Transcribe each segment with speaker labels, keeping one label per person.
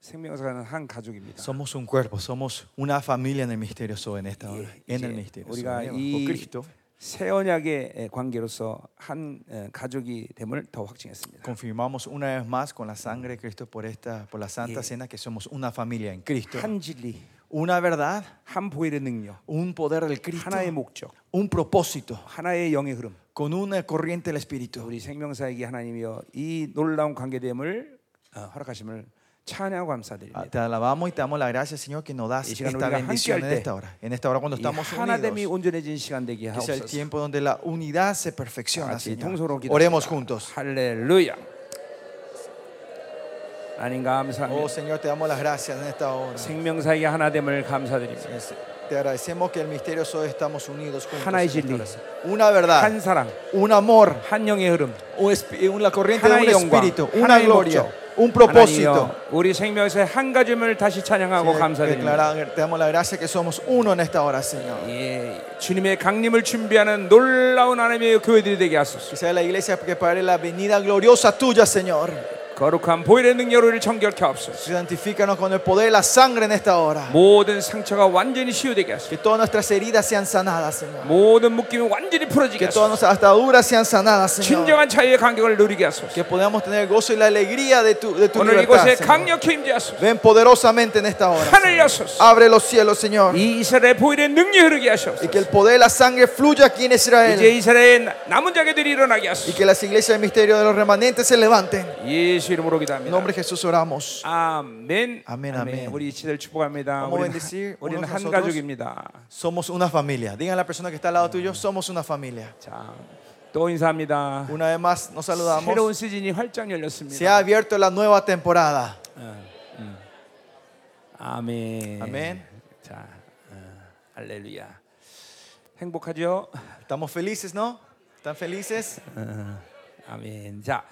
Speaker 1: 생명사는 한 가족입니다.
Speaker 2: Somos un cuerpo, somos una familia en el misterio Zoe en esta hora,
Speaker 1: 예,
Speaker 2: en
Speaker 1: 이제
Speaker 2: el misterio Zoe,
Speaker 1: 우리가
Speaker 2: bajo
Speaker 1: 이
Speaker 2: Cristo.
Speaker 1: 새 언약의 관계로서 한 에, 가족이 됨을 더 확증했습니다.
Speaker 2: Confirmamos una vez más con la sangre de Cristo por, esta, por la Santa Cena que somos una familia en Cristo.
Speaker 1: 한 진리,
Speaker 2: Una verdad,
Speaker 1: 한 보혈의 능력,
Speaker 2: un poder del Cristo,
Speaker 1: 하나의 목적,
Speaker 2: un propósito,
Speaker 1: 하나의 영의 흐름.
Speaker 2: con una corriente del Espíritu.
Speaker 1: 우리 생명사에게 하나님이여 이 놀라운 관계됨을 어, 허락하심을 찬양하고
Speaker 2: Ah,
Speaker 1: 감사드립니다.
Speaker 2: Te alabamos y te damos la gracia, Señor, que nos das
Speaker 1: Y sigan
Speaker 2: esta
Speaker 1: unidas
Speaker 2: bendición en
Speaker 1: 함께할 때
Speaker 2: esta hora. En esta hora cuando
Speaker 1: 이
Speaker 2: estamos
Speaker 1: 하나됨이 그
Speaker 2: unidos,
Speaker 1: 온전해진 시간 되게
Speaker 2: que sea el
Speaker 1: 하옵소서.
Speaker 2: tiempo donde la unidad se perfecciona,
Speaker 1: 같이
Speaker 2: Señor.
Speaker 1: 통소로
Speaker 2: Oremos
Speaker 1: 기도합니다.
Speaker 2: juntos.
Speaker 1: 할렐루야. 하나님
Speaker 2: Oh,
Speaker 1: 감사합니다.
Speaker 2: Señor, te damos las gracias en esta hora.
Speaker 1: 생명사에게 하나됨을 감사드립니다.
Speaker 2: Te agradecemos que el misterio solo estamos unidos juntos.
Speaker 1: 하나의
Speaker 2: en esta
Speaker 1: 진리.
Speaker 2: oración. Una verdad,
Speaker 1: 한 사랑,
Speaker 2: un amor,
Speaker 1: 한 영의 흐름.
Speaker 2: un esp- una corriente de un
Speaker 1: 하나의 영광,
Speaker 2: espíritu, una
Speaker 1: 하나의
Speaker 2: gloria,
Speaker 1: 목적,
Speaker 2: un propósito.
Speaker 1: 하나님이여, 우리 생명사의 한 가짐을 다시 찬양하고 감사드립니다.
Speaker 2: Declara- Te damos la gracia que somos uno en esta hora, Señor.
Speaker 1: 예, 주님의 강림을 준비하는 놀라운 하나님의 교회들이 되게 하소서.
Speaker 2: Que sea la iglesia que prepare la venida gloriosa tuya, Señor.
Speaker 1: 거룩한 보혈의 능력으로 우리를 정결케 하옵소서.
Speaker 2: Santifícanos con el poder de la sangre en esta hora.
Speaker 1: 모든 상처가 완전히 치유되게 하소서.
Speaker 2: Que todas nuestras heridas sean sanadas, Señor.
Speaker 1: 모든 묶임이 완전히 풀어지게
Speaker 2: Que
Speaker 1: 하소서.
Speaker 2: todas nuestras ataduras sean sanadas, Señor.
Speaker 1: 진정한 자유의 간격을 누리게 하소서.
Speaker 2: Que podamos tener el gozo y la alegría de tu, de tu
Speaker 1: 오늘 이곳에
Speaker 2: libertad. Señor.
Speaker 1: 강력히 임재하소서.
Speaker 2: Ven poderosamente en esta hora.
Speaker 1: 하늘
Speaker 2: Señor.
Speaker 1: 여소서.
Speaker 2: Abre los cielos, Señor.
Speaker 1: 이 이스라엘 보혈의 아. 능력이 흐르게
Speaker 2: Y que
Speaker 1: 하소서.
Speaker 2: el poder de la sangre fluya aquí en
Speaker 1: 이제
Speaker 2: Israel.
Speaker 1: 이스라엘 남은 자들이 일어나게
Speaker 2: Y
Speaker 1: 하소서.
Speaker 2: que las iglesias del misterio de los remanentes se levanten.
Speaker 1: 예수
Speaker 2: En
Speaker 1: 이름으로
Speaker 2: el
Speaker 1: 기도합니다.
Speaker 2: nombre de Jesús oramos.
Speaker 1: 아멘.
Speaker 2: 아멘, 아멘.
Speaker 1: 우리 이치들 축복합니다.
Speaker 2: Vamos a
Speaker 1: 우리는,
Speaker 2: bendecir
Speaker 1: 우리는
Speaker 2: unos
Speaker 1: 한
Speaker 2: nosotros.
Speaker 1: 가족입니다.
Speaker 2: Somos una familia. Digan a la persona que está al lado tuyo, somos una familia.
Speaker 1: 자, 또 인사합니다.
Speaker 2: Una vez más, nos
Speaker 1: 새로운
Speaker 2: saludamos.
Speaker 1: 시즌이 활짝
Speaker 2: Se ha
Speaker 1: 열렸습니다.
Speaker 2: abierto la nueva temporada.
Speaker 1: 아멘.
Speaker 2: 아멘.
Speaker 1: 자, 어, 할렐루야. 행복하죠?
Speaker 2: Estamos felices, ¿no? ¿Están felices?
Speaker 1: 어, 아멘. 자,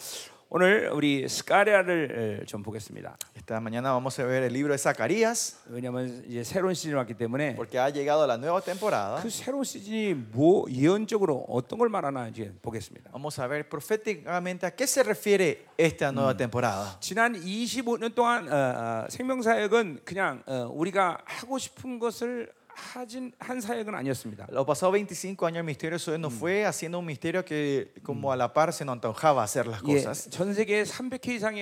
Speaker 1: 오늘 우리 스카리아를 어, 좀 보겠습니다.
Speaker 2: Esta mañana vamos a ver el libro de Zacarías,
Speaker 1: 왜냐하면 이제 새로운 시즌이 왔기 때문에
Speaker 2: porque ha llegado la nueva temporada.
Speaker 1: 그 새로운 시즌이 뭐 예언적으로 어떤 걸 말하나 이제 보겠습니다.
Speaker 2: Vamos a ver proféticamente a qué se refiere esta nueva temporada.
Speaker 1: 지난 25년 동안 어, 어, 생명사역은 그냥 어, 우리가 하고 싶은 것을 하진 한 사역은 아니었습니다.
Speaker 2: Los pasados 25 años el misterio eso no fue haciendo un misterio que como a la par se nos antojaba hacer las
Speaker 1: 예,
Speaker 2: cosas.
Speaker 1: 전 세계 300회 이상의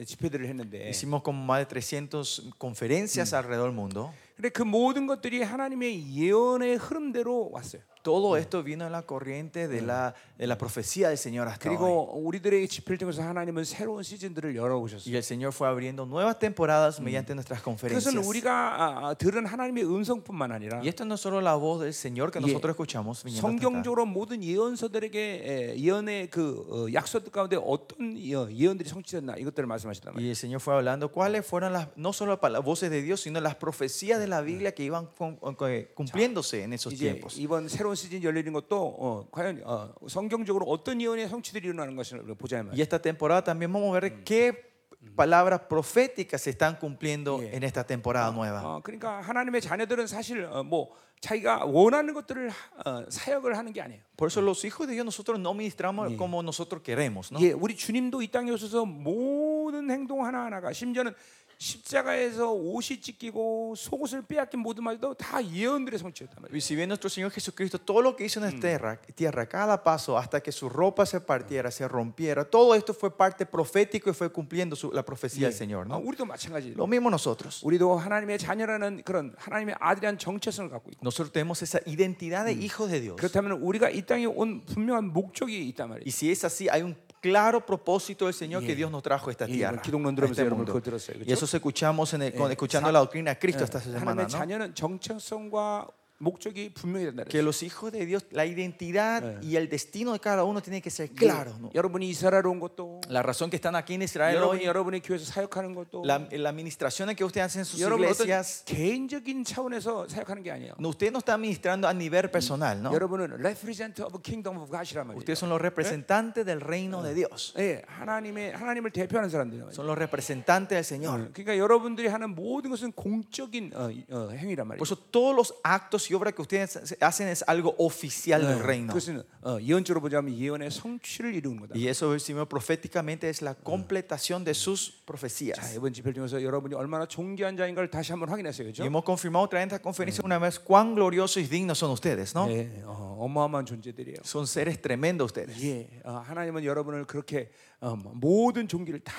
Speaker 1: 에, 집회들을 했는데,
Speaker 2: Hicimos como más de 300 conferencias alrededor del mundo.
Speaker 1: 근데 그 모든 것들이 하나님의 예언의 흐름대로 왔어요.
Speaker 2: Todo esto vino en la corriente de la, de la profecía del Señor hasta hoy.
Speaker 1: 그리고 우리들의 집회를 통해서 하나님은 새로운 시즌들을 열어오셨어요.
Speaker 2: Y el Señor fue abriendo nuevas temporadas mediante nuestras
Speaker 1: 그것은
Speaker 2: conferencias.
Speaker 1: 우리가 아, 아, 들은 하나님의 음성뿐만 아니라
Speaker 2: Y esto no es solo la voz del Señor que
Speaker 1: 예.
Speaker 2: nosotros escuchamos. viniendo hasta acá.
Speaker 1: 성경적으로 모든 예언서들에게 에, 예언의 그 어, 약속들 가운데 어떤 예- 예언들이 성취됐나 이것들을 말씀하셨단 말이에요.
Speaker 2: Y el Señor fue hablando cuáles fueron las, no solo las voces de Dios, sino las profecías de la Biblia que iban cum- cum- cumpliéndose en esos
Speaker 1: 이제
Speaker 2: tiempos.
Speaker 1: 이번 새로운 시즌 열리는 것도 어, 과연 어, 성경적으로 어떤 예언의 성취들이 일어나는 것을 우리가 보자 말이에요.
Speaker 2: Y esta temporada también vamos a ver qué palabras proféticas se están cumpliendo en esta temporada nueva.
Speaker 1: 어, 그러니까 하나님의 자녀들은 사실 어, 뭐 자기가 원하는 것들을 하- 어, 사역을 하는 게 아니에요.
Speaker 2: Por eso los hijos de Dios nosotros no ministramos como nosotros queremos, ¿no?
Speaker 1: 예, 우리 주님도 이 땅에 오셔서 모든 행동 하나하나가 심지어는 십자가에서 옷이 찢기고 속옷을 빼앗긴 모든 말도 다 예언들의 성취였단 말이에요.
Speaker 2: Y si bien nuestro Señor Jesucristo, todo lo que hizo en esta tierra, tierra, cada paso, hasta que su ropa se partiera, se rompiera, todo esto fue parte profético y fue cumpliendo su- la profecía del Señor,
Speaker 1: 아,
Speaker 2: ¿no?
Speaker 1: 우리도 마찬가지예요.
Speaker 2: Lo mismo nosotros.
Speaker 1: 우리도 하나님의 자녀라는 그런 하나님의 아들이란 정체성을 갖고 있고
Speaker 2: Nosotros tenemos esa identidad de hijos de Dios.
Speaker 1: 그렇다면 우리가 이 땅에 온 분명한 목적이 있단 말이에요.
Speaker 2: Y si es así, hay un claro propósito del Señor que Dios nos trajo a esta
Speaker 1: Yeah,
Speaker 2: tierra.
Speaker 1: bueno, 기독론
Speaker 2: a
Speaker 1: 들으면서
Speaker 2: este
Speaker 1: 여러분
Speaker 2: mundo.
Speaker 1: 그거 들었어요,
Speaker 2: Y eso se escuchamos en el- con- escuchando
Speaker 1: 자-
Speaker 2: la doctrina de
Speaker 1: eh,
Speaker 2: Cristo esta
Speaker 1: 하나님의
Speaker 2: semana, ¿no?
Speaker 1: 자녀는 정체성과 목적이 분명히 된다
Speaker 2: Que
Speaker 1: 그랬어요.
Speaker 2: los hijos de Dios, la identidad y el destino de cada uno tiene que ser
Speaker 1: 예,
Speaker 2: claro, ¿no?
Speaker 1: 여러분이 이스라엘 온 것도
Speaker 2: La razón que están aquí en Israel hoy
Speaker 1: 여러분이 여러분의 교회에서 사역하는 것도
Speaker 2: la, la administración que ustedes hacen en sus
Speaker 1: 여러분 어떤
Speaker 2: iglesias,
Speaker 1: 개인적인 차원에서 사역하는 게 아니에요.
Speaker 2: no, usted no está administrando a nivel personal, ¿no?
Speaker 1: 여러분은 representative of kingdom of God이란 말이에요.
Speaker 2: Ustedes son los representantes del reino de Dios.
Speaker 1: 예, 하나님의 하나님을 대표하는 사람들이에요.
Speaker 2: Son los representantes del
Speaker 1: eh,
Speaker 2: Señor.
Speaker 1: 그러니까 여러분들이 하는 모든 것은 공적인 어, 어, 행위란 말이에요.
Speaker 2: Por eso todos los actos y y obras que ustedes hacen es algo oficial
Speaker 1: Eh,
Speaker 2: del reino.
Speaker 1: 그것은 어, 예언적으로 보자면 예언의 성취를 이루는 거다.
Speaker 2: Y eso decimos proféticamente es la completación de sus
Speaker 1: 자,
Speaker 2: profecías.
Speaker 1: 이번 집회 중에서 여러분이 얼마나 존귀한 자인가를 다시 한번 확인했어요.
Speaker 2: Y
Speaker 1: 그죠?
Speaker 2: hemos confirmado otra vez en esta conferencia una vez cuán gloriosos y dignos son ustedes, ¿no?
Speaker 1: 네, 어, 어마어마한 존재들이에요.
Speaker 2: Son seres tremendos ustedes.
Speaker 1: 예, 어, 하나님은 여러분을 그렇게 어, 모든 종기를 다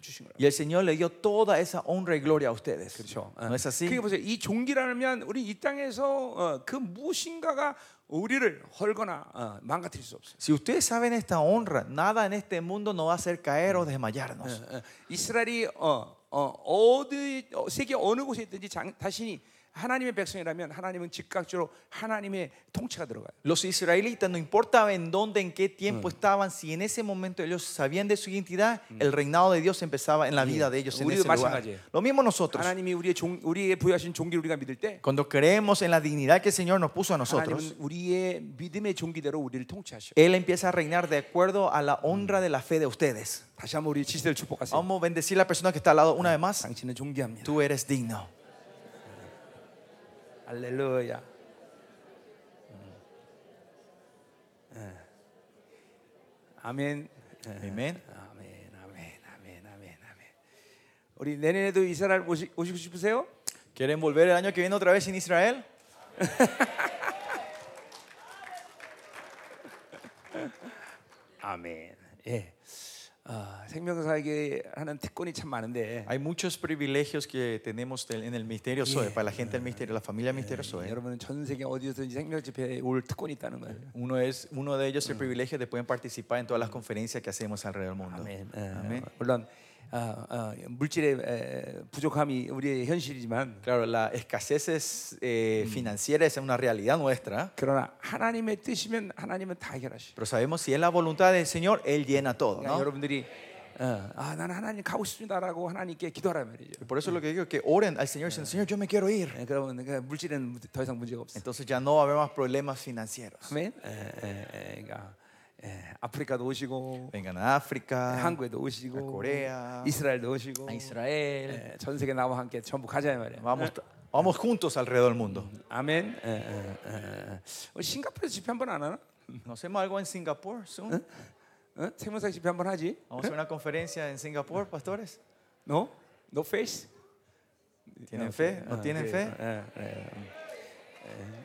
Speaker 1: 주신 거예요.
Speaker 2: Y el Señor le dio toda esa honra y gloria a ustedes.
Speaker 1: 그렇죠.
Speaker 2: ¿No es así?
Speaker 1: 그게 보세요. 이 종기라면 우리 이 땅에서 어, 그 무엇인가가 우리를 헐거나 어, 망가뜨릴 수 없어요.
Speaker 2: Si ustedes saben esta honra, nada en este mundo nos va a hacer caer o desmayarnos.
Speaker 1: 어, 어, 이스라엘이 어, 어, 디 세계 어느 곳에 있든지 장, 자신이 하나님의 백성이라면 하나님은 즉각적으로 하나님의 통치가 들어가요.
Speaker 2: Los israelitas, no importaba en dónde, en qué tiempo estaban, si en ese momento ellos sabían de su identidad, el reinado de Dios empezaba en la vida de ellos en
Speaker 1: Uribe
Speaker 2: ese lugar.
Speaker 1: ma찬가지예요.
Speaker 2: Lo mismo nosotros.
Speaker 1: 하나님이 우리의 종, 우리의 부여하신 종기를 우리가 믿을 때
Speaker 2: Cuando creemos en la dignidad que el Señor nos puso a nosotros,
Speaker 1: 하나님은 우리의 믿음의 종기대로 우리를 통치하셔.
Speaker 2: Él empieza a reinar de acuerdo a la honra de la fe de ustedes.
Speaker 1: 다시 한번 우리 지시대를 축복하세요.
Speaker 2: Vamos a bendecir a la persona que está al lado una vez más.
Speaker 1: 당신은 존귀합니다.
Speaker 2: Tú eres digno.
Speaker 1: 할렐루야. 음. 예. 아멘. 예.
Speaker 2: Amén.
Speaker 1: 아멘. 아멘. 아멘. 아멘. 아멘. 우리 내년에도 이스라엘 오시, 오시고 싶으세요?
Speaker 2: ¿Quieren volver el año que viene otra vez en Israel?
Speaker 1: 아멘. 예. 아, 생명사에게 하는 특권이 참 많은데
Speaker 2: Hay muchos privilegios que tenemos del- en el misterio Zoe, para la gente del misterio, la familia misterio Zoe.
Speaker 1: 여러분은 전 세계 어디서든지 생명 집회에 올 특권이 있다는 거예요.
Speaker 2: Uno, es, uno de ellos es el privilegio de poder participar en todas las conferencias que hacemos alrededor del mundo.
Speaker 1: 아멘. 예.
Speaker 2: Amén.
Speaker 1: 물론 아, 아, 물질의 에, 부족함이 우리의 현실이지만
Speaker 2: Claro, la escasez es, eh, financiera es una realidad nuestra,
Speaker 1: 그러나 하나님의 뜻이면 하나님은 다 해결하시.
Speaker 2: pero sabemos si es la voluntad del Señor, Él llena todo.
Speaker 1: 그러니까
Speaker 2: ¿no?
Speaker 1: 여러분들이 어, 아 나는 하나님 가고 싶습니다라고 하나님께 기도하라 말이죠.
Speaker 2: Y Por eso lo que digo es que oren al Señor diciendo, Señor, yo me quiero ir.
Speaker 1: 예, 그러면 그 물질은 더 이상 문제가 없어.
Speaker 2: Entonces ya no va a haber más problemas financieros.
Speaker 1: 아멘. 예, 예, 예, 그러니까 예, 아프리카도 오시고
Speaker 2: Vengan a África,
Speaker 1: 한국에도 아, 그 오시고
Speaker 2: 아, 코레아.
Speaker 1: 이스라엘도 오시고
Speaker 2: a Israel.
Speaker 1: 예, 전 세계 나와 함께 전부 가자 이 말이에요.
Speaker 2: Vamos, vamos juntos alrededor del mundo.
Speaker 1: 아멘. 예, 예, 예. 어, 싱가포르에서 집회 한 번 안 하나?
Speaker 2: ¿No hacemos algo en Singapur soon?
Speaker 1: 어? 생명사 집회 한 번 하지?
Speaker 2: Vamos a hacer una conferencia en Singapur, pastores.
Speaker 1: No? No face? 네,
Speaker 2: ¿Tienen fe? ¿No tienen fe?
Speaker 1: 예, 예, 예.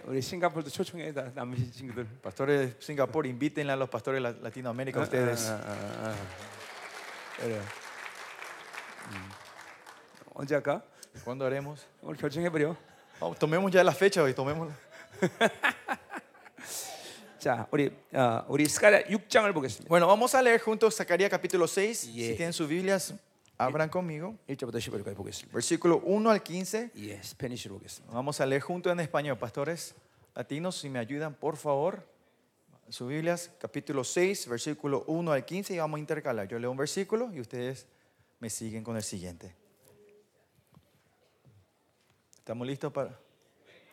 Speaker 1: 우리 싱가포르도 초청해 다 남으신 친구들.
Speaker 2: Pastores de Singapur, invítenle a los pastores de
Speaker 1: Ah,
Speaker 2: Latinoamérica a ustedes.
Speaker 1: 아, 아, 아, 아. 그래요. 음. 언제 할까?
Speaker 2: ¿Cuándo haremos?
Speaker 1: 오늘 결정해 버려.
Speaker 2: Vamos, tomemos ya la fecha hoy, tomémosla.
Speaker 1: 자, 우리 어, 우리 스가랴 6장을 보겠습니다.
Speaker 2: Bueno, vamos a leer juntos Zacarías capítulo 6.
Speaker 1: Yeah.
Speaker 2: Si tienen sus Biblias, abran conmigo.
Speaker 1: 1절부터 15절까지 보겠습니다.
Speaker 2: Versículo 1 al 15.
Speaker 1: 예, 스페니쉬로 보겠습니다.
Speaker 2: Vamos a leer juntos en español, pastores latinos, si me ayudan, por favor. Sus Biblias, capítulo 6, versículo 1 al 15, y vamos a intercalar. Yo leo un versículo y ustedes me siguen con el siguiente. ¿Estamos listos para...?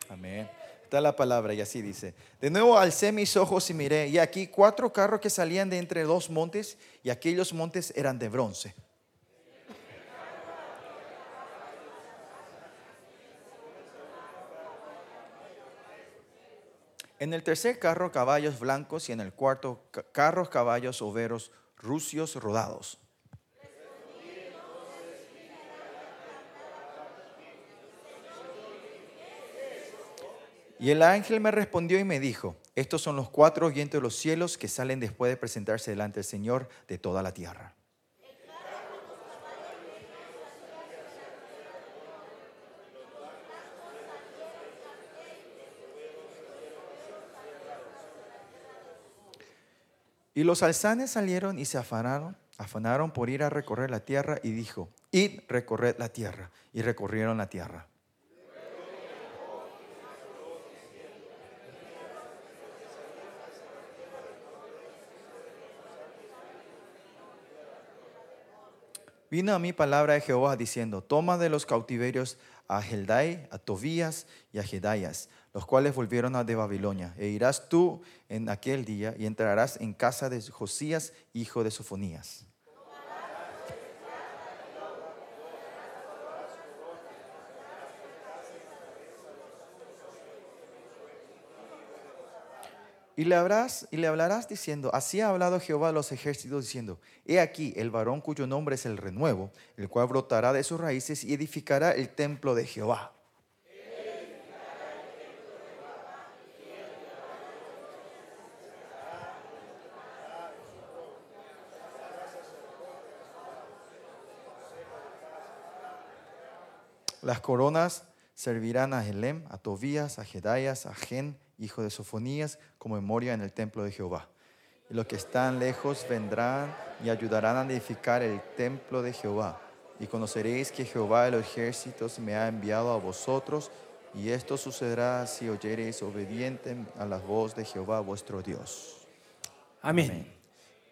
Speaker 2: Amén. Está la palabra y así dice. De nuevo alcé mis ojos y miré, y aquí cuatro carros que salían de entre dos montes, y aquellos montes eran de bronce. En el tercer carro caballos blancos y en el cuarto ca- carros caballos overos rucios rodados. Y el ángel me respondió y me dijo, estos son los cuatro vientos de los cielos que salen después de presentarse delante del Señor de toda la tierra. Y los alzanes salieron y se afanaron, afanaron por ir a recorrer la tierra y dijo, id recorred la tierra. Y recorrieron la tierra. Vino a mí palabra de Jehová diciendo, toma de los cautiverios a Heldai, a Tobías y a Gedaias, los cuales volvieron a de Babilonia, e irás tú en aquel día y entrarás en casa de Josías, hijo de Sofonías. Y le, habrás, y le hablarás diciendo, así ha hablado Jehová a los ejércitos diciendo, he aquí el varón cuyo nombre es el renuevo, el cual brotará de sus raíces y edificará el templo de Jehová. Las coronas servirán a Helem, a Tobías, a Jedaias, a Gen, hijo de Sofonías, como memoria en el templo de Jehová. Y los que están lejos vendrán y ayudarán a edificar el templo de Jehová. Y conoceréis que Jehová de los ejércitos me ha enviado a vosotros, y esto sucederá si oyereis obediente a la voz de Jehová vuestro Dios.
Speaker 1: 아멘.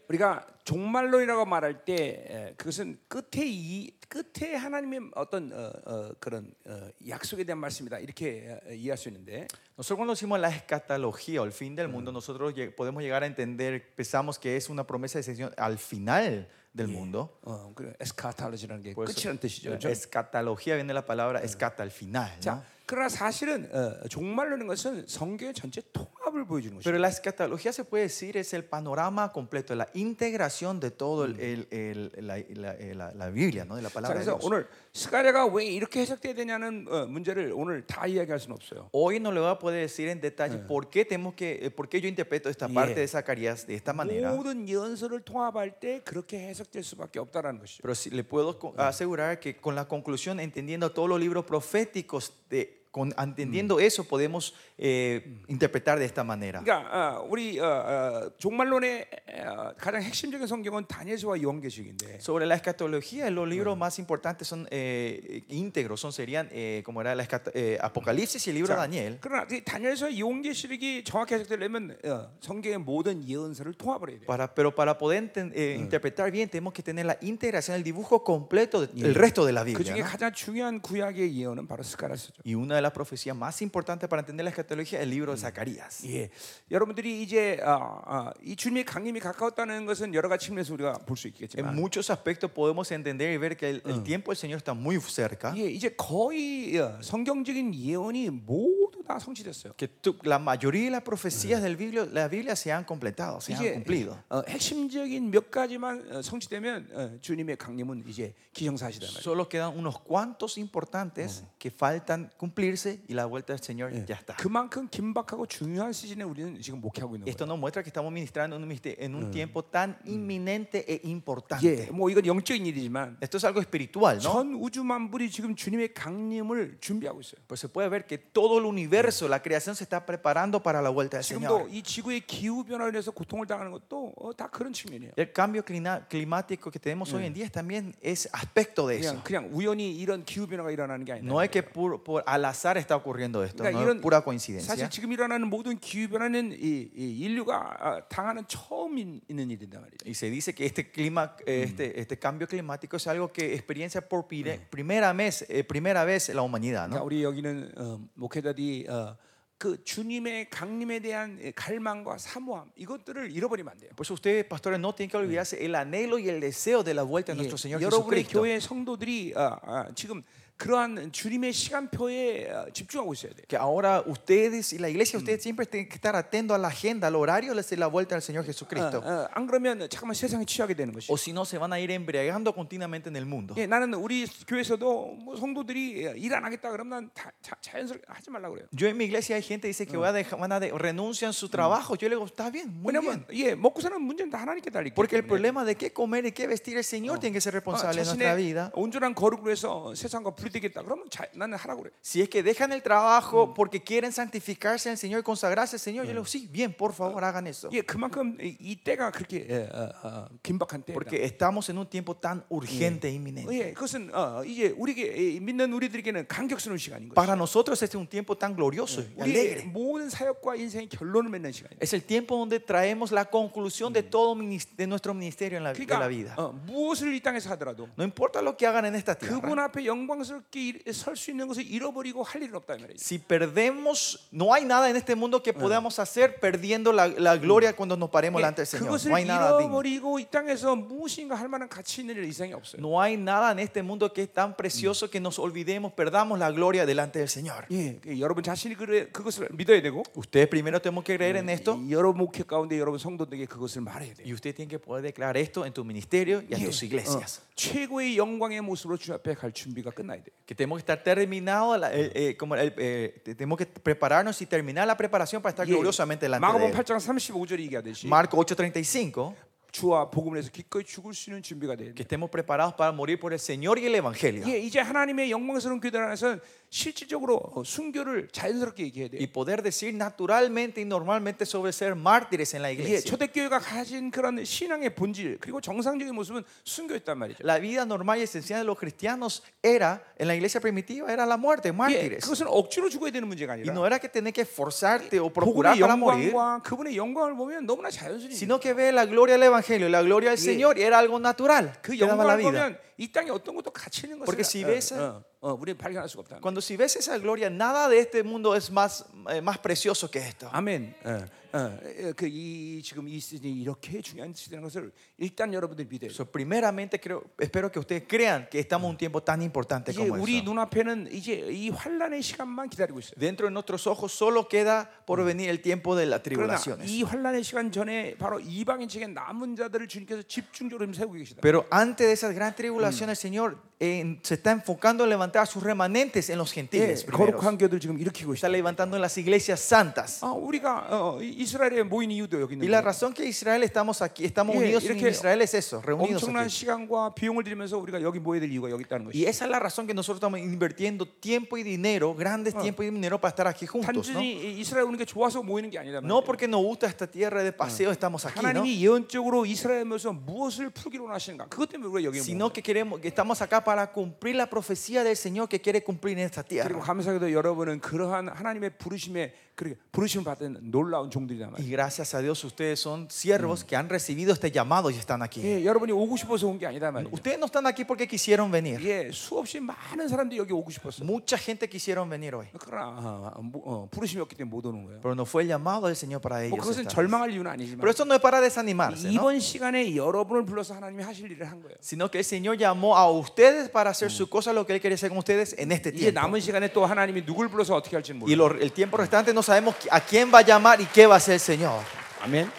Speaker 1: 우리가 종말론이라고 말할 때 에, 그것은 끝에 이 끝에 하나님의 어떤 어, 어, 그런 어, 약속에 대한 말씀이다 이렇게 어, 이해할 수 있는데
Speaker 2: Nosotros cuando decimos la escatología o el fin del mundo, nosotros lleg- podemos llegar a entender, pensamos que es una promesa de Señor al final del mundo.
Speaker 1: 어, 그 에스카탈로지라는 게
Speaker 2: Por eso,
Speaker 1: 끝이라는 뜻이죠.
Speaker 2: eh,
Speaker 1: 그렇죠?
Speaker 2: escatología viene la palabra escata, al final. ¿no?
Speaker 1: 자, 그러나 사실은 어, 종말론인 것은 성경의 전체 통합을 보여주는 것이죠.
Speaker 2: Pero la escatología se puede decir es el panorama completo, la integración de todo el, el- el- la, la- eh, la- la Biblia, ¿no? de la
Speaker 1: 자,
Speaker 2: palabra de
Speaker 1: 그래서
Speaker 2: Dios.
Speaker 1: 오늘 스가랴가 왜 이렇게 해석돼야 되냐는 어, 문제를 오늘 다 이야기할 수는 없어요.
Speaker 2: Hoy no le voy a poder decir en detalle por qué tenemos que, eh, por qué yo interpreto esta
Speaker 1: Yeah.
Speaker 2: parte de Zacarías de esta manera.
Speaker 1: 모든 연설을 통합할 때 그렇게 해석될 수밖에 없다라는 것이죠.
Speaker 2: Pero sí le puedo co- asegurar que con la conclusión, entendiendo todos los libros proféticos, de, con, entendiendo eso, podemos eh, interpretar de esta manera.
Speaker 1: 그러니까 어, 우리 어, 어, 종말론의 어, 가장 핵심적인 성경은 다니엘서와 요한계시록인데
Speaker 2: Sobre la escatología, los libros más importantes son eh, íntegros, son, serían eh, como era la escato- eh, Apocalipsis y el libro de
Speaker 1: 자,
Speaker 2: Daniel.
Speaker 1: 그러나 이 다니엘서와 요한계시록이 정확히 해석되려면 어, 성경의 모든 예언서를 통합을 해야 돼요.
Speaker 2: Para, pero para poder enten- eh, interpretar bien, tenemos que tener la integración, el dibujo completo del resto de la
Speaker 1: 그
Speaker 2: Biblia.
Speaker 1: 중에
Speaker 2: ¿no?
Speaker 1: 가장 중요한 구약의 예언은 바로 스가랴서죠.
Speaker 2: Y una de las profecías más importantes para entender la escatología es el libro de Zacarías.
Speaker 1: 예, 여러분들이 이제 아, 아, 이 주님의 강림이 가까웠다는 것은 여러 가지 측면에서 뭐, 우리가 볼 수
Speaker 2: En
Speaker 1: 있겠지만,
Speaker 2: muchos aspectos podemos entender y ver que el, el tiempo del Señor está muy cerca,
Speaker 1: 예, 이제 거의 어, 성경적인 예언이 모두 다 성취됐어요.
Speaker 2: que tu- la mayoría de las profecías del Biblia, la Biblia se han completado, se han
Speaker 1: 이제
Speaker 2: cumplido.
Speaker 1: 어, 핵심적인 몇 가지만 어, 성취되면 어, 주님의 강림은 이제 기정사실이란 말이에요.
Speaker 2: Solo quedan unos cuantos importantes que faltan cumplirse y la vuelta del Señor ya está.
Speaker 1: 그만큼 긴박하고 중요한 시즌에 우리는 지금 목회하고 있는
Speaker 2: Esto
Speaker 1: 거예요.
Speaker 2: nos muestra que estamos ministrando en un, ministe- en un tiempo tan inminente e
Speaker 1: 예,
Speaker 2: importante.
Speaker 1: 뭐 이건 영적인 일이지만
Speaker 2: Esto es algo espiritual, ¿no?
Speaker 1: 전 우주 만물이 지금 주님의 강림을 준비하고 있어요.
Speaker 2: Pues se puede ver que todo el universo, la creación se está preparando para la vuelta del Señor.
Speaker 1: 지금도 이 지구의 기후 변화로 인해서 고통을 당하는 것도 어, 다 그런 측면이에요.
Speaker 2: El cambio clina- climático que tenemos hoy en día también es aspecto de eso.
Speaker 1: 그냥 그냥 우연히 이런 기후 변화가 일어나는 게 아니다.
Speaker 2: No es que pur- por al azar está ocurriendo esto,
Speaker 1: 그러니까
Speaker 2: no es
Speaker 1: 이런-
Speaker 2: pura
Speaker 1: 사실
Speaker 2: coincidencia.
Speaker 1: 지금 일어나는 모든 기후 변화는 이, 이 인류가 아, 당하는 처음 인- 있는 일이다 말이죠.
Speaker 2: Y se dice que este clima, eh, este, este cambio climático es algo que experiencia por pire- primera vez, eh, primera vez la humanidad,
Speaker 1: 그러니까
Speaker 2: ¿no?
Speaker 1: 우리 여기는 어, 목회자들이 어, 그 주님의 강림에 대한 갈망과 사모함 이것들을 잃어버리면 안 돼요.
Speaker 2: Por eso ustedes, pastores, no tienen que olvidarse el anhelo y el deseo de la vuelta de
Speaker 1: 예,
Speaker 2: nuestro Señor
Speaker 1: 여러분의
Speaker 2: Jesucristo.
Speaker 1: 교회 성도들이 아, 아, 지금 그러한 주님의 시간표에 아, 집중하고 있어야 돼요.
Speaker 2: Que ahora ustedes y la iglesia, ustedes siempre tienen que estar atentos a la agenda, al horario de la vuelta del Señor
Speaker 1: 어,
Speaker 2: Jesucristo.
Speaker 1: 어, 안 그러면 잠깐만 세상에 취하게 되는 것이.
Speaker 2: O si no, se van a ir embriagando continuamente en el mundo.
Speaker 1: 예, 나는 우리 교회에서도 뭐 성도들이 일 안 하겠다 그러면 난 다, 자, 자연스럽게 하지 말라 고 그래요.
Speaker 2: Yo en mi iglesia hay gente que dice que voy a dejar- van a de- renuncian su trabajo. Yo le digo, está bien, muy bien.
Speaker 1: 왜냐면 예, 먹고 사는 문제는 다 하나님께 달리기
Speaker 2: Porque el
Speaker 1: 때문에.
Speaker 2: problema de qué comer y qué vestir el Señor tiene que ser
Speaker 1: 어,
Speaker 2: responsable de nuestra
Speaker 1: 자신의
Speaker 2: vida.
Speaker 1: 온전한 거룩으로 해서 세상과 분리되겠다 그러면 자, 나는 하라고 그래.
Speaker 2: Si es que dejan el trabajo porque quieren santificarse al Señor y consagrarse al Señor, yo le digo, sí, bien, por favor, hagan eso.
Speaker 1: 예, 그만큼 이, 이 때가 그렇게 예, 어, 어, 긴박한 때다.
Speaker 2: Porque estamos en un tiempo tan urgente e inminente.
Speaker 1: 예, 그것은 어, 이제 우리에게 이 믿는 우리들에게는 감격스러운 시간인 거죠.
Speaker 2: Para nosotros este es un tiempo tan glorioso y
Speaker 1: 우리의
Speaker 2: alegre.
Speaker 1: 모든 사역과 인생의 결론을 맺는 시간이에요.
Speaker 2: Es el tiempo donde traemos la conclusión de todo minis- de nuestro
Speaker 1: Ah.
Speaker 2: ministerio en la, de la vida.
Speaker 1: 그러니까 어, 무엇을 이 땅에서 하더라도
Speaker 2: No importa lo que hagan en esta tierra.
Speaker 1: 그분 앞에 영광스 자랑스럽게 설 수 있는 것을 잃어버리고 할 일은 없다 이 말이죠.
Speaker 2: Si perdemos, no hay nada en este mundo que podamos hacer perdiendo la, la gloria cuando nos paremos
Speaker 1: Eh,
Speaker 2: delante del Señor.
Speaker 1: 그것을
Speaker 2: No hay nada digno.
Speaker 1: 잃어버리고 이 땅에서 무엇인가 할 만한 가치 있는 일 이상이 없어요.
Speaker 2: No hay nada en este mundo que es tan precioso que nos olvidemos, perdamos la gloria delante del Señor.
Speaker 1: 예, 그 여러분 자신이 그래, 그것을 믿어야 되고
Speaker 2: Ustedes primero tenemos que
Speaker 1: 네,
Speaker 2: creer en esto
Speaker 1: 이 여러 목회 가운데 여러분 성도들에게 그것을 말해야 돼요.
Speaker 2: y usted tiene que poder declarar esto en tu ministerio y en
Speaker 1: 예,
Speaker 2: tus iglesias.
Speaker 1: 어, 최고의 영광의 모습으로 주 앞에 갈 준비가 끝나야 돼요.
Speaker 2: Que tenemos que estar terminados, la- el- eh, como el- eh, te- tenemos que prepararnos y terminar la preparación para estar
Speaker 1: 예,
Speaker 2: gloriosamente delante de
Speaker 1: 마가복음
Speaker 2: él.
Speaker 1: 8장 35절이 얘기하듯이
Speaker 2: Marco 8:35,
Speaker 1: 주와 복음을 해서 기꺼이 죽을 수 있는 준비가 돼야 돼.
Speaker 2: que estemos preparados para morir por el Señor y el Evangelio.
Speaker 1: 예, 이제 하나님의 영광스러운 교회 안에서 실질적으로 어, 순교를 자연스럽게 얘기해야 돼.
Speaker 2: Y poder decir naturalmente y normalmente sobre ser mártires en la
Speaker 1: 예,
Speaker 2: iglesia.
Speaker 1: 초대교회가 가진 그런 신앙의 본질 그리고 정상적인 모습은 순교였단 말이죠.
Speaker 2: La vida normal y esencial de los cristianos era, en la iglesia primitiva, era la muerte,
Speaker 1: 예,
Speaker 2: mártires.
Speaker 1: 그것은 억지로 죽어야 되는 문제가
Speaker 2: Y
Speaker 1: 아니라
Speaker 2: no era que tenés que esforzarte o procurar
Speaker 1: 복음의
Speaker 2: para morir,
Speaker 1: 영광과 그분의 영광을 보면 너무나 자연스러운
Speaker 2: sino que ve la gloria del Evangelio, la gloria del
Speaker 1: Sí.
Speaker 2: Señor, y era algo natural.
Speaker 1: 그
Speaker 2: Te daba la
Speaker 1: 영광을
Speaker 2: vida.
Speaker 1: 보면 이 땅에 어떤 것도 가치 있는 것을
Speaker 2: Porque si
Speaker 1: 어,
Speaker 2: ves-
Speaker 1: 어, 어, 우리는 발견할 수가 없다.
Speaker 2: Cuando si ves esa gloria, nada de este mundo es más, eh, más precioso que esto.
Speaker 1: 아멘. 어, 어, 그이 지금 이 시즌이 이렇게 중요한 시대라는 것을 일단 여러분들이 믿어요.
Speaker 2: So, primeramente, creo, espero que ustedes crean que estamos en un tiempo tan importante
Speaker 1: 이제
Speaker 2: como
Speaker 1: 우리
Speaker 2: este.
Speaker 1: 눈앞에는 이제 이 환란의 시간만 기다리고 있어요.
Speaker 2: Dentro de nuestros ojos solo queda por venir el tiempo de las
Speaker 1: 그러나
Speaker 2: tribulaciones.
Speaker 1: 이 환란의 시간 전에 바로 이방인 측에 남은 자들을 주님께서 집중적으로 지금 세우고 계시다.
Speaker 2: Pero antes de esa gran tribulación, el Señor eh, se está enfocando en levantar a sus remanentes en los
Speaker 1: 예,
Speaker 2: gentiles. primeros.
Speaker 1: 거룩한 교들 지금 일으키고
Speaker 2: Está
Speaker 1: 있다.
Speaker 2: levantando en las iglesias santas.
Speaker 1: 아, 우리가 어, 이- 이스라엘에 모인 이유도 여기
Speaker 2: Y
Speaker 1: 있는
Speaker 2: la
Speaker 1: 거예요.
Speaker 2: razón que Israel estamos aquí, estamos
Speaker 1: Yeah,
Speaker 2: unidos en
Speaker 1: 이렇게
Speaker 2: Israel es eso, reunidos
Speaker 1: 엄청난
Speaker 2: aquí.
Speaker 1: 시간과 비용을 들이면서 우리가 여기 모여야 될 이유가 여기 있다는
Speaker 2: Y
Speaker 1: 것이죠.
Speaker 2: esa es la razón que nosotros estamos invirtiendo tiempo y dinero, grandes tiempo y dinero para estar aquí juntos, ¿no?
Speaker 1: 단순히 이- 이스라엘 오는 게 좋아서 모이는 게 아니라
Speaker 2: No porque nos gusta esta tierra de paseo estamos aquí, ¿no?
Speaker 1: 하나님이 예언적으로 이스라엘에서 무엇을 풀기로 하시는가? 그것 때문에 우리가 여기 모인
Speaker 2: Sino que queremos que estamos acá para cumplir la profecía del Señor que quiere cumplir en esta
Speaker 1: 그리고
Speaker 2: tierra.
Speaker 1: 감사하게도 여러분은 그러한 하나님의 부르심에 그렇게 부르심을 받은 놀라운 종들이란 말이에요.
Speaker 2: Y gracias a Dios ustedes son siervos que han recibido este llamado y están aquí.
Speaker 1: 예, 여러분이 오고 싶어서 온 게 아니다 말이에요.
Speaker 2: Ustedes no están aquí porque quisieron venir.
Speaker 1: 예, 수없이 많은 사람들이 여기 오고 싶었어요.
Speaker 2: Mucha gente quisieron venir hoy,
Speaker 1: 그러나 어, 뭐, 어, 부르심이 없기 때문에 못 오는 거예요.
Speaker 2: pero no fue el llamado del Señor para
Speaker 1: 뭐
Speaker 2: ellos.
Speaker 1: 그것은
Speaker 2: estar.
Speaker 1: 절망할 이유는
Speaker 2: Pero
Speaker 1: 아니지만
Speaker 2: esto no es para desanimarse, ¿no?
Speaker 1: 이번 시간에 여러분을 불러서 하나님이 하실 일을 한 거예요.
Speaker 2: sino que el Señor llamó a ustedes para hacer su cosa, lo que Él quería hacer con ustedes Mm. en este
Speaker 1: 이제
Speaker 2: tiempo.
Speaker 1: 남은 시간에 또 하나님이 누굴 불러서 어떻게 할지는
Speaker 2: Y
Speaker 1: 몰라요.
Speaker 2: lo- el tiempo restante no sabemos qui- a quién va a llamar y qué va a hacer el Señor.
Speaker 1: 예. 아멘.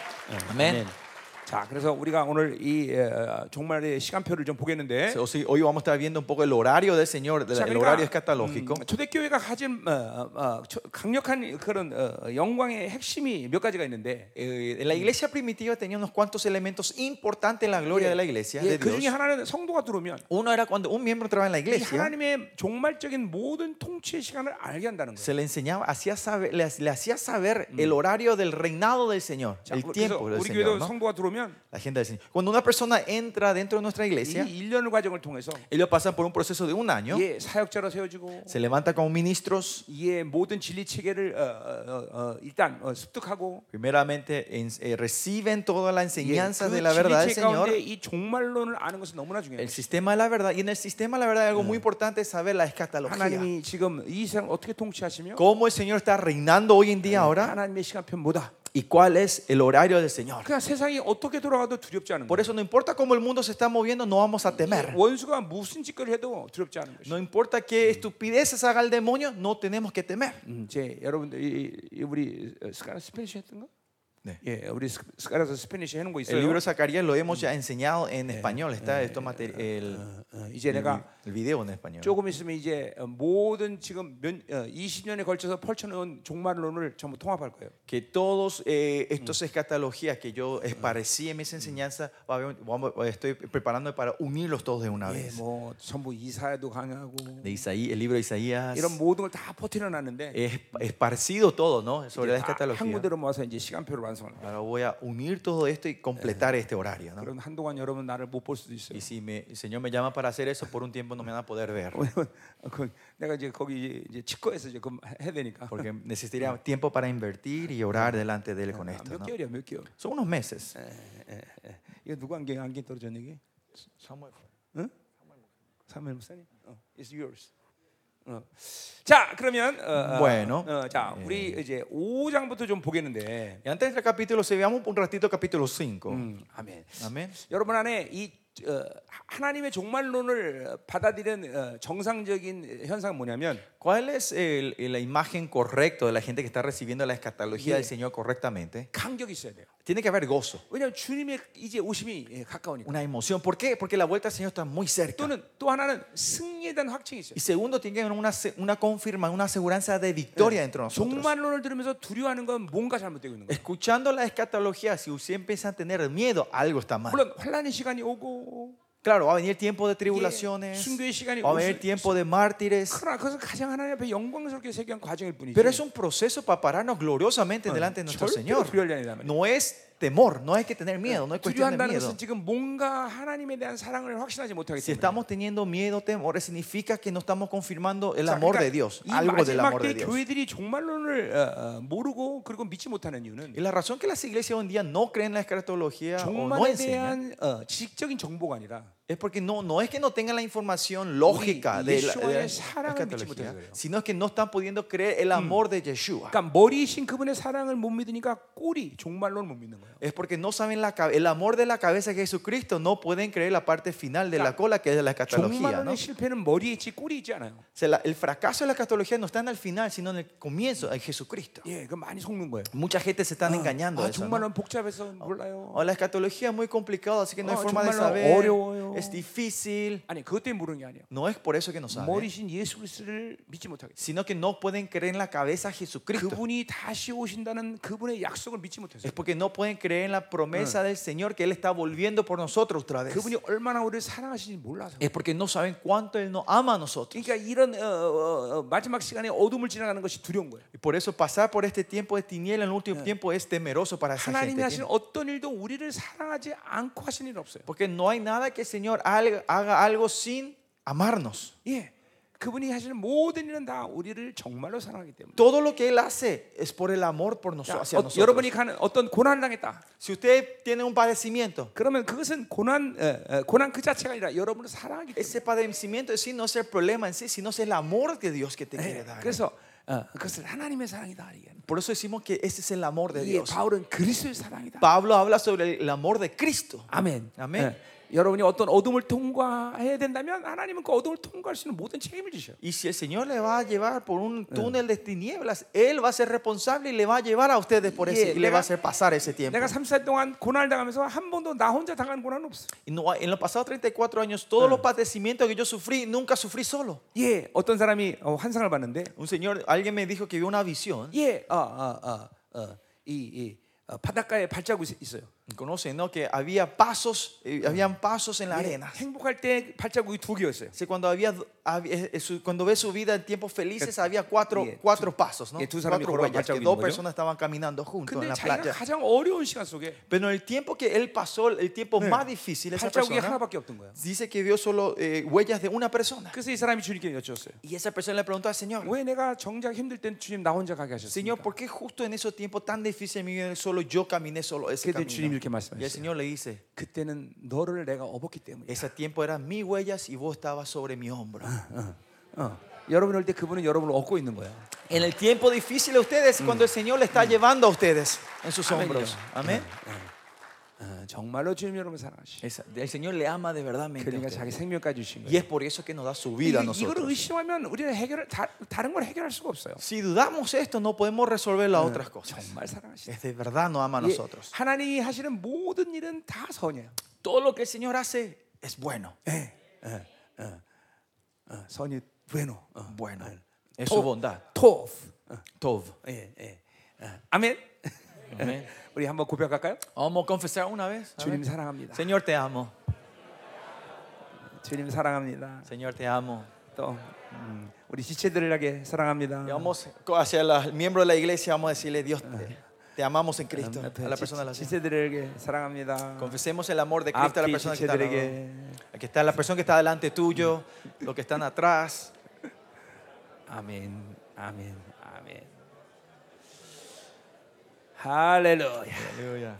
Speaker 2: 아멘.
Speaker 1: 자, 그래서 우리가 오늘 이 어, 종말의 시간표를 좀 보겠는데
Speaker 2: O sea, hoy vamos a estar viendo un poco el horario del Señor, de la-
Speaker 1: 자,
Speaker 2: el
Speaker 1: 그러니까,
Speaker 2: horario escatológico.
Speaker 1: 음, 초대교회가 가진 어, 어, 어, 초- 강력한 그런 어, 영광의 핵심이 몇 가지가 있는데 예,
Speaker 2: Eh, en la iglesia primitiva tenía unos cuantos elementos importantes en la gloria de la iglesia,
Speaker 1: 예,
Speaker 2: de
Speaker 1: 그 중에
Speaker 2: Dios.
Speaker 1: 하나는 성도가 들어오면
Speaker 2: Uno era cuando un miembro entraba en la
Speaker 1: 이
Speaker 2: iglesia,
Speaker 1: 하나님의 종말적인 모든 통치의 시간을 알게 한다는 거예요.
Speaker 2: se le enseñaba, hacía saber, le, le hacía saber el horario del reinado del Señor,
Speaker 1: 자,
Speaker 2: el
Speaker 1: 그래서
Speaker 2: tiempo del
Speaker 1: 우리 교회도
Speaker 2: Señor, ¿no?
Speaker 1: 성도가 들어오면
Speaker 2: la agenda del Señor. Cuando una persona entra dentro de nuestra
Speaker 1: 이
Speaker 2: iglesia,
Speaker 1: 1년 과정을 통해서
Speaker 2: Ellos pasan por un proceso de un año,
Speaker 1: 예, 사역자로 세워지고
Speaker 2: se levantan como ministros,
Speaker 1: 예, 모든 진리 체계를 어, 어, 어, 어, 일단 어, 습득하고
Speaker 2: primeramente en- eh, reciben toda la
Speaker 1: 예, 그
Speaker 2: enseñanza de la verdad del
Speaker 1: 진리체
Speaker 2: Señor,
Speaker 1: 가운데 이 종말론을 아는 것은 너무나 중요해요.
Speaker 2: el sistema de la verdad. Y en el sistema de la verdad algo muy importante es saber la escatología.
Speaker 1: 하나님이 지금 이 세상 어떻게 통치하시며
Speaker 2: ¿Cómo el Señor está reinando hoy en día ahora?
Speaker 1: 하나님의 시간표 뭐다.
Speaker 2: ¿Y cuál es el horario del Señor?
Speaker 1: 그러니까 세상이 어떻게 돌아가도 두렵지 않은
Speaker 2: Por
Speaker 1: 거예요.
Speaker 2: eso no importa cómo el mundo se está moviendo, no vamos a temer.
Speaker 1: 원수가 무슨 짓거리 해도 두렵지 않은 것이죠.
Speaker 2: No importa qué estupideces haga el demonio, no tenemos que temer.
Speaker 1: 음, 제 여러분들 이, 이 우리 어, 스카라 스페니시 했던가?
Speaker 2: 네.
Speaker 1: 예, 우리 스- 스카라서 스페니시 해놓은 거
Speaker 2: El
Speaker 1: 있어요.
Speaker 2: libro de Zacarías lo hemos ya enseñado en español, está esto mate- el,
Speaker 1: 어, 어, 이제 내가
Speaker 2: el video en español.
Speaker 1: 조금 있으면 이제 어, 모든 지금 몇, 어, 20년에 걸쳐서 펼쳐놓은 종말론을 전부 통합할 거예요.
Speaker 2: que todos eh, estos escatologías que yo esparcí en mis enseñanzas va a haber- vamos- estoy preparando para unirlos todos de una
Speaker 1: 예,
Speaker 2: vez
Speaker 1: 뭐 전부 이사야도 강하고
Speaker 2: de Isaí, el libro de Isaías
Speaker 1: 네, 이런 모든 걸 다 퍼뜨려놨는데
Speaker 2: es esparcido todo ¿no? sobre la
Speaker 1: 이제 다 한
Speaker 2: escatología
Speaker 1: 군데로 모아서 이제 시간표를 완성을. 해요.
Speaker 2: ahora voy a unir todo esto y completar este horario ¿no?
Speaker 1: 그럼 한동안 여러분 나를 못 볼 수도 아. 있어요.
Speaker 2: y si me- el Señor me llama para hacer eso por un tiempo no me van a poder ver
Speaker 1: 왜냐면 그 내가 이제 거기 이제 치과에서 이제 그럼 해야 되니까
Speaker 2: porque necesitaría tiempo para invertir y orar delante de Él con
Speaker 1: 아,
Speaker 2: esto
Speaker 1: 몇
Speaker 2: ¿no?
Speaker 1: 개월이야 몇 개월
Speaker 2: son unos
Speaker 1: 예,
Speaker 2: meses
Speaker 1: 이거 누구 안경 안경 떨어졌는 게? 사무엘 응? 사무엘 목사님? 어, it's yours 어. 자, 그러면 어, 어,
Speaker 2: Bueno.
Speaker 1: 어, 자, 우리 이제 5장부터 좀 보겠는데.
Speaker 2: Y antes del capítulo 6, veamos un ratito el capítulo 5.
Speaker 1: 음, 아멘.
Speaker 2: Amén.
Speaker 1: 여러분 안에 이 어, 하나님의 종말론을 받아들이는 어, 정상적인 현상 뭐냐면
Speaker 2: ¿Cuál es el- la imagen correcta de la gente que está recibiendo la escatología del Señor correctamente?
Speaker 1: 감격이 있어야 돼요.
Speaker 2: Tiene que haber gozo,
Speaker 1: 왜냐하면 주님의 이제 오심이 예, 가까우니까.
Speaker 2: una emoción. ¿Por qué? Porque la vuelta del Señor está muy cerca.
Speaker 1: 또는 또 하나는 승리에 대한 확증이 있어요.
Speaker 2: Y segundo, tiene que haber una, se- una confirma, una aseguranza de victoria dentro de nosotros.
Speaker 1: 종말론을 들으면서 두려워하는 건 뭔가 잘못되고 있는 거예요.
Speaker 2: Escuchando la escatología, si usted empieza a tener miedo, algo está mal.
Speaker 1: 물론 환란의 시간이 오고
Speaker 2: Claro, va a venir el tiempo de
Speaker 1: 예,
Speaker 2: tribulaciones,
Speaker 1: 순교의 시간이
Speaker 2: va a
Speaker 1: 올
Speaker 2: venir el
Speaker 1: 수,
Speaker 2: tiempo de mártires,
Speaker 1: 그러나 그것은 가장 하나님 앞에 영광스럽게 세계한 과정일 뿐이지.
Speaker 2: pero es un proceso para pararnos gloriosamente delante de nuestro
Speaker 1: 절대로
Speaker 2: Señor.
Speaker 1: 두려워하지 않는다 말이에요.
Speaker 2: No es temor, no hay que tener miedo, no hay cuestión de
Speaker 1: 두려워한다는
Speaker 2: miedo.
Speaker 1: 것은 지금 뭔가 하나님에 대한 사랑을 확신하지 못하기
Speaker 2: Si
Speaker 1: 때문에.
Speaker 2: estamos teniendo miedo, temores, significa que no estamos confirmando el
Speaker 1: 자,
Speaker 2: amor
Speaker 1: 그러니까
Speaker 2: de Dios,
Speaker 1: 이
Speaker 2: algo del
Speaker 1: 마지막
Speaker 2: amor
Speaker 1: 때
Speaker 2: de Dios.
Speaker 1: 교회들이 종말론을 어, 어, 모르고 그리고 믿지 못하는 이유는
Speaker 2: Y la razón que las iglesias hoy en día no creen en la escatología o no
Speaker 1: 종말에 대한
Speaker 2: enseñan
Speaker 1: 어, 지식적인 정보가 아니라
Speaker 2: es porque no, no es que no tengan la información lógica
Speaker 1: 우리
Speaker 2: de la, de la
Speaker 1: Yeshua의 사랑을 믿지
Speaker 2: escatología,
Speaker 1: 못해서 그래요.
Speaker 2: sino que no están pudiendo creer
Speaker 1: Mm.
Speaker 2: el amor de Yeshua.
Speaker 1: 그러니까 머리이신 그분의 사랑을 못 믿으니까 꼬리 종말론을 못 믿는 거예요.
Speaker 2: Es porque no saben la, cabe- el amor de la cabeza de Jesucristo, no pueden creer la parte final de la
Speaker 1: Claro.
Speaker 2: cola que es de la escatología. ¿no?
Speaker 1: 종말론의 실패는 머리에 있지 꼬리 있지 않아요.
Speaker 2: O sea, la- el fracaso de la escatología no está en el final, sino en el comienzo, en Jesucristo.
Speaker 1: 예, 그 많이 속는 거예요.
Speaker 2: Mucha gente
Speaker 1: Ah,
Speaker 2: se están engañando.
Speaker 1: 아,
Speaker 2: de eso, ¿no?
Speaker 1: 종말론 복잡해서 몰라요.
Speaker 2: O la escatología es muy complicada, así que no hay
Speaker 1: Ah,
Speaker 2: forma de
Speaker 1: 정말로
Speaker 2: saber.
Speaker 1: 어려워요.
Speaker 2: Es difícil.
Speaker 1: 아니 그것 때문에 모르는 게 아니에요.
Speaker 2: No es por eso que no saben,
Speaker 1: 머리신 예수 그리스도를 믿지 못하게. 돼요.
Speaker 2: sino que no pueden creer en la cabeza a Jesucristo.
Speaker 1: 그분이 다시 오신다는 그분의 약속을 믿지 못해서.
Speaker 2: Es porque no pueden creer en la promesa del Señor que Él está volviendo por nosotros otra vez.
Speaker 1: 그분이 얼마나 우리를 사랑하시는지 몰라서.
Speaker 2: Es porque no saben cuánto Él nos ama a nosotros.
Speaker 1: 그러니까 이런 어, 어, 어, 마지막 시간에 어둠을 지나가는 것이 두려운 거예요.
Speaker 2: Y por eso pasar por este tiempo de tiniebla en el último tiempo es temeroso para esa
Speaker 1: 하나님이
Speaker 2: gente.
Speaker 1: 하시는 어떤 일도 우리를 사랑하지 않고 하시는 일 없어요.
Speaker 2: Porque no hay nada que el Señor haga haga algo sin amarnos.
Speaker 1: 예, 그분이 하시는 모든 일은 다 우리를 정말로 사랑하기 때문에.
Speaker 2: Todo lo que Él hace es por el amor por
Speaker 1: 자,
Speaker 2: nosotros, hacia
Speaker 1: 어,
Speaker 2: nosotros.
Speaker 1: 여러분이 가는 어떤 고난을 당했다.
Speaker 2: Si usted tiene un padecimiento,
Speaker 1: 그러면 그것은 고난 에, 에, 고난 그 자체가 아니라 여러분을 사랑하기 때문에.
Speaker 2: Ese padecimiento en sí no es el problema en sí, sino es el amor de Dios que te quiere
Speaker 1: 예,
Speaker 2: dar.
Speaker 1: 그래서 어, 그것을 하나님의 사랑이다 이게.
Speaker 2: Por eso decimos que ese es el amor de
Speaker 1: 예,
Speaker 2: Dios.
Speaker 1: 바울은 그리스도의 사랑이다.
Speaker 2: Pablo habla sobre el amor de Cristo.
Speaker 1: 아멘.
Speaker 2: 아멘.
Speaker 1: 예, 여러분이 어떤 어둠을 통과해야 된다면 하나님은 그 어둠을 통과할 수 있는 모든 책임을 지셔.
Speaker 2: Y si el Señor le va a llevar por un túnel de tinieblas, Él va a ser responsable y le va a llevar a ustedes por
Speaker 1: Yeah,
Speaker 2: ese y le
Speaker 1: 내가-
Speaker 2: va a hacer pasar ese tiempo.
Speaker 1: 내가 34년 동안 고난을 당하면서 한 번도 나 혼자 당한 고난은 없어.
Speaker 2: Y no, en los pasados 34 años, todos los padecimientos que yo sufrí, nunca sufrí solo.
Speaker 1: 예, 어떤 사람이 어, 환상을 봤는데,
Speaker 2: Un señor, alguien me dijo que vio una visión.
Speaker 1: 예, 어, 어, 어, 어, 이, 이 어, 바닷가에 발자국 있- 있어요.
Speaker 2: Conocen, ¿no? Que había pasos, eh, habían pasos en la
Speaker 1: 예,
Speaker 2: arena.
Speaker 1: 행복할 때 발자국이 두 개였어요.
Speaker 2: Sí, cuando, había, hab- eh, eh, su- cuando ve su vida en tiempos felices, había cuatro,
Speaker 1: yeah,
Speaker 2: cuatro pasos, ¿no?
Speaker 1: yeah, tú sabes
Speaker 2: cuatro
Speaker 1: mejor
Speaker 2: huellas,
Speaker 1: marcha
Speaker 2: que
Speaker 1: que
Speaker 2: dos
Speaker 1: ninguno, ¿no?
Speaker 2: personas estaban caminando juntos en
Speaker 1: 근데
Speaker 2: la
Speaker 1: 자기가
Speaker 2: playa.
Speaker 1: 가장 어려운 시간 속에
Speaker 2: Pero en el tiempo que él pasó, el tiempo más difícil, esa
Speaker 1: 발자국이
Speaker 2: persona
Speaker 1: 하나밖에 없던 거야.
Speaker 2: dice que vio solo eh, huellas de una persona.
Speaker 1: 그래서 이 사람이 주님께 여쭈었어요.
Speaker 2: Y esa persona le preguntó al Señor,
Speaker 1: 왜 내가 정작 힘들 땐 주님 나 혼자 가게
Speaker 2: Señor,
Speaker 1: 하셨습니까?
Speaker 2: ¿por qué justo en esos tiempos tan difíciles en mi vida solo yo caminé solo ese
Speaker 1: 그때 주님
Speaker 2: camino?
Speaker 1: 이렇게
Speaker 2: Y el
Speaker 1: 말씀하셨어요.
Speaker 2: Señor le dice,
Speaker 1: 그때는 너를 내가 업었기 때문이야.
Speaker 2: ese tiempo eran mis huellas y vos estabas sobre mi hombro.
Speaker 1: 어. 여러분 올 때 그분은 여러분을 얻고 있는 거야.
Speaker 2: En el tiempo difícil de ustedes, cuando el Señor le está llevando a ustedes en sus
Speaker 1: Amén,
Speaker 2: hombros.
Speaker 1: Dios.
Speaker 2: Amén.
Speaker 1: 어, 정말로 주님 여러분 사랑하시.
Speaker 2: Esa- El Señor le ama de verdad. mente a
Speaker 1: 그러니까
Speaker 2: usted.
Speaker 1: 자기 생명까지 주신
Speaker 2: Y
Speaker 1: 거예요.
Speaker 2: es por eso que nos da su vida a
Speaker 1: 이, 이거를
Speaker 2: nosotros.
Speaker 1: 의심하면 우리는 해결을 다, 다른 걸 해결할 수가 없어요.
Speaker 2: Si dudamos esto, no podemos resolver las otras cosas.
Speaker 1: 정말 사랑하시다.
Speaker 2: Es de verdad nos ama a
Speaker 1: 예,
Speaker 2: nosotros.
Speaker 1: 하나님이 하시는 모든 일은 다 선이에요.
Speaker 2: Todo lo que el Señor hace es bueno.
Speaker 1: 어, 선이 bueno. 어.
Speaker 2: Bueno.
Speaker 1: 어.
Speaker 2: Es su bondad.
Speaker 1: Tov. 어,
Speaker 2: Tov.
Speaker 1: 예, 예. 어, 아멘.
Speaker 2: Amén.
Speaker 1: 우리 한번 고백할까요?
Speaker 2: Vamos a confesar una vez. A
Speaker 1: 주님
Speaker 2: ver.
Speaker 1: 사랑합니다.
Speaker 2: Señor, te amo.
Speaker 1: 주님 사랑합니다.
Speaker 2: Señor, te amo.
Speaker 1: 또 음, 우리 지체들에게 사랑합니다.
Speaker 2: Y vamos hacia los miembros de la iglesia, vamos a decirle, Dios, te, te amamos en Cristo. A la
Speaker 1: 음, 지-
Speaker 2: persona de la
Speaker 1: 지체들에게 사랑합니다.
Speaker 2: Confesemos el amor de Cristo a la
Speaker 1: 앞뒤
Speaker 2: persona que está, al lado.
Speaker 1: 지체들에게
Speaker 2: Aquí está la persona que está delante tuyo, los que están atrás.
Speaker 1: 아멘, 아멘, 아멘. 할렐루야.
Speaker 2: Aleluya.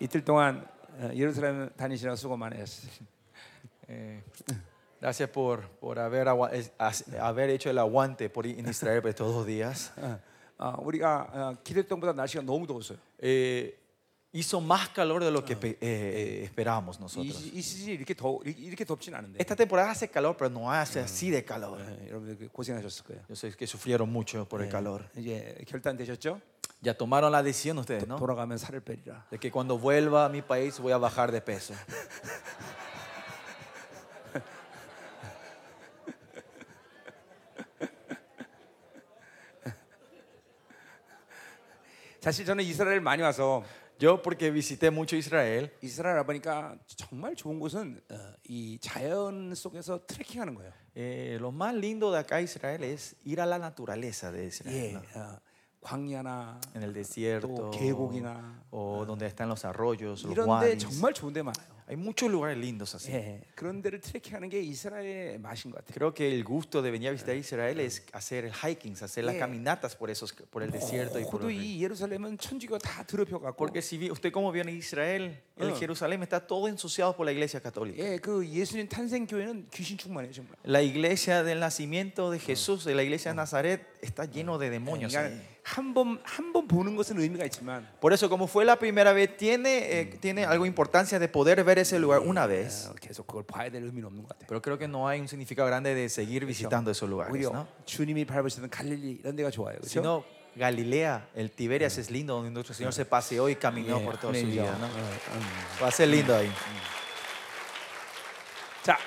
Speaker 1: 이틀 동안 어, 예루살렘 다니시라 수고 많으셨어요.
Speaker 2: Eh, Gracias por, por haber, agua- es- as- haber hecho el aguante por ir en Israel por estos dos días.
Speaker 1: 어, 아, 우리가 어, 기대했던 것보다 날씨가 너무 더웠어요.
Speaker 2: Eh, hizo más calor de lo que pe- eh, eh, esperábamos
Speaker 1: 이,
Speaker 2: nosotros.
Speaker 1: 이 시즌 이렇게 더 이렇게 덥진 않은데
Speaker 2: Esta temporada hace calor, pero no hace así de calor.
Speaker 1: 예, 여러분들 고생하셨을 거예요. 네.
Speaker 2: Yo sé que sufrieron mucho
Speaker 1: Eh,
Speaker 2: por el 네. 그 calor.
Speaker 1: 이제 결단되셨죠?
Speaker 2: Ya tomaron la decisión ustedes, ¿no?
Speaker 1: 돌아가면 살을 빼리라.
Speaker 2: De que cuando vuelva a mi país voy a bajar de peso.
Speaker 1: 사실 저는 이스라엘 많이 와서
Speaker 2: Yo porque visité mucho Israel,
Speaker 1: 이스라엘 와보니까 정말 좋은 곳은 어, 이 자연 속에서 트레킹하는 거예요.
Speaker 2: eh, lo más lindo de acá Israel es ir a la naturaleza de Israel.
Speaker 1: 예,
Speaker 2: ¿no?
Speaker 1: 어, 광야나
Speaker 2: En el desierto,
Speaker 1: 또 계곡이나
Speaker 2: o donde están los arroyos, los
Speaker 1: 이런데
Speaker 2: wadis.
Speaker 1: 정말 좋은 데 많아요.
Speaker 2: Hay muchos lugares lindos así.
Speaker 1: 예, 그런 데를 트레킹하는 게 이스라엘의 맛인 것 같아요.
Speaker 2: Creo que el gusto de venir a visitar Israel es hacer el hiking, hacer las
Speaker 1: Yeah.
Speaker 2: caminatas por, esos, por el desierto y por
Speaker 1: 그도
Speaker 2: el río.
Speaker 1: 이 예루살렘은 천주교 다 더럽혀 갖고
Speaker 2: Porque si vi- usted como viene a Israel, el
Speaker 1: Ah.
Speaker 2: Jerusalén está todo ensuciado por la iglesia católica.
Speaker 1: 예, 그 예수님 탄생 교회는 귀신 충만해요, 정말.
Speaker 2: La iglesia del nacimiento de Jesús, de la iglesia de Nazaret, está lleno de demonios.
Speaker 1: 그러니까
Speaker 2: ahí.
Speaker 1: 한번 한 번 보는 것은 의미가 있지만
Speaker 2: Por eso, como fue la primera vez, tiene, eh, tiene algo importancia de poder ver ese lugar una vez.
Speaker 1: 어, 계속 그걸 봐야 될 의미는 없는 것 같아요.
Speaker 2: Pero creo que no hay un significado grande de seguir visitando esos lugares,
Speaker 1: 오히려
Speaker 2: ¿no?
Speaker 1: 주님이 밟으시던 갈릴리 이런 데가 좋아요. 그렇죠?
Speaker 2: Sino Galilea, el Tiberias es lindo, donde nuestro Señor se paseó y caminó
Speaker 1: 예,
Speaker 2: por toda su vida, ¿no?
Speaker 1: 음.
Speaker 2: Va a ser lindo ahí.
Speaker 1: 자.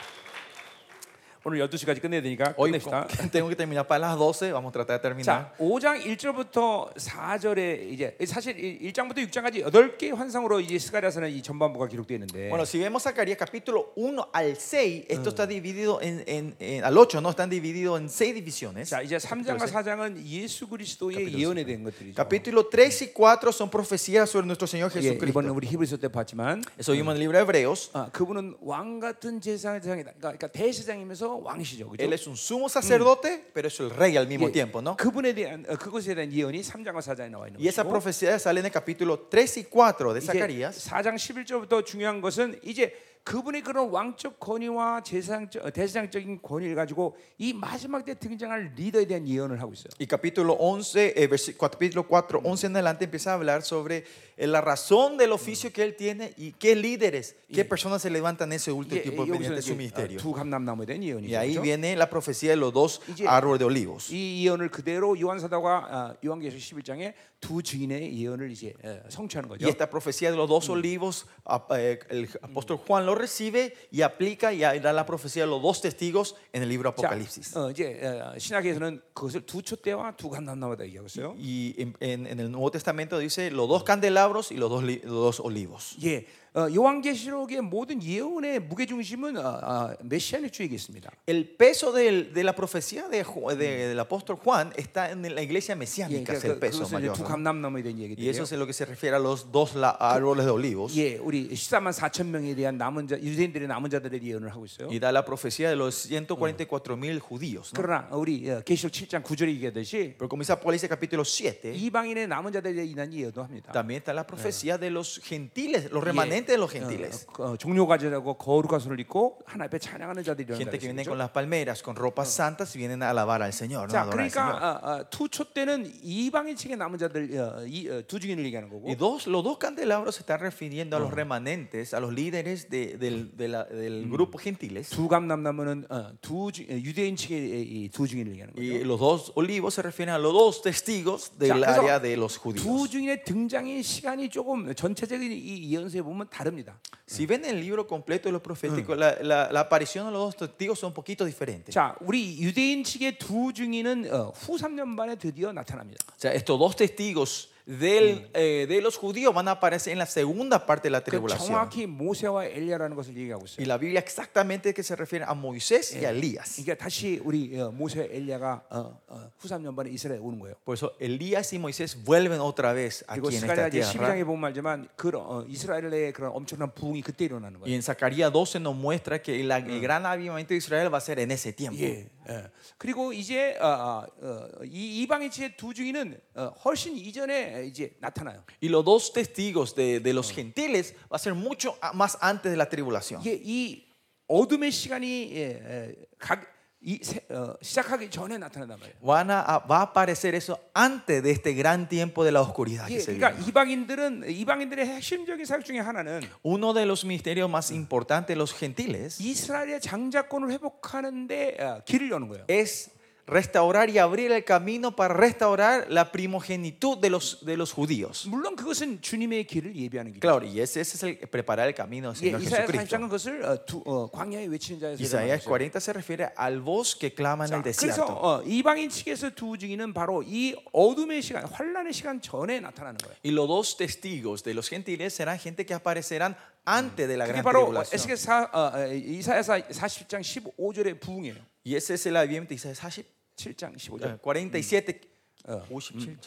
Speaker 1: 오늘 12시까지 끝내야 되니까
Speaker 2: Hoy
Speaker 1: 끝냅시다.
Speaker 2: con- tengo que terminar para las 12, vamos a tratar de terminar.
Speaker 1: 자, 5장 1절부터 4절에 이제 사실 1장부터 6장까지 8개의 환상으로 이제 스가랴서는 이 전반부가 기록되어 있는데
Speaker 2: Bueno, si vemos Zacarías capítulo 1 al 6, esto está dividido en, en- en- al 8, ¿no? Están divididos en 6 divisiones.
Speaker 1: 자, 이제 3장과 4장은 예수 그리스도의 예언에 대한 것들이죠.
Speaker 2: Capítulo 3 y 4 son profecías sobre nuestro Señor
Speaker 1: 예, 이번에
Speaker 2: Jesucristo.
Speaker 1: 우리 히브리서 때 봤지만
Speaker 2: Eso vimos en el libro de Hebreos.
Speaker 1: 아, 그분은 왕 같은 제사장이다. 그러니까, 그러니까 대제사장이면서 왕이시죠.
Speaker 2: Él
Speaker 1: 그죠?
Speaker 2: es un sumo sacerdote, pero es el rey al mismo
Speaker 1: 예,
Speaker 2: tiempo, ¿no?
Speaker 1: 그분에 대한 어, 그것에 대한 예언이 3장과 4장에 나와 있는
Speaker 2: Y esa
Speaker 1: 거죠.
Speaker 2: profecía sale en el capítulo 3 y 4 de
Speaker 1: 이제
Speaker 2: Zacarías.
Speaker 1: 4장 11절부터 중요한 것은 이제 그분의 그런 왕적 권위와 제사장적, 어, 대제사장적인 권위를 가지고 이 마지막 때 등장할 리더에 대한 예언을 하고 있어요.
Speaker 2: Y capítulo 11, eh, versi- capítulo 4, 11 en adelante empieza a hablar sobre eh, la razón del oficio que él tiene y qué líderes, qué personas se levantan en ese último
Speaker 1: 이게
Speaker 2: tiempo mediante
Speaker 1: 여기서 이제,
Speaker 2: su
Speaker 1: 어,
Speaker 2: ministerio.
Speaker 1: 두 감남나무에 대한
Speaker 2: Y
Speaker 1: 예언이죠.
Speaker 2: ahí
Speaker 1: 그죠?
Speaker 2: viene la profecía de los dos
Speaker 1: 이제-
Speaker 2: árboles de olivos.
Speaker 1: 이 예언을 그대로 요한사도가 어, 요한계시록 11장에 두 증인의 예언을 이제 어, 성취하는
Speaker 2: Y
Speaker 1: 거죠.
Speaker 2: esta profecía de los dos olivos, a- eh, el apóstol Juan lo recibe y aplica y ahí da la profecía de los dos testigos en el libro Apocalipsis.
Speaker 1: 자, 어, 이제 어, 신학에서는 그것을 두 촛대와 두 감람나무다 얘기하고 있어요.
Speaker 2: Y en, en- en el Nuevo Testamento dice los dos candelabros y los dos, li- los dos olivos.
Speaker 1: 예, 어, 요한계시록의 모든 예언의 무게 중심은 어, 어, 메시아의 주에게 있습니다.
Speaker 2: El peso del- de la profecía de Ju- de- del apóstol Juan está Mm. en la iglesia
Speaker 1: 예,
Speaker 2: mesiánica, es
Speaker 1: 그러니까
Speaker 2: el
Speaker 1: 그-
Speaker 2: peso
Speaker 1: 그것은 이제
Speaker 2: mayor.
Speaker 1: 두
Speaker 2: ¿no?
Speaker 1: 감람나무에 대한
Speaker 2: Y eso
Speaker 1: 얘기들이에요.
Speaker 2: es en lo que se refiere a los dos la- árboles de olivos.
Speaker 1: 예, 우리 14만 4천 명에 대한 남은 자, 유대인들의 남은 자들의 예언을 하고 있어요.
Speaker 2: Y da la profecía de los 144 mil judíos. ¿no?
Speaker 1: 그러나 우리 어, 계시록 7장 9절에 얘기하듯이
Speaker 2: Pero como dice Apocalipsis capítulo 7,
Speaker 1: 이방인의 남은 자들에 인한 예언도 합니다.
Speaker 2: también está la profecía de los gentiles, los
Speaker 1: 예,
Speaker 2: remanentes de los
Speaker 1: 어,
Speaker 2: gentiles.
Speaker 1: 어, 종료가 지라고 거룩한 손을 입고 하나 앞에 찬양하는 자들이라는
Speaker 2: Gente que viene
Speaker 1: 말이죠.
Speaker 2: con las palmeras, con ropas santas y vienen a alabar al Señor. ¿no? A
Speaker 1: 자,
Speaker 2: adorar al Señor.
Speaker 1: 그러니까 어, 어, 투초 때는 이방인 측에 남은 자들 어, 이, 어, 두 증인을 얘기하는 거고
Speaker 2: Y dos, los dos candelabros se están refiriendo a los remanentes, a los líderes de- del, de la- del grupo gentiles.
Speaker 1: 두 감남나무는 어, 두 주- 어, 유대인 측의 이 두 증인을 얘기하는 거죠.
Speaker 2: Y los dos olivos se refieren a los dos testigos del
Speaker 1: 그래서
Speaker 2: área de los
Speaker 1: 두
Speaker 2: judíos.
Speaker 1: 증인의 등장의 시간이 조금 전체적인 이 예언서에 보면 다릅니다.
Speaker 2: Si ven el libro completo de los proféticos, la, la- la aparición de los dos testigos son un poquito diferentes.
Speaker 1: 자, 우리 유대인 측의 두 증인은 어, 후 3년 반에 드디어 나타납니다.
Speaker 2: O sea, estos dos testigos del, eh, de los judíos van a aparecer en la segunda parte de la
Speaker 1: 그
Speaker 2: tribulación.
Speaker 1: 정확히 모세와 엘리야라는 것을 얘기하고
Speaker 2: Y
Speaker 1: 있어요.
Speaker 2: la Biblia exactamente que se refiere a Moisés y a Elías.
Speaker 1: 그러니까 다시 우리 어, 모세와 엘리야가 어, 어, 후 3년 반에 이스라엘에 오는 거예요.
Speaker 2: Por eso Elías y Moisés vuelven otra vez
Speaker 1: 그리고
Speaker 2: aquí en
Speaker 1: 스가랴
Speaker 2: esta
Speaker 1: 이제
Speaker 2: tierra.
Speaker 1: 12장에 보면 알지만 그런 어, 이스라엘의 그런 엄청난 부흥이 그때 일어나는
Speaker 2: Y
Speaker 1: 거예요.
Speaker 2: en Zacarías 12 nos muestra que la- el gran avivamiento de Israel va a ser en ese tiempo.
Speaker 1: 예. 예. 그리고 이제 어, 어, 어, 이 이방의 지혜 두 중인은 어, 훨씬 이전에 이제 나타나요.
Speaker 2: Y los dos testigos de, de los gentiles va a ser mucho a- más antes de la tribulación.
Speaker 1: 이게 이 어둠의 시간이 예, 예, 각, 이, 세- 어, 시작하기 전에 나타난단 말이에요.
Speaker 2: Van a- a- va a aparecer eso antes de este gran tiempo de la oscuridad
Speaker 1: 예,
Speaker 2: que se
Speaker 1: 그러니까
Speaker 2: viene.
Speaker 1: 이방인들은 이방인들의 핵심적인 사역 중에 하나는
Speaker 2: Uno de los misterios más importantes de los gentiles
Speaker 1: 이스라엘의 장자권을 회복하는데 어, 길을 여는 거예요.
Speaker 2: es restaurar y abrir el camino para restaurar la primogenitud de los, de los judíos.
Speaker 1: 물론 그것은 주님의 길을 예비하는 길이에요.
Speaker 2: Claro, y ese, ese es el preparar el camino del
Speaker 1: 예,
Speaker 2: Señor
Speaker 1: 이사야 40장은
Speaker 2: Jesucristo.
Speaker 1: 그것을 어, 두, 어, 광야에 외치는 자의
Speaker 2: Isaías
Speaker 1: 세례를
Speaker 2: 40 se refiere al voz que clama en el
Speaker 1: 말하죠. 그래서
Speaker 2: desierto.
Speaker 1: 어, 이방인 측에서 두 증인은 바로 이 어둠의 시간, 환란의 시간 전에 나타나는 거예요.
Speaker 2: Y los dos testigos de los gentiles serán gente que aparecerán antes de la
Speaker 1: 그게
Speaker 2: gran
Speaker 1: 바로
Speaker 2: tribulación.
Speaker 1: 에스겔사 어, 어, 이사야서 40장 15절의 부흥이에요.
Speaker 2: Y ese es el adviento Isaías 40,
Speaker 1: 7장 15절,
Speaker 2: eh, 47.
Speaker 1: Ah.
Speaker 2: 57.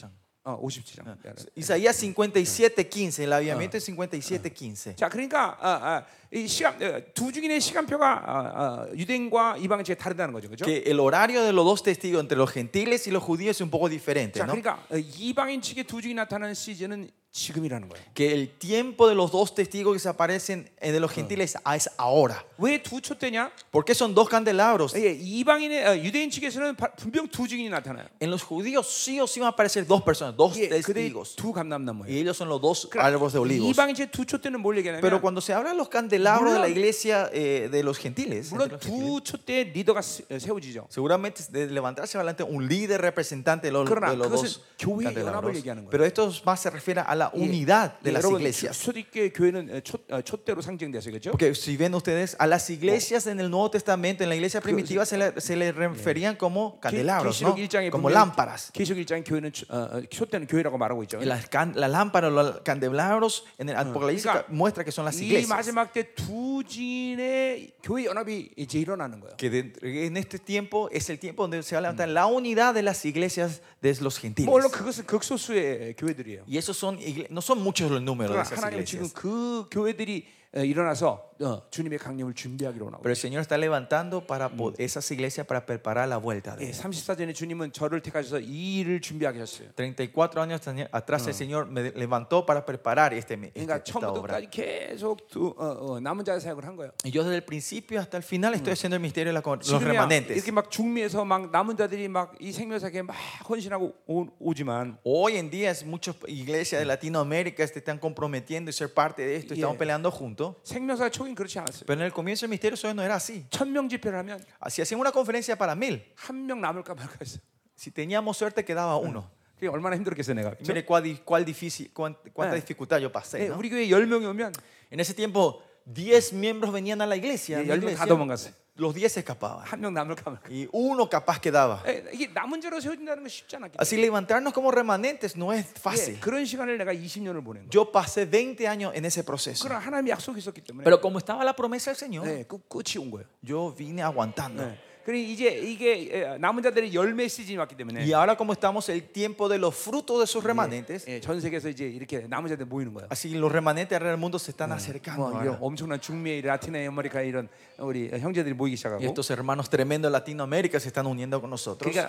Speaker 1: 어, 57장. 야, 네.
Speaker 2: Isaías 57, 15. El avivamiento es 57, 15.
Speaker 1: 자, 그러니까 아, 아, 이 시간 어, 두 증인의 시간표가 아, 아, 유대인과 이방인 측에 다르다는 거죠, 그렇죠?
Speaker 2: Que el horario de los dos testigos entre los gentiles y los judíos es un poco diferente,
Speaker 1: 자,
Speaker 2: ¿no?
Speaker 1: 그러니까 어, 이방인 측에 두 증인 나타나는 시즌은 지금이라는 거예요.
Speaker 2: Que el tiempo de los dos testigos que se aparecen eh, de los gentiles ah, es ahora.
Speaker 1: 왜 두 초 때냐?
Speaker 2: ¿Por qué son dos candelabros?
Speaker 1: 예, 이방인의 어, 유대인 측에서는 바- 분명 두 증인이 나타나요.
Speaker 2: En los judíos sí o sí van a aparecer dos personas, dos
Speaker 1: 예, 그들이
Speaker 2: testigos.
Speaker 1: 두 감람나무예요. 그러니까
Speaker 2: Y ellos son los dos árboles de olivos.
Speaker 1: 이방인 측의 두초 때는 뭘 얘기하냐면
Speaker 2: Pero cuando se habla de los candelabros de la
Speaker 1: Mulón.
Speaker 2: iglesia eh, de los gentiles, entre
Speaker 1: 물론
Speaker 2: los gentiles,
Speaker 1: 두 초 때 리더가 세- 어, 세워지죠.
Speaker 2: seguramente de levantarse adelante un líder representante de los,
Speaker 1: Claro,
Speaker 2: de los
Speaker 1: 그것은
Speaker 2: dos
Speaker 1: 교회의 연합을
Speaker 2: candelabros.
Speaker 1: 얘기하는 거예요.
Speaker 2: Pero esto más se refiere a la unidad de
Speaker 1: 예,
Speaker 2: las
Speaker 1: 여러분
Speaker 2: iglesias.
Speaker 1: 초대교회 교회는 어, 초, 어, 초대로 상징돼서 그렇죠?
Speaker 2: Porque si ven ustedes, a las iglesias en el Nuevo Testamento, en la iglesia primitiva, se le, se le referían como candelabros,
Speaker 1: 계시록
Speaker 2: ¿no?
Speaker 1: 1장에
Speaker 2: como lámparas.
Speaker 1: 계시록 1장 교회는 초- 어, 어, 초 때는 교회라고 말하고 있죠.
Speaker 2: Las can- la lámpara, los candelabros en el Apocalipsis
Speaker 1: 그러니까
Speaker 2: muestra que son las
Speaker 1: 이
Speaker 2: iglesias.
Speaker 1: 마지막 때 두 진의 교회 연합이 이제 일어나는 거예요.
Speaker 2: que de- en este tiempo es el tiempo donde se va a levantar la unidad de las iglesias de
Speaker 1: 뭐, 물론
Speaker 2: los gentiles.
Speaker 1: 그것은 극소수의 교회들이에요.
Speaker 2: Y esos son igle- no son muchos los números
Speaker 1: 그러나
Speaker 2: de esas
Speaker 1: 하나님은 지금
Speaker 2: iglesias.
Speaker 1: 그 교회들이 어, 일어나서 어, 주님의 강림을 준비하기로 나오고.
Speaker 2: Pero el Señor está levantando para po- esas iglesias para preparar la vuelta. de
Speaker 1: 예,
Speaker 2: Él.
Speaker 1: 34전에 주님은 저를 택하셔서 이 일을 준비하게 하셨어요.
Speaker 2: 34 años tani- atrás el Señor me levantó para preparar este, mi- este-
Speaker 1: 그러니까
Speaker 2: esta obra.
Speaker 1: 처음부터까지 계속 두- 어, 어, 남은 자의 사역을 한 거예요.
Speaker 2: Y yo desde el principio hasta el final estoy haciendo el misterio de la con- los
Speaker 1: 지금이야
Speaker 2: remanentes.
Speaker 1: 이렇게 막 중미에서 막 남은 자들이 막 이 생명사에 막 헌신하고 오, 지만
Speaker 2: Hoy en día es muchas iglesias de Latinoamérica se están comprometiendo y ser parte de esto,
Speaker 1: Yeah.
Speaker 2: estamos peleando juntos.
Speaker 1: 생명사 초기는 그렇지 않았어요.
Speaker 2: Pero en el comienzo del misterio eso no era así.
Speaker 1: 천명 집회를 하면
Speaker 2: Si hacíamos una conferencia para mil,
Speaker 1: 한 명 남을까 말까 했어요.
Speaker 2: Si teníamos suerte, quedaba uno.
Speaker 1: 그게 얼마나 힘들었겠어요, 내가.
Speaker 2: Y
Speaker 1: 그렇죠?
Speaker 2: Mire cuál, di- cuál difícil, cuán- cuánta
Speaker 1: Eh.
Speaker 2: dificultad yo pasé.
Speaker 1: 예,
Speaker 2: ¿no?
Speaker 1: 우리 교회 열 명이 오면
Speaker 2: En ese tiempo, 10 miembros venían a la iglesia. a mi
Speaker 1: 예, 열명
Speaker 2: iglesia.
Speaker 1: 다 도망갔어요.
Speaker 2: los 10 se escapaban.
Speaker 1: 한 명 남을까 말까.
Speaker 2: Y uno capaz quedaba.
Speaker 1: 예, 이게 남은 자로 세워진다는 건 쉽지 않았겠죠.
Speaker 2: Así levantarnos como remanentes no es fácil.
Speaker 1: 예, 그런 시간을 내가 20년을 보낸 거예요.
Speaker 2: Yo pasé 20 años en ese proceso.
Speaker 1: 그러나 하나님의 약속이 있었기 때문에
Speaker 2: Pero como estaba la promesa del Señor,
Speaker 1: 예, 끝, 끝이 온 거예요.
Speaker 2: yo vine aguantando.
Speaker 1: 네. 그러니 이제 이게 예, 남은 자들의 열매 시즌이 왔기 때문에
Speaker 2: Y ahora como estamos el tiempo de los frutos de sus remanentes,
Speaker 1: 예, 전 세계에서 이제 이렇게 남은 자들 모이는 거예요.
Speaker 2: así los remanentes alrededor del mundo se están acercando.
Speaker 1: 뭐 이런
Speaker 2: ahora.
Speaker 1: 엄청난 중미, 라틴의 아메리카 이런 우리 형제들이 모이기
Speaker 2: Y
Speaker 1: 시작하고
Speaker 2: estos hermanos tremendos de Latinoamérica se están uniendo con nosotros.
Speaker 1: 그러니까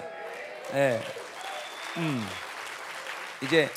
Speaker 1: 예, 음, 이제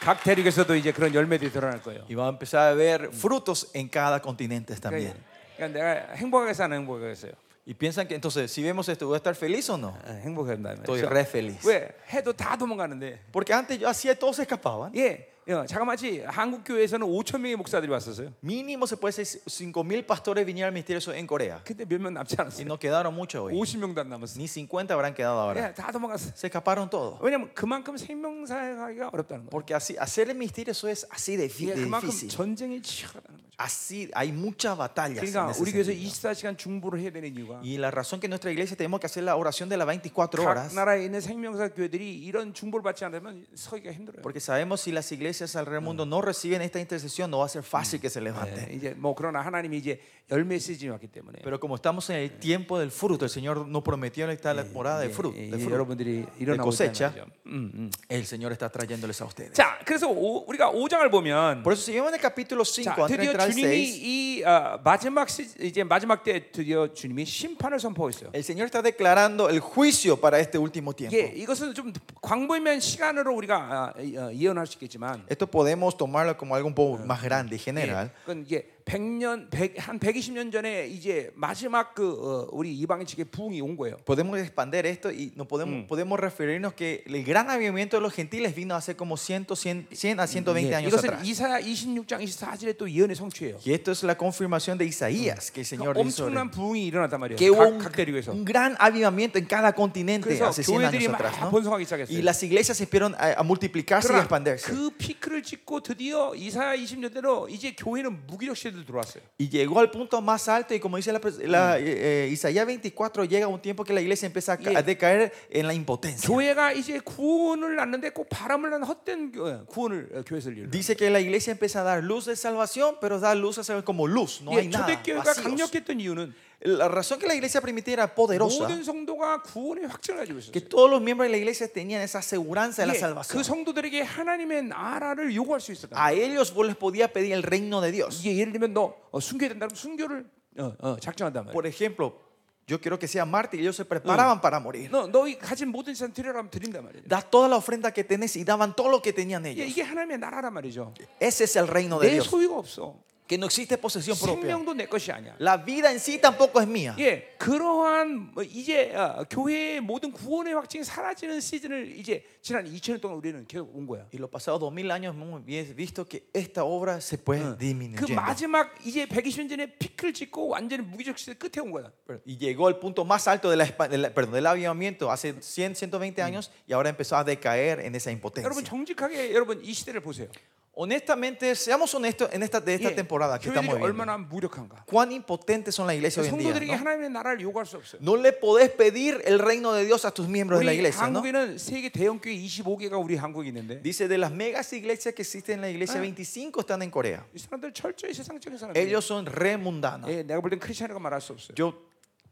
Speaker 1: 각 대륙에서도 이제 그런 열매들이 드러날 거예요.
Speaker 2: Y va a empezar a ver frutos en cada continente
Speaker 1: 그러니까,
Speaker 2: también.
Speaker 1: 그러니까 내가 행복하게 사는 행복하게 했어요.
Speaker 2: Y piensan que entonces, si vemos esto, ¿voy a estar feliz o no?
Speaker 1: 아, 행복한다.
Speaker 2: Estoy re feliz.
Speaker 1: 왜 해도 다 도망가는데
Speaker 2: Porque antes yo hacía, todos se escapaban.
Speaker 1: 예, 어, 자그마치 한국 교회에서는 5천 명의 목사들이 왔었어요.
Speaker 2: Mínimo se puede decir 5.000 pastores vinieron al ministerio en Corea.
Speaker 1: 근데 몇 명 남지
Speaker 2: Y
Speaker 1: 않았어요.
Speaker 2: no quedaron muchos hoy.
Speaker 1: 50명도 안 남았어요.
Speaker 2: Ni 50 habrán quedado ahora.
Speaker 1: 예, 다 도망갔어. 요
Speaker 2: Se escaparon todos.
Speaker 1: 왜냐면 그만큼 생명사회가기가 어렵다는 거예요.
Speaker 2: Porque así, hacer el ministerio es así de, fi-
Speaker 1: 예,
Speaker 2: de
Speaker 1: 그만큼
Speaker 2: difícil.
Speaker 1: 전쟁이 치열하다는 거죠.
Speaker 2: Así hay muchas batallas. en
Speaker 1: 그러니까
Speaker 2: ese
Speaker 1: 우리 교회에서
Speaker 2: sentido.
Speaker 1: 24시간 중보를 해야 되는 이유가
Speaker 2: Y la razón que en nuestra iglesia tenemos que hacer la oración de las 24
Speaker 1: 각
Speaker 2: horas.
Speaker 1: 나라에 있는 생명사 교회들이 이런 중보를 받지 않으면 서기가 힘들어요.
Speaker 2: Porque sabemos si las iglesias alrededor del mundo no reciben esta intercesión, no va a ser fácil que se levanten.
Speaker 1: 예, 이제 뭐 그러나 하나님이 이제 열 메시지 왔기 때문에
Speaker 2: Pero como estamos en el tiempo del fruto, el Señor nos prometió estar la morada de fruto.
Speaker 1: 예,
Speaker 2: de
Speaker 1: 예,
Speaker 2: fruto.
Speaker 1: 여러분들이 일어나고
Speaker 2: cosecha.
Speaker 1: 있다는 거죠. 음, 음.
Speaker 2: El Señor está trayéndoles a ustedes.
Speaker 1: 자, 그래서 오- 우리가 5장을 보면
Speaker 2: Por eso, si vemos en el capítulo
Speaker 1: 자,
Speaker 2: 5, antes de
Speaker 1: 드디어
Speaker 2: entrar al
Speaker 1: 주님이
Speaker 2: 6,
Speaker 1: 이 아, 마지막 시, 이제 마지막 때 드디어 주님이 심판을 선포했어요.
Speaker 2: el Señor está declarando el juicio para este último tiempo.
Speaker 1: 예, 이것은 좀 광범위한 시간으로 우리가 아, 이- 어, 예언할 수 있겠지만
Speaker 2: Esto podemos tomarlo como algo un poco más grande y
Speaker 1: 예,
Speaker 2: general.
Speaker 1: 그건 이게 100년 100, 한 120년 전에 이제 마지막 그 어, 우리 이방인 측의 부흥이 온 거예요.
Speaker 2: Podemos expander esto y no podemos, podemos referirnos que el gran avivamiento de los gentiles vino hace como 100, 100, 100 a 120
Speaker 1: 예,
Speaker 2: años
Speaker 1: 이것은
Speaker 2: atrás.
Speaker 1: 이사야 26장 24절에 또 예언의 성취예요.
Speaker 2: Y esto es la confirmación de Isaías que el Señor
Speaker 1: 그러니까
Speaker 2: hizo. sobre-
Speaker 1: 엄청난
Speaker 2: 음,
Speaker 1: 부흥이 일어났단 말이에요.
Speaker 2: que hubo
Speaker 1: 각,
Speaker 2: un,
Speaker 1: 각 대륙에서.
Speaker 2: un gran avivamiento en cada continente
Speaker 1: 그래서
Speaker 2: hace 100
Speaker 1: 교회들이
Speaker 2: años
Speaker 1: 막
Speaker 2: atrás. ¿no?
Speaker 1: 번성하기 시작했어요.
Speaker 2: Y las iglesias empezaron a, a multiplicarse y
Speaker 1: 그러나
Speaker 2: a expandirse.
Speaker 1: 그 피크를 찍고 드디어 이사야 20년대로 이제 교회는 무기력 시대로 들어왔어요.
Speaker 2: Y llegó al punto más alto y como dice la, pres- la, eh, eh, Isaías 24, llega un tiempo que la iglesia empieza a, ca-
Speaker 1: Yeah.
Speaker 2: a decaer en la impotencia.
Speaker 1: 교회가 이제 구원을 낳는데 꼭 바람을 낳는 헛된 교- 어, 구원을 어, 교회에서 일는
Speaker 2: Dice que la iglesia empieza a dar luz de salvación, pero da luz a salvación como luz, no hay nada.
Speaker 1: 예, 초대교회가
Speaker 2: vacíos.
Speaker 1: 강력했던 이유는
Speaker 2: La razón que la iglesia primitiva era poderosa,
Speaker 1: 모든 성도가 구원의 확증을 가지고
Speaker 2: que
Speaker 1: 있었어요.
Speaker 2: todos los miembros de la iglesia tenían esa aseguranza de la
Speaker 1: 예, 그
Speaker 2: salvación. 아,
Speaker 1: 성도들에게 하나님의 나라를 요구할 수 있었다.
Speaker 2: A ellos vos les podía pedir el reino de Dios.
Speaker 1: 이게 예를 들면 너 어, 순교해야 된다면 순교를 어, 어, 작정한단 말이야.
Speaker 2: Por ejemplo, yo quiero que sea mártir, ellos se preparaban para morir.
Speaker 1: 너 너희 가진 모든 재산 드리라면 드린단 말이야.
Speaker 2: Da toda la ofrenda que tenés y daban todo lo que tenían
Speaker 1: 예,
Speaker 2: ellos.
Speaker 1: 이게 하나님의 나라란 말이죠.
Speaker 2: Ese es el reino de
Speaker 1: 내
Speaker 2: Dios.
Speaker 1: 소유가 없어.
Speaker 2: Que no existe posesión propia.
Speaker 1: 생명도 내 것이 아니야.
Speaker 2: La vida en sí tampoco es mía.
Speaker 1: 예, 그러한 뭐 이제 어, 교회의 모든 구원의 확증이 사라지는 시즌을 이제 지난 2000년 동안 우리는 계속 온 거야.
Speaker 2: Y los pasados dos mil años hemos vi- visto que esta obra se puede
Speaker 1: 그
Speaker 2: disminuir.
Speaker 1: 마지막 이제 120년 전에 피크를 찍고 완전히 무기적 시대 끝에 온 거야.
Speaker 2: Y llegó al punto más alto de la espa- de la- perdón, del avivamiento hace 100, 120 años y ahora empezó a decaer en esa
Speaker 1: 여러분
Speaker 2: impotencia.
Speaker 1: 정직하게 여러분 이 시대를 보세요.
Speaker 2: Honestamente, seamos honestos en esta, de esta
Speaker 1: 예,
Speaker 2: temporada que estamos
Speaker 1: 교회들이
Speaker 2: viviendo.
Speaker 1: 얼마나 무력한가.
Speaker 2: ¿Cuán impotentes son las iglesias hoy en día?
Speaker 1: 성도들에게
Speaker 2: ¿no?
Speaker 1: 하나님의 나라를 요구할 수 없어요.
Speaker 2: No le podés pedir el reino de Dios a tus miembros de la
Speaker 1: 우리
Speaker 2: iglesia. ¿no?
Speaker 1: 한국에는 세계 대형 교회 25개가 우리 한국에 있는데
Speaker 2: Dice, de las megas iglesias que existen en la iglesia,
Speaker 1: Ah.
Speaker 2: 25 están en Corea.
Speaker 1: 이 사람들 철저히 세상적인 사람들.
Speaker 2: Ellos son re mundanos.
Speaker 1: 예, 내가 볼 땐 크리스천이라고 말할 수 없어요.
Speaker 2: Yo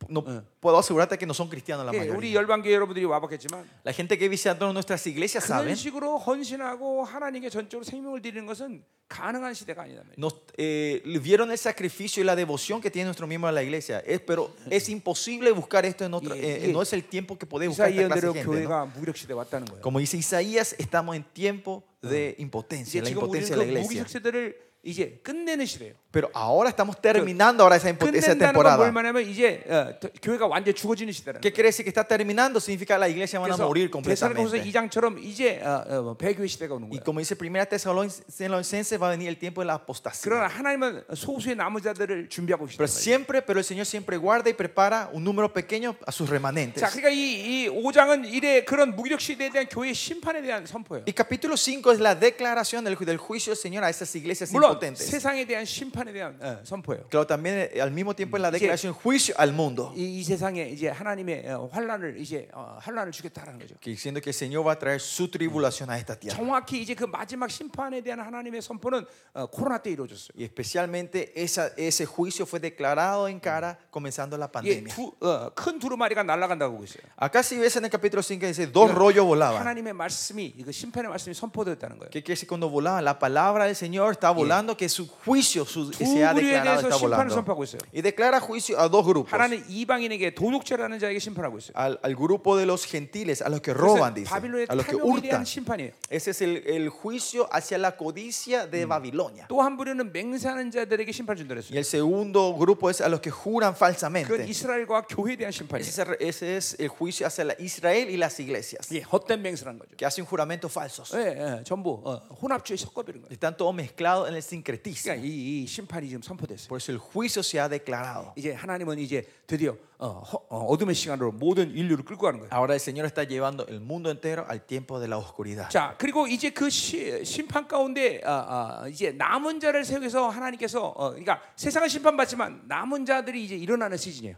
Speaker 2: no
Speaker 1: Ah.
Speaker 2: puedo asegurarte que no son cristianos la
Speaker 1: 예, 우리
Speaker 2: mayoría.
Speaker 1: 열방계 여러분들이 와봤겠지만
Speaker 2: La gente que visitó nuestras iglesias
Speaker 1: 그런
Speaker 2: saben,
Speaker 1: 식으로 헌신하고 하나님께 전적으로 생명을 드리는 것은 가능한 시대가 아니다 말이에요.
Speaker 2: nos, eh, vieron el sacrificio y la devoción que tiene nuestro miembro de la iglesia. Es, pero es imposible buscar esto en otra.
Speaker 1: Yeah,
Speaker 2: eh,
Speaker 1: yeah.
Speaker 2: No es el tiempo que podés
Speaker 1: 이사
Speaker 2: buscar esta clase
Speaker 1: 예언대로
Speaker 2: de gente, ¿no?
Speaker 1: 교회가 무기력 시대 에 왔다는 거예요.
Speaker 2: Como dice Isaías, estamos en tiempo de impotencia,
Speaker 1: 이제
Speaker 2: la
Speaker 1: 지금 우리는
Speaker 2: impotencia
Speaker 1: 그
Speaker 2: de la iglesia.
Speaker 1: 무기력 시대를 이제 끝내는 시대예요.
Speaker 2: Pero ahora estamos terminando ahora esa, impo- esa
Speaker 1: 끝낸다는 건 뭘
Speaker 2: temporada.
Speaker 1: 말하면 이제 어, 더- 교회가 완전 히 죽어지는 시대라는
Speaker 2: ¿Qué
Speaker 1: 거예요.
Speaker 2: quiere decir que está terminando? Significa la iglesia van a
Speaker 1: 그래서
Speaker 2: morir
Speaker 1: 대사로서
Speaker 2: completamente.
Speaker 1: 2장처럼 이제 어, 어, 뭐 배교의 시대가 오는
Speaker 2: Y
Speaker 1: 거예요.
Speaker 2: como dice Primera Tesalonicense, va a venir el tiempo de la apostasía.
Speaker 1: 그러나 하나님은 소수의 남은 자들을 준비하고
Speaker 2: Pero
Speaker 1: 계시다.
Speaker 2: siempre, pero el Señor siempre guarda y prepara un número pequeño a sus remanentes.
Speaker 1: 자, 그러니까 이, 이 5장은 이래 그런 무기력 시대에 대한 교회의 심판에 대한 선포예요.
Speaker 2: Y capítulo 5 es la declaración del, ju- del juicio del Señor a esas iglesias
Speaker 1: 물론
Speaker 2: impotentes.
Speaker 1: 세상에 대한 심판에 대한 어, 선포예요.
Speaker 2: Claro, también eh, al mismo tiempo es la declaración juicio al mundo.
Speaker 1: 이, 이 세상에 이제 하나님의 어, 환란을 이제 어, 환란을 주겠다라는 거죠.
Speaker 2: Que diciendo que el Señor va a traer su tribulación a esta tierra.
Speaker 1: 정확히 이제 그 마지막 심판에 대한 하나님의 선포는 어, 코로나 때 이루어졌어요.
Speaker 2: Y especialmente esa, ese juicio fue declarado en cara comenzando la
Speaker 1: 예,
Speaker 2: pandemia.
Speaker 1: 두, 어, 큰 두루마리가 날아간다고 하고 있어요. 그러니까
Speaker 2: Acá si ves en el capítulo 5 dice, dos rollos volaban.
Speaker 1: 하나님의 말씀이 이거 심판의 말씀이 선포되었다는 거예요.
Speaker 2: ¿Qué quiere decir cuando volaban? La palabra del Señor está volando, que su juicio su- que
Speaker 1: 두
Speaker 2: se ha
Speaker 1: 부류에
Speaker 2: declarado
Speaker 1: 대해서
Speaker 2: está
Speaker 1: 심판을
Speaker 2: volando.
Speaker 1: 선포하고 있어요.
Speaker 2: Y declara juicio a dos grupos.
Speaker 1: 하나는 이방인에게 도둑질하는 자에게 심판하고 있어요.
Speaker 2: Al, al grupo de los gentiles, a los que
Speaker 1: 그래서
Speaker 2: roban, dice,
Speaker 1: 바빌론의
Speaker 2: a los que
Speaker 1: 탐욕에 대한
Speaker 2: hurtan.
Speaker 1: 심판이에요.
Speaker 2: Ese es el, el juicio hacia la codicia de Babilonia.
Speaker 1: 또 한 부류는 맹세하는 자들에게 심판 준다
Speaker 2: Y
Speaker 1: 그랬어요.
Speaker 2: el segundo grupo es a los que juran
Speaker 1: 그건
Speaker 2: falsamente.
Speaker 1: 이스라엘과 교회에 대한 예, 네. 심판이에요.
Speaker 2: Ese es, ese es el juicio hacia la- Israel y las iglesias,
Speaker 1: 예, 헛된 맹세라는 거죠.
Speaker 2: que hacen juramentos falsos.
Speaker 1: 예, 예, 전부 어, 혼합주의 섞어버린 거예요.
Speaker 2: Están todos mezclados en el sincretismo.
Speaker 1: 그러니까 이, 이 심판이 지금 선포됐어요.
Speaker 2: Por eso el juicio se ha declarado.
Speaker 1: 이제 하나님은 이제 드디어 어, 허- 어, 어둠의 시간으로 모든 인류를 끌고 가는 거예요.
Speaker 2: Ahora el Señor está llevando el mundo entero al tiempo de la oscuridad.
Speaker 1: 자, 그리고 이제 그 시- 심판 가운데 아, 아, 이제 남은 자를 세우면서 하나님께서 어, 그러니까 세상은 심판받지만 남은 자들이 이제 일어나는 시즌이에요.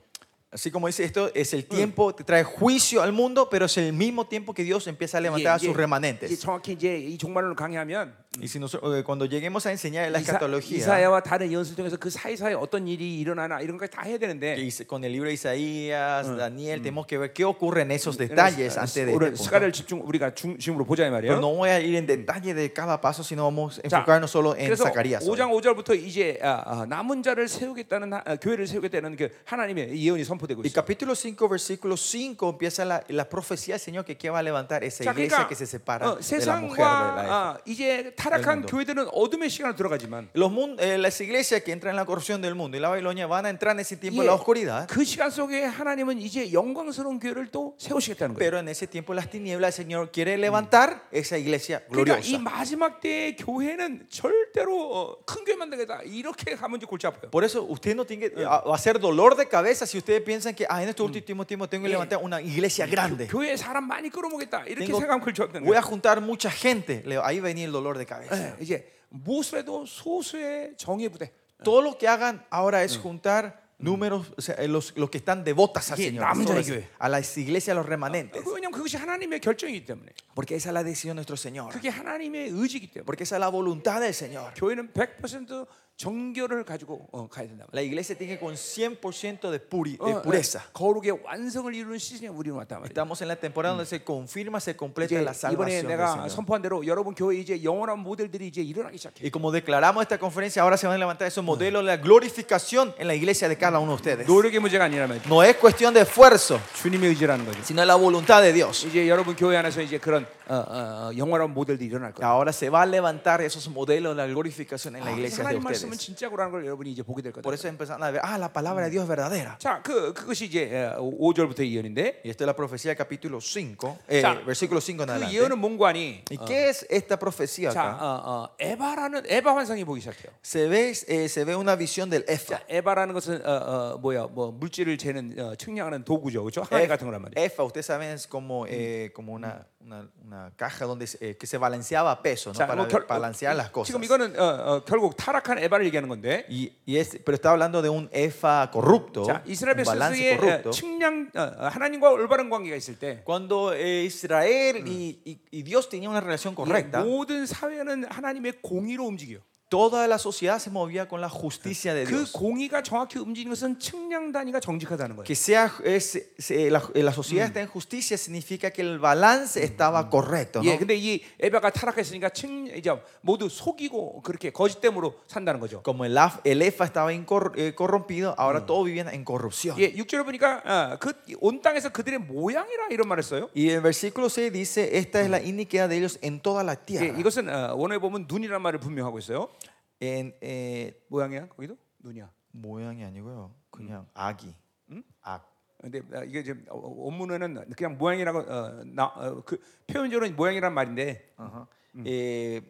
Speaker 2: Así como dice esto, es el tiempo que trae juicio al mundo, pero es el mismo tiempo que Dios empieza a
Speaker 1: 네,
Speaker 2: levantar a sus
Speaker 1: 이제
Speaker 2: remanentes.
Speaker 1: 정확히 이제 이 종말론을 강의하면
Speaker 2: Y si nosotros, eh, cuando lleguemos a enseñar la
Speaker 1: 이사,
Speaker 2: escatología,
Speaker 1: 이사야와 다른 예언서 통해서 그 사이사이에 어떤 일이 일어나나 이런 것까지 다 해야
Speaker 2: que
Speaker 1: 되는데
Speaker 2: dice- con el libro de Isaías, Daniel, tenemos que ver qué ocurre en esos detalles antes de
Speaker 1: 오늘
Speaker 2: este punto.
Speaker 1: 스가를 집중 우리가 중, 중심으로 보자 이
Speaker 2: Pero
Speaker 1: 말이에요.
Speaker 2: no voy a ir en detalle de cada paso, sino vamos a
Speaker 1: 자,
Speaker 2: enfocarnos solo en
Speaker 1: 그래서
Speaker 2: Zacarías. hoy.
Speaker 1: 5장 5절부터 이제 아, 아, 남은 자를 세우겠다는 하- 아, 교회를 세우겠다는 그 하나님의 이 예언이 선포되고
Speaker 2: Y
Speaker 1: 있어요.
Speaker 2: capítulo 5, versículo 5 empieza la,
Speaker 1: Oh,
Speaker 2: la profecía del Señor que, que va a levantar esa iglesia que se separa
Speaker 1: 그러니까 어,
Speaker 2: de la mujer. de la
Speaker 1: 세상과 아, 이제
Speaker 2: del
Speaker 1: 타락한
Speaker 2: mundo.
Speaker 1: 교회들은 어둠의 시간으로 들어가지만
Speaker 2: Los mun- eh, las iglesias que entran en la corrupción del mundo y la Babilonia van a entrar en ese tiempo
Speaker 1: 예,
Speaker 2: de la oscuridad,
Speaker 1: 그 시간 속에 하나님은 이제 영광스러운 교회를 또 세우시겠다는 거예요.
Speaker 2: pero en ese tiempo las tinieblas el Señor quiere levantar esa iglesia
Speaker 1: 그러니까 이
Speaker 2: gloriosa.
Speaker 1: 마지막 때의 교회는 절대로 어, 큰 교회 만들겠다 이렇게 가면 이제 골치 아파요.
Speaker 2: Por eso usted no tiene que a- va a ser dolor de cabeza si ustedes piensan que ah, en este último tiempo tengo que
Speaker 1: 예.
Speaker 2: levantar una iglesia grande.
Speaker 1: 교회에 사람 많이 끌어모겠다 이렇게
Speaker 2: Tengo-
Speaker 1: 생각하면 골치 아파요.
Speaker 2: voy a juntar mucha gente. Le- Ahí venía el dolor de cabeza.
Speaker 1: 예, 이제 무엇에도 소수의 정예 부대.
Speaker 2: Todo lo que hagan ahora es juntar números, o sea, los, los que están devotas al
Speaker 1: Sí,
Speaker 2: Señor,
Speaker 1: 남자의
Speaker 2: sobre-
Speaker 1: 교회.
Speaker 2: a las iglesias, a los remanentes.
Speaker 1: 왜냐하면 그것이 하나님의 결정이기 때문에.
Speaker 2: Porque esa es la decisión de nuestro Señor.
Speaker 1: 그게 하나님의 의지이기 때문에.
Speaker 2: Porque esa es la voluntad del Señor.
Speaker 1: 교회는 100% 정결을 가지고 어, 가야 된다.
Speaker 2: La iglesia tiene con 100% de, puri-
Speaker 1: 어,
Speaker 2: de pureza.
Speaker 1: 어, 거룩의 완성을 이루는 시즌에 우리는 왔단 말이야.
Speaker 2: Estamos en la temporada donde se confirma, se completa
Speaker 1: 이제
Speaker 2: la
Speaker 1: 이번에
Speaker 2: salvación. del
Speaker 1: 내가
Speaker 2: Señor.
Speaker 1: 선포한 대로 여러분 교회 이제 영원한 모델들이 이제 일어나기 시작해.
Speaker 2: Y como declaramos esta conferencia, ahora se van a levantar esos modelos de la glorificación en la iglesia de cada uno de ustedes.
Speaker 1: 노력의 문제가 아니라 말이야.
Speaker 2: No es cuestión de esfuerzo,
Speaker 1: 주님의 의지라는 거죠.
Speaker 2: sino la voluntad de Dios.
Speaker 1: 이제 여러분 교회 안에서 이제 그런 어, 어, 어, 영원한 모델들이 일어날 거예요.
Speaker 2: Ahora se va a levantar esos modelos de la glorificación
Speaker 1: Ah,
Speaker 2: en la iglesia de
Speaker 1: 아, 하나님 말씀은
Speaker 2: ustedes.
Speaker 1: 진짜고라는 걸 여러분이 이제 보게 될
Speaker 2: Por
Speaker 1: 거예요.
Speaker 2: eso empezaron a ver, ah, la palabra de Dios es verdadera.
Speaker 1: 자, 그 그것이 이제 5절부터 예언인데
Speaker 2: Y esta es la profecía del capítulo 5, eh,
Speaker 1: 자,
Speaker 2: versículo 5 en
Speaker 1: 그
Speaker 2: adelante.
Speaker 1: 예언은 뭔관이
Speaker 2: ¿Y qué es esta profecía
Speaker 1: 자,
Speaker 2: acá?
Speaker 1: 어, 어, 에바라는 에바 환상이 보기 시작해요.
Speaker 2: Se ve, eh, se ve una visión del Efa.
Speaker 1: 자, 에바라는 것은 어, 어, 뭐야, 뭐 물질을 재는 어, 측량하는 도구죠, 그렇죠? 항아리 같은 거란 말이에요.
Speaker 2: Efa, ustedes saben, es como, eh, como una, una, una caja donde se- eh, que se balanceaba peso, ¿no?
Speaker 1: 자,
Speaker 2: Para
Speaker 1: 뭐 결-
Speaker 2: balancear las cosas.
Speaker 1: 지금 이거는 어, 어, 결국 타락한 에바를 얘기하는 건데,
Speaker 2: Y, y es, pero está hablando de un Efa corrupto,
Speaker 1: 자, 이스라엘
Speaker 2: un balance
Speaker 1: 백성의
Speaker 2: corrupto.
Speaker 1: 어, 측량 어, 어, 하나님과 올바른 관계가 있을 때.
Speaker 2: Cuando eh, Israel y, y- y Dios tenían una relación correcta,
Speaker 1: 이 모든 사회는 하나님의 공의로 움직여.
Speaker 2: toda la sociedad se movía con la justicia de
Speaker 1: 그
Speaker 2: Dios.
Speaker 1: 공의가 정확히 움직이는 것은 측량 단위가 정직하다는 거예요.
Speaker 2: Que sea es- se- la, eh, la sociedad está en justicia significa que el balance estaba correcto. ¿no?
Speaker 1: 예, 근데 이 에바가 타락했으니까 측 이제 모두 속이고 그렇게 거짓됨으로 산다는 거죠.
Speaker 2: Como el, af- el EFA estaba incor- eh, corrompido, ahora todos vivían en corrupción.
Speaker 1: 예, 6절에 보니까 어, 그온 땅에서 그들의 모양이라 이런 말을 써요.
Speaker 2: Y el versículo 6 dice, esta es la iniquidad de ellos en toda la
Speaker 1: 예,
Speaker 2: tierra.
Speaker 1: 이것은 어, 원어에 보면 눈이라는 말을 분명하고 있어요.
Speaker 2: En, eh,
Speaker 1: 모양이야 거기도 눈이야.
Speaker 2: 모양이 아니고요. 그냥 악이. 악.
Speaker 1: 근데 어, 이게 지금 어, 어, 원문에는 그냥 모양이라고 어, 나, 어, 그 표현적으로는 모양이란 말인데
Speaker 2: Ajá. Eh,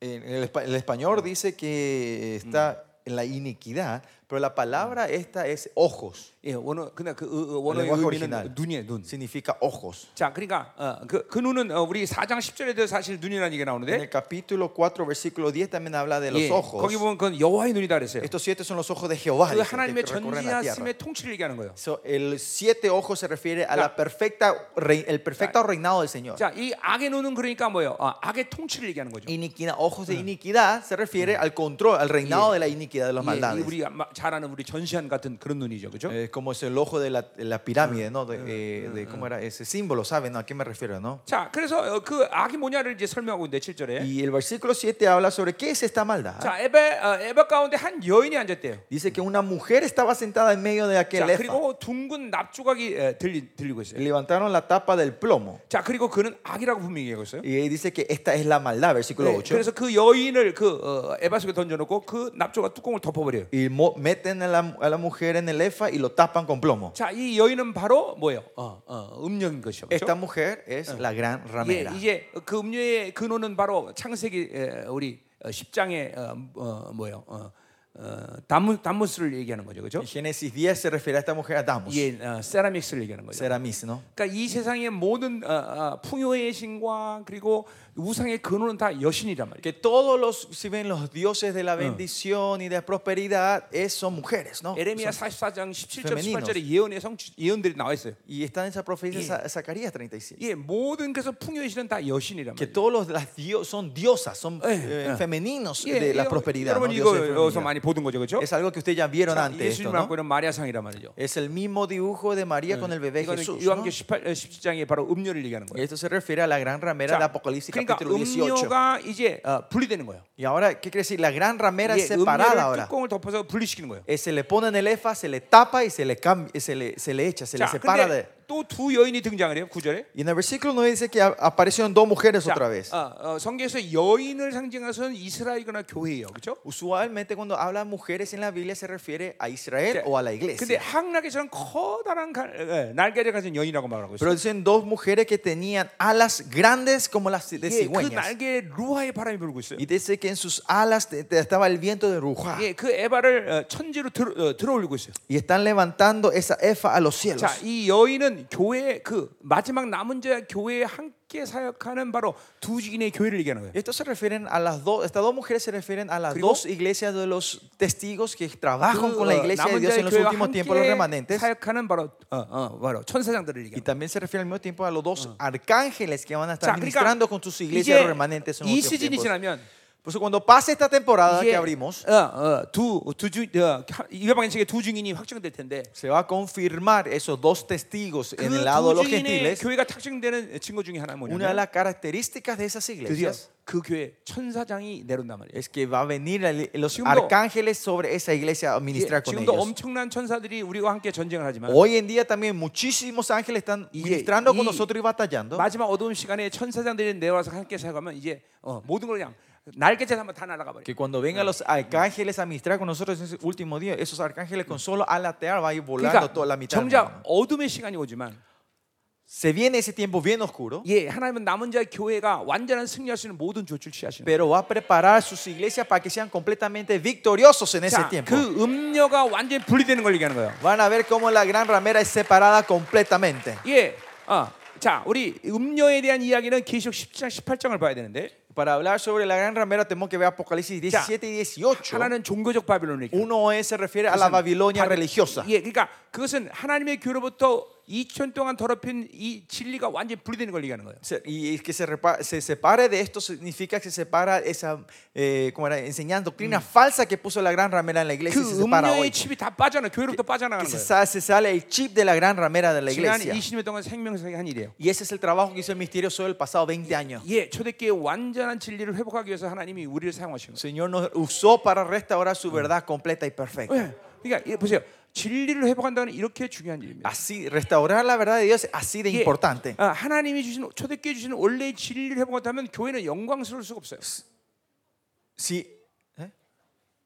Speaker 2: en el, espa- el español dice que está en la iniquidad, pero la palabra esta es ojos.
Speaker 1: 예, 원어 근데 그 어, 어, 원어의
Speaker 2: 원래
Speaker 1: 의미는
Speaker 2: original.
Speaker 1: 눈이에요, 눈.
Speaker 2: Significa ojos.
Speaker 1: 자, 그러니까 어, 그, 그 눈은 어, 우리 4장 10절에도 사실 눈이라는 얘기가
Speaker 2: En
Speaker 1: 나오는데
Speaker 2: el capítulo 4, versículo 10 también habla de los
Speaker 1: 예, 거기
Speaker 2: ojos.
Speaker 1: 보면 그건 여호와의 눈이다 그랬어요.
Speaker 2: Estos siete son los ojos de Jehová.
Speaker 1: 그
Speaker 2: dice, que
Speaker 1: 하나님의
Speaker 2: recorren la tierra.
Speaker 1: 전지하심의 통치를 얘기하는 거예요.
Speaker 2: So, el siete ojos se refiere a la perfecta, rei- el perfecto reinado del Señor.
Speaker 1: 자, 이 악의 눈은 그러니까 뭐예요? 아, 악의 통치를 얘기하는 거죠.
Speaker 2: Iniquidad, ojos de iniquidad se refiere al control, al reinado de la iniquidad de las
Speaker 1: 예, 이
Speaker 2: maldades.
Speaker 1: 우리 아마 잘 아는 우리 전시한 같은 그런 눈이죠, 그죠
Speaker 2: Eh, como es el ojo de la, de la pirámide, ¿no? De, eh, de cómo era ese símbolo, ¿saben? ¿A qué me refiero, no?
Speaker 1: 자, 그래서 어, 그 악이 뭐냐를 이제 설명하고 있는데 7절에
Speaker 2: Y el versículo 7 habla sobre qué es esta maldad.
Speaker 1: 자, 에베 어, 에바 가운데 한 여인이 앉았대요.
Speaker 2: Dice que una mujer estaba sentada en medio de
Speaker 1: 자,
Speaker 2: aquel efa.
Speaker 1: 그리고 둥근 납조각이 에, 들리, 들리고 있어요.
Speaker 2: Levantaron la tapa del plomo.
Speaker 1: 자, 그리고 그는 악이라고 분명히 얘기하고 있어요.
Speaker 2: Y ahí dice que esta es la maldad, versículo
Speaker 1: 네,
Speaker 2: 8.
Speaker 1: 그래서 그 여인을 그 어, 에바 속에 던져놓고 그 납조가 뚜껑을 덮어버려요.
Speaker 2: Y mo- meten a la, a la mujer en el efa y lo tapan con plomo.
Speaker 1: 자, 이 여인은 바로 뭐예요? 어, 어, 음녀인 것이죠. 그렇죠?
Speaker 2: Esta mujer es la gran
Speaker 1: 예,
Speaker 2: ramera.
Speaker 1: 이제 그 음료의 근원은 바로 창세기 에, 우리 10장의 어, 어, 뭐요? 어, 어, 다무 다무스를 얘기하는 거죠, 그렇죠?
Speaker 2: En Génesis 10 se refiere a esta mujer a Damus,
Speaker 1: 예, 어, 세라믹스를 얘기하는 거죠.
Speaker 2: Ceramis, ¿no?
Speaker 1: 그러니까 이 세상의 모든 어, 어, 풍요의 신과 그리고 우상의 근원은 다 여신이란 말이에요.
Speaker 2: Que todos los, si ven los dioses de la bendición y de la prosperidad, es, son mujeres, ¿no?
Speaker 1: 에레미야
Speaker 2: Son-
Speaker 1: 44장 17절
Speaker 2: femeninos.
Speaker 1: 18절에 예언의 성 예언들이 나와 있어요.
Speaker 2: y está en esa profecía Sa- Zacarías 37.
Speaker 1: 예, 모든 그래서 풍요의 신은 다 여신이란
Speaker 2: Que
Speaker 1: 말이에요.
Speaker 2: todos los, las dio- son diosas, son
Speaker 1: Eh,
Speaker 2: eh,
Speaker 1: eh.
Speaker 2: femeninos
Speaker 1: 예,
Speaker 2: de la
Speaker 1: 이거-
Speaker 2: prosperidad. ¿no?
Speaker 1: 여러분
Speaker 2: Dioses
Speaker 1: 이거
Speaker 2: femeninas.
Speaker 1: 여기서 많이 보던 거죠, 그렇죠?
Speaker 2: Es algo que ustedes ya vieron antes. esto,
Speaker 1: 예수님
Speaker 2: ¿no?
Speaker 1: 갖고 있는 마리아상이란 말이죠.
Speaker 2: Es el mismo dibujo de María con el bebé
Speaker 1: 이거는
Speaker 2: Eh, Jesús. pues. ¿no?
Speaker 1: 요한계 18, 17장에 바로 음료를 얘기하는 거예요.
Speaker 2: Esto se refiere a la gran ramera de
Speaker 1: 자,
Speaker 2: Apocalipsis
Speaker 1: 그러니까
Speaker 2: capítulo 18.
Speaker 1: 음료가 이제 어, 분리되는 거예요.
Speaker 2: Y ahora, ¿qué quiere decir? La gran ramera
Speaker 1: 예,
Speaker 2: es separada
Speaker 1: 음료를
Speaker 2: ahora.
Speaker 1: 뚜껑을 덮어서 분리시키는 거예요.
Speaker 2: Eh, se le pone en el efa, se le tapa y se le, cambia, se le, se le echa, se le
Speaker 1: 자,
Speaker 2: separa
Speaker 1: 근데
Speaker 2: de.
Speaker 1: 또 두 여인이 등장을 해요. 구절에.
Speaker 2: Y en el versículo 9 dice que a- aparecieron dos mujeres
Speaker 1: 자,
Speaker 2: otra vez.
Speaker 1: 어, 어, 성경에서 여인을 상징해서는 이스라엘이거나 교회예요. 그렇죠?
Speaker 2: Usualmente cuando habla mujeres en la Biblia se refiere a Israel o a la
Speaker 1: 근데
Speaker 2: iglesia.
Speaker 1: 항락에서는 커다란 가- 에, 날개를 가진 여인이라고 말하고 있어요.
Speaker 2: Pero dicen dos mujeres que tenían alas grandes como las de
Speaker 1: 예, 그
Speaker 2: cigüeñas.
Speaker 1: 날개에 루하의 바람이 불고 있어요.
Speaker 2: Y dice que en sus alas te- te- estaba el viento de Rujá.
Speaker 1: 예, 그 에바를 어, 천지로 들, 어, 들어올리고 있어요.
Speaker 2: Y están levantando esa efa a los cielos.
Speaker 1: 자, 이 여인은 교회 그 마지막 남은 자 교회에 함께 사역하는 바로 두 직인의 교회를 얘기하는 거예요.
Speaker 2: Estos se refieren a las dos, estas dos mujeres se refieren a las
Speaker 1: Creo-
Speaker 2: dos iglesias de los testigos que trabajan
Speaker 1: 그,
Speaker 2: con la
Speaker 1: 어,
Speaker 2: iglesia de
Speaker 1: 남은
Speaker 2: Dios
Speaker 1: 자의
Speaker 2: en los
Speaker 1: 교회와
Speaker 2: últimos tiempos, los
Speaker 1: 함께
Speaker 2: remanentes.
Speaker 1: 사역하는 바로 어, 어, 바로 천사장들을
Speaker 2: Y
Speaker 1: 얘기하는
Speaker 2: también se refiere al mismo tiempo a los dos
Speaker 1: Ah.
Speaker 2: arcángeles que van a estar
Speaker 1: 자,
Speaker 2: ministrando
Speaker 1: 그러니까
Speaker 2: con sus iglesias
Speaker 1: 이제
Speaker 2: remanentes en los
Speaker 1: 이
Speaker 2: últimos
Speaker 1: 시즌이
Speaker 2: tiempos.
Speaker 1: 지나면
Speaker 2: Por eso cuando pase esta temporada
Speaker 1: 이제
Speaker 2: que abrimos,
Speaker 1: 어, 어, 두두주이방인식의 두 중인이 확정될 텐데
Speaker 2: se va a confirmar esos dos testigos en el lado
Speaker 1: 그두
Speaker 2: de los
Speaker 1: 중인의
Speaker 2: gentiles.
Speaker 1: 교회가 특징되는 증거 중에 하나
Speaker 2: Una de
Speaker 1: 뭐냐면
Speaker 2: las características de esas
Speaker 1: 드디어
Speaker 2: iglesias
Speaker 1: 그 교회 천사장이 내려온단 말이에요.
Speaker 2: es que va a venir el- los
Speaker 1: 지금도-
Speaker 2: arcángeles sobre esa iglesia a
Speaker 1: 예,
Speaker 2: ministrar con
Speaker 1: 지금도
Speaker 2: ellos.
Speaker 1: 엄청난 천사들이 우리와 함께 전쟁을 하지만
Speaker 2: Hoy en día también muchísimos ángeles están
Speaker 1: Ah. Y-
Speaker 2: ministrando
Speaker 1: y-
Speaker 2: con nosotros y batallando.
Speaker 1: 마지막 어두운 시간에 천사장들이 내려와서 함께 사역하면 이제 어, 모든 걸 그냥 날개짓 한번 다 날아가 버려.
Speaker 2: Que cuando
Speaker 1: Ah.
Speaker 2: vengan los arcángeles a ministrar con nosotros en ese último día, esos arcángeles
Speaker 1: Mm.
Speaker 2: con solo alatear va a ir volando
Speaker 1: 그러니까
Speaker 2: toda la mitad. del
Speaker 1: 정작
Speaker 2: mundo.
Speaker 1: 어둠의 시간이 오지만
Speaker 2: Se viene ese tiempo bien oscuro,
Speaker 1: 예 하나님은 남은 자 교회가 완전한 승리할 수 있는 모든 조치를 취하시는. 거예요.
Speaker 2: pero va a preparar sus iglesias para que sean completamente victoriosos en ese
Speaker 1: 자,
Speaker 2: tiempo.
Speaker 1: 그 음녀가 완전히 분리되는 걸 얘기하는 거예요.
Speaker 2: Van a ver cómo la gran ramera es separada completamente.
Speaker 1: 예, 어, 자 우리 음녀에 대한 이야기는 계시록 10장 18장을 봐야 되는데
Speaker 2: Para hablar sobre la gran ramera tenemos que ver Apocalipsis 17 y 18.
Speaker 1: 하나는 종교적 바빌론을 얘기해요.
Speaker 2: Uno es, se refiere a la Babilonia
Speaker 1: 바빌-
Speaker 2: religiosa.
Speaker 1: 예, 그러니까 그것은 하나님의 교로부터 2000 동안 더럽힌 이 진리가 완전히 분리되는 걸 얘기하는 거예요.
Speaker 2: Se- Y es que se, repa- se separe de esto significa que se separa esa eh, ¿cómo era? enseñanza, doctrina falsa que puso la gran ramera en la iglesia. y
Speaker 1: 그
Speaker 2: se separa
Speaker 1: 음료의
Speaker 2: hoy.
Speaker 1: 칩이 다 빠져나 교회로부터
Speaker 2: Que
Speaker 1: 빠져나가는
Speaker 2: se,
Speaker 1: 거예요.
Speaker 2: sa- se sale el chip de la gran ramera de la
Speaker 1: 지난
Speaker 2: iglesia.
Speaker 1: 20년 동안 생명사의 한 일이에요.
Speaker 2: Y ese es el trabajo que hizo el misterio sobre el pasado 20 años.
Speaker 1: 예, 초대교회 완전한 진리를 회복하기 위해서 하나님이 우리를 사용하신
Speaker 2: El Señor nos usó para restaurar su verdad completa y perfecta.
Speaker 1: 거예요. 예, 그러니까 이- 보세요, 진리를 회복한다는 건 이렇게 중요한 일입니다.
Speaker 2: Así, restaurar la verdad de Dios es así de
Speaker 1: 예,
Speaker 2: importante.
Speaker 1: 아, 하나님이 주신 초대교회 주신 원래의 진리를 회복한다면 교회는 영광스러울 수가 없어요.
Speaker 2: Sí. ¿Eh?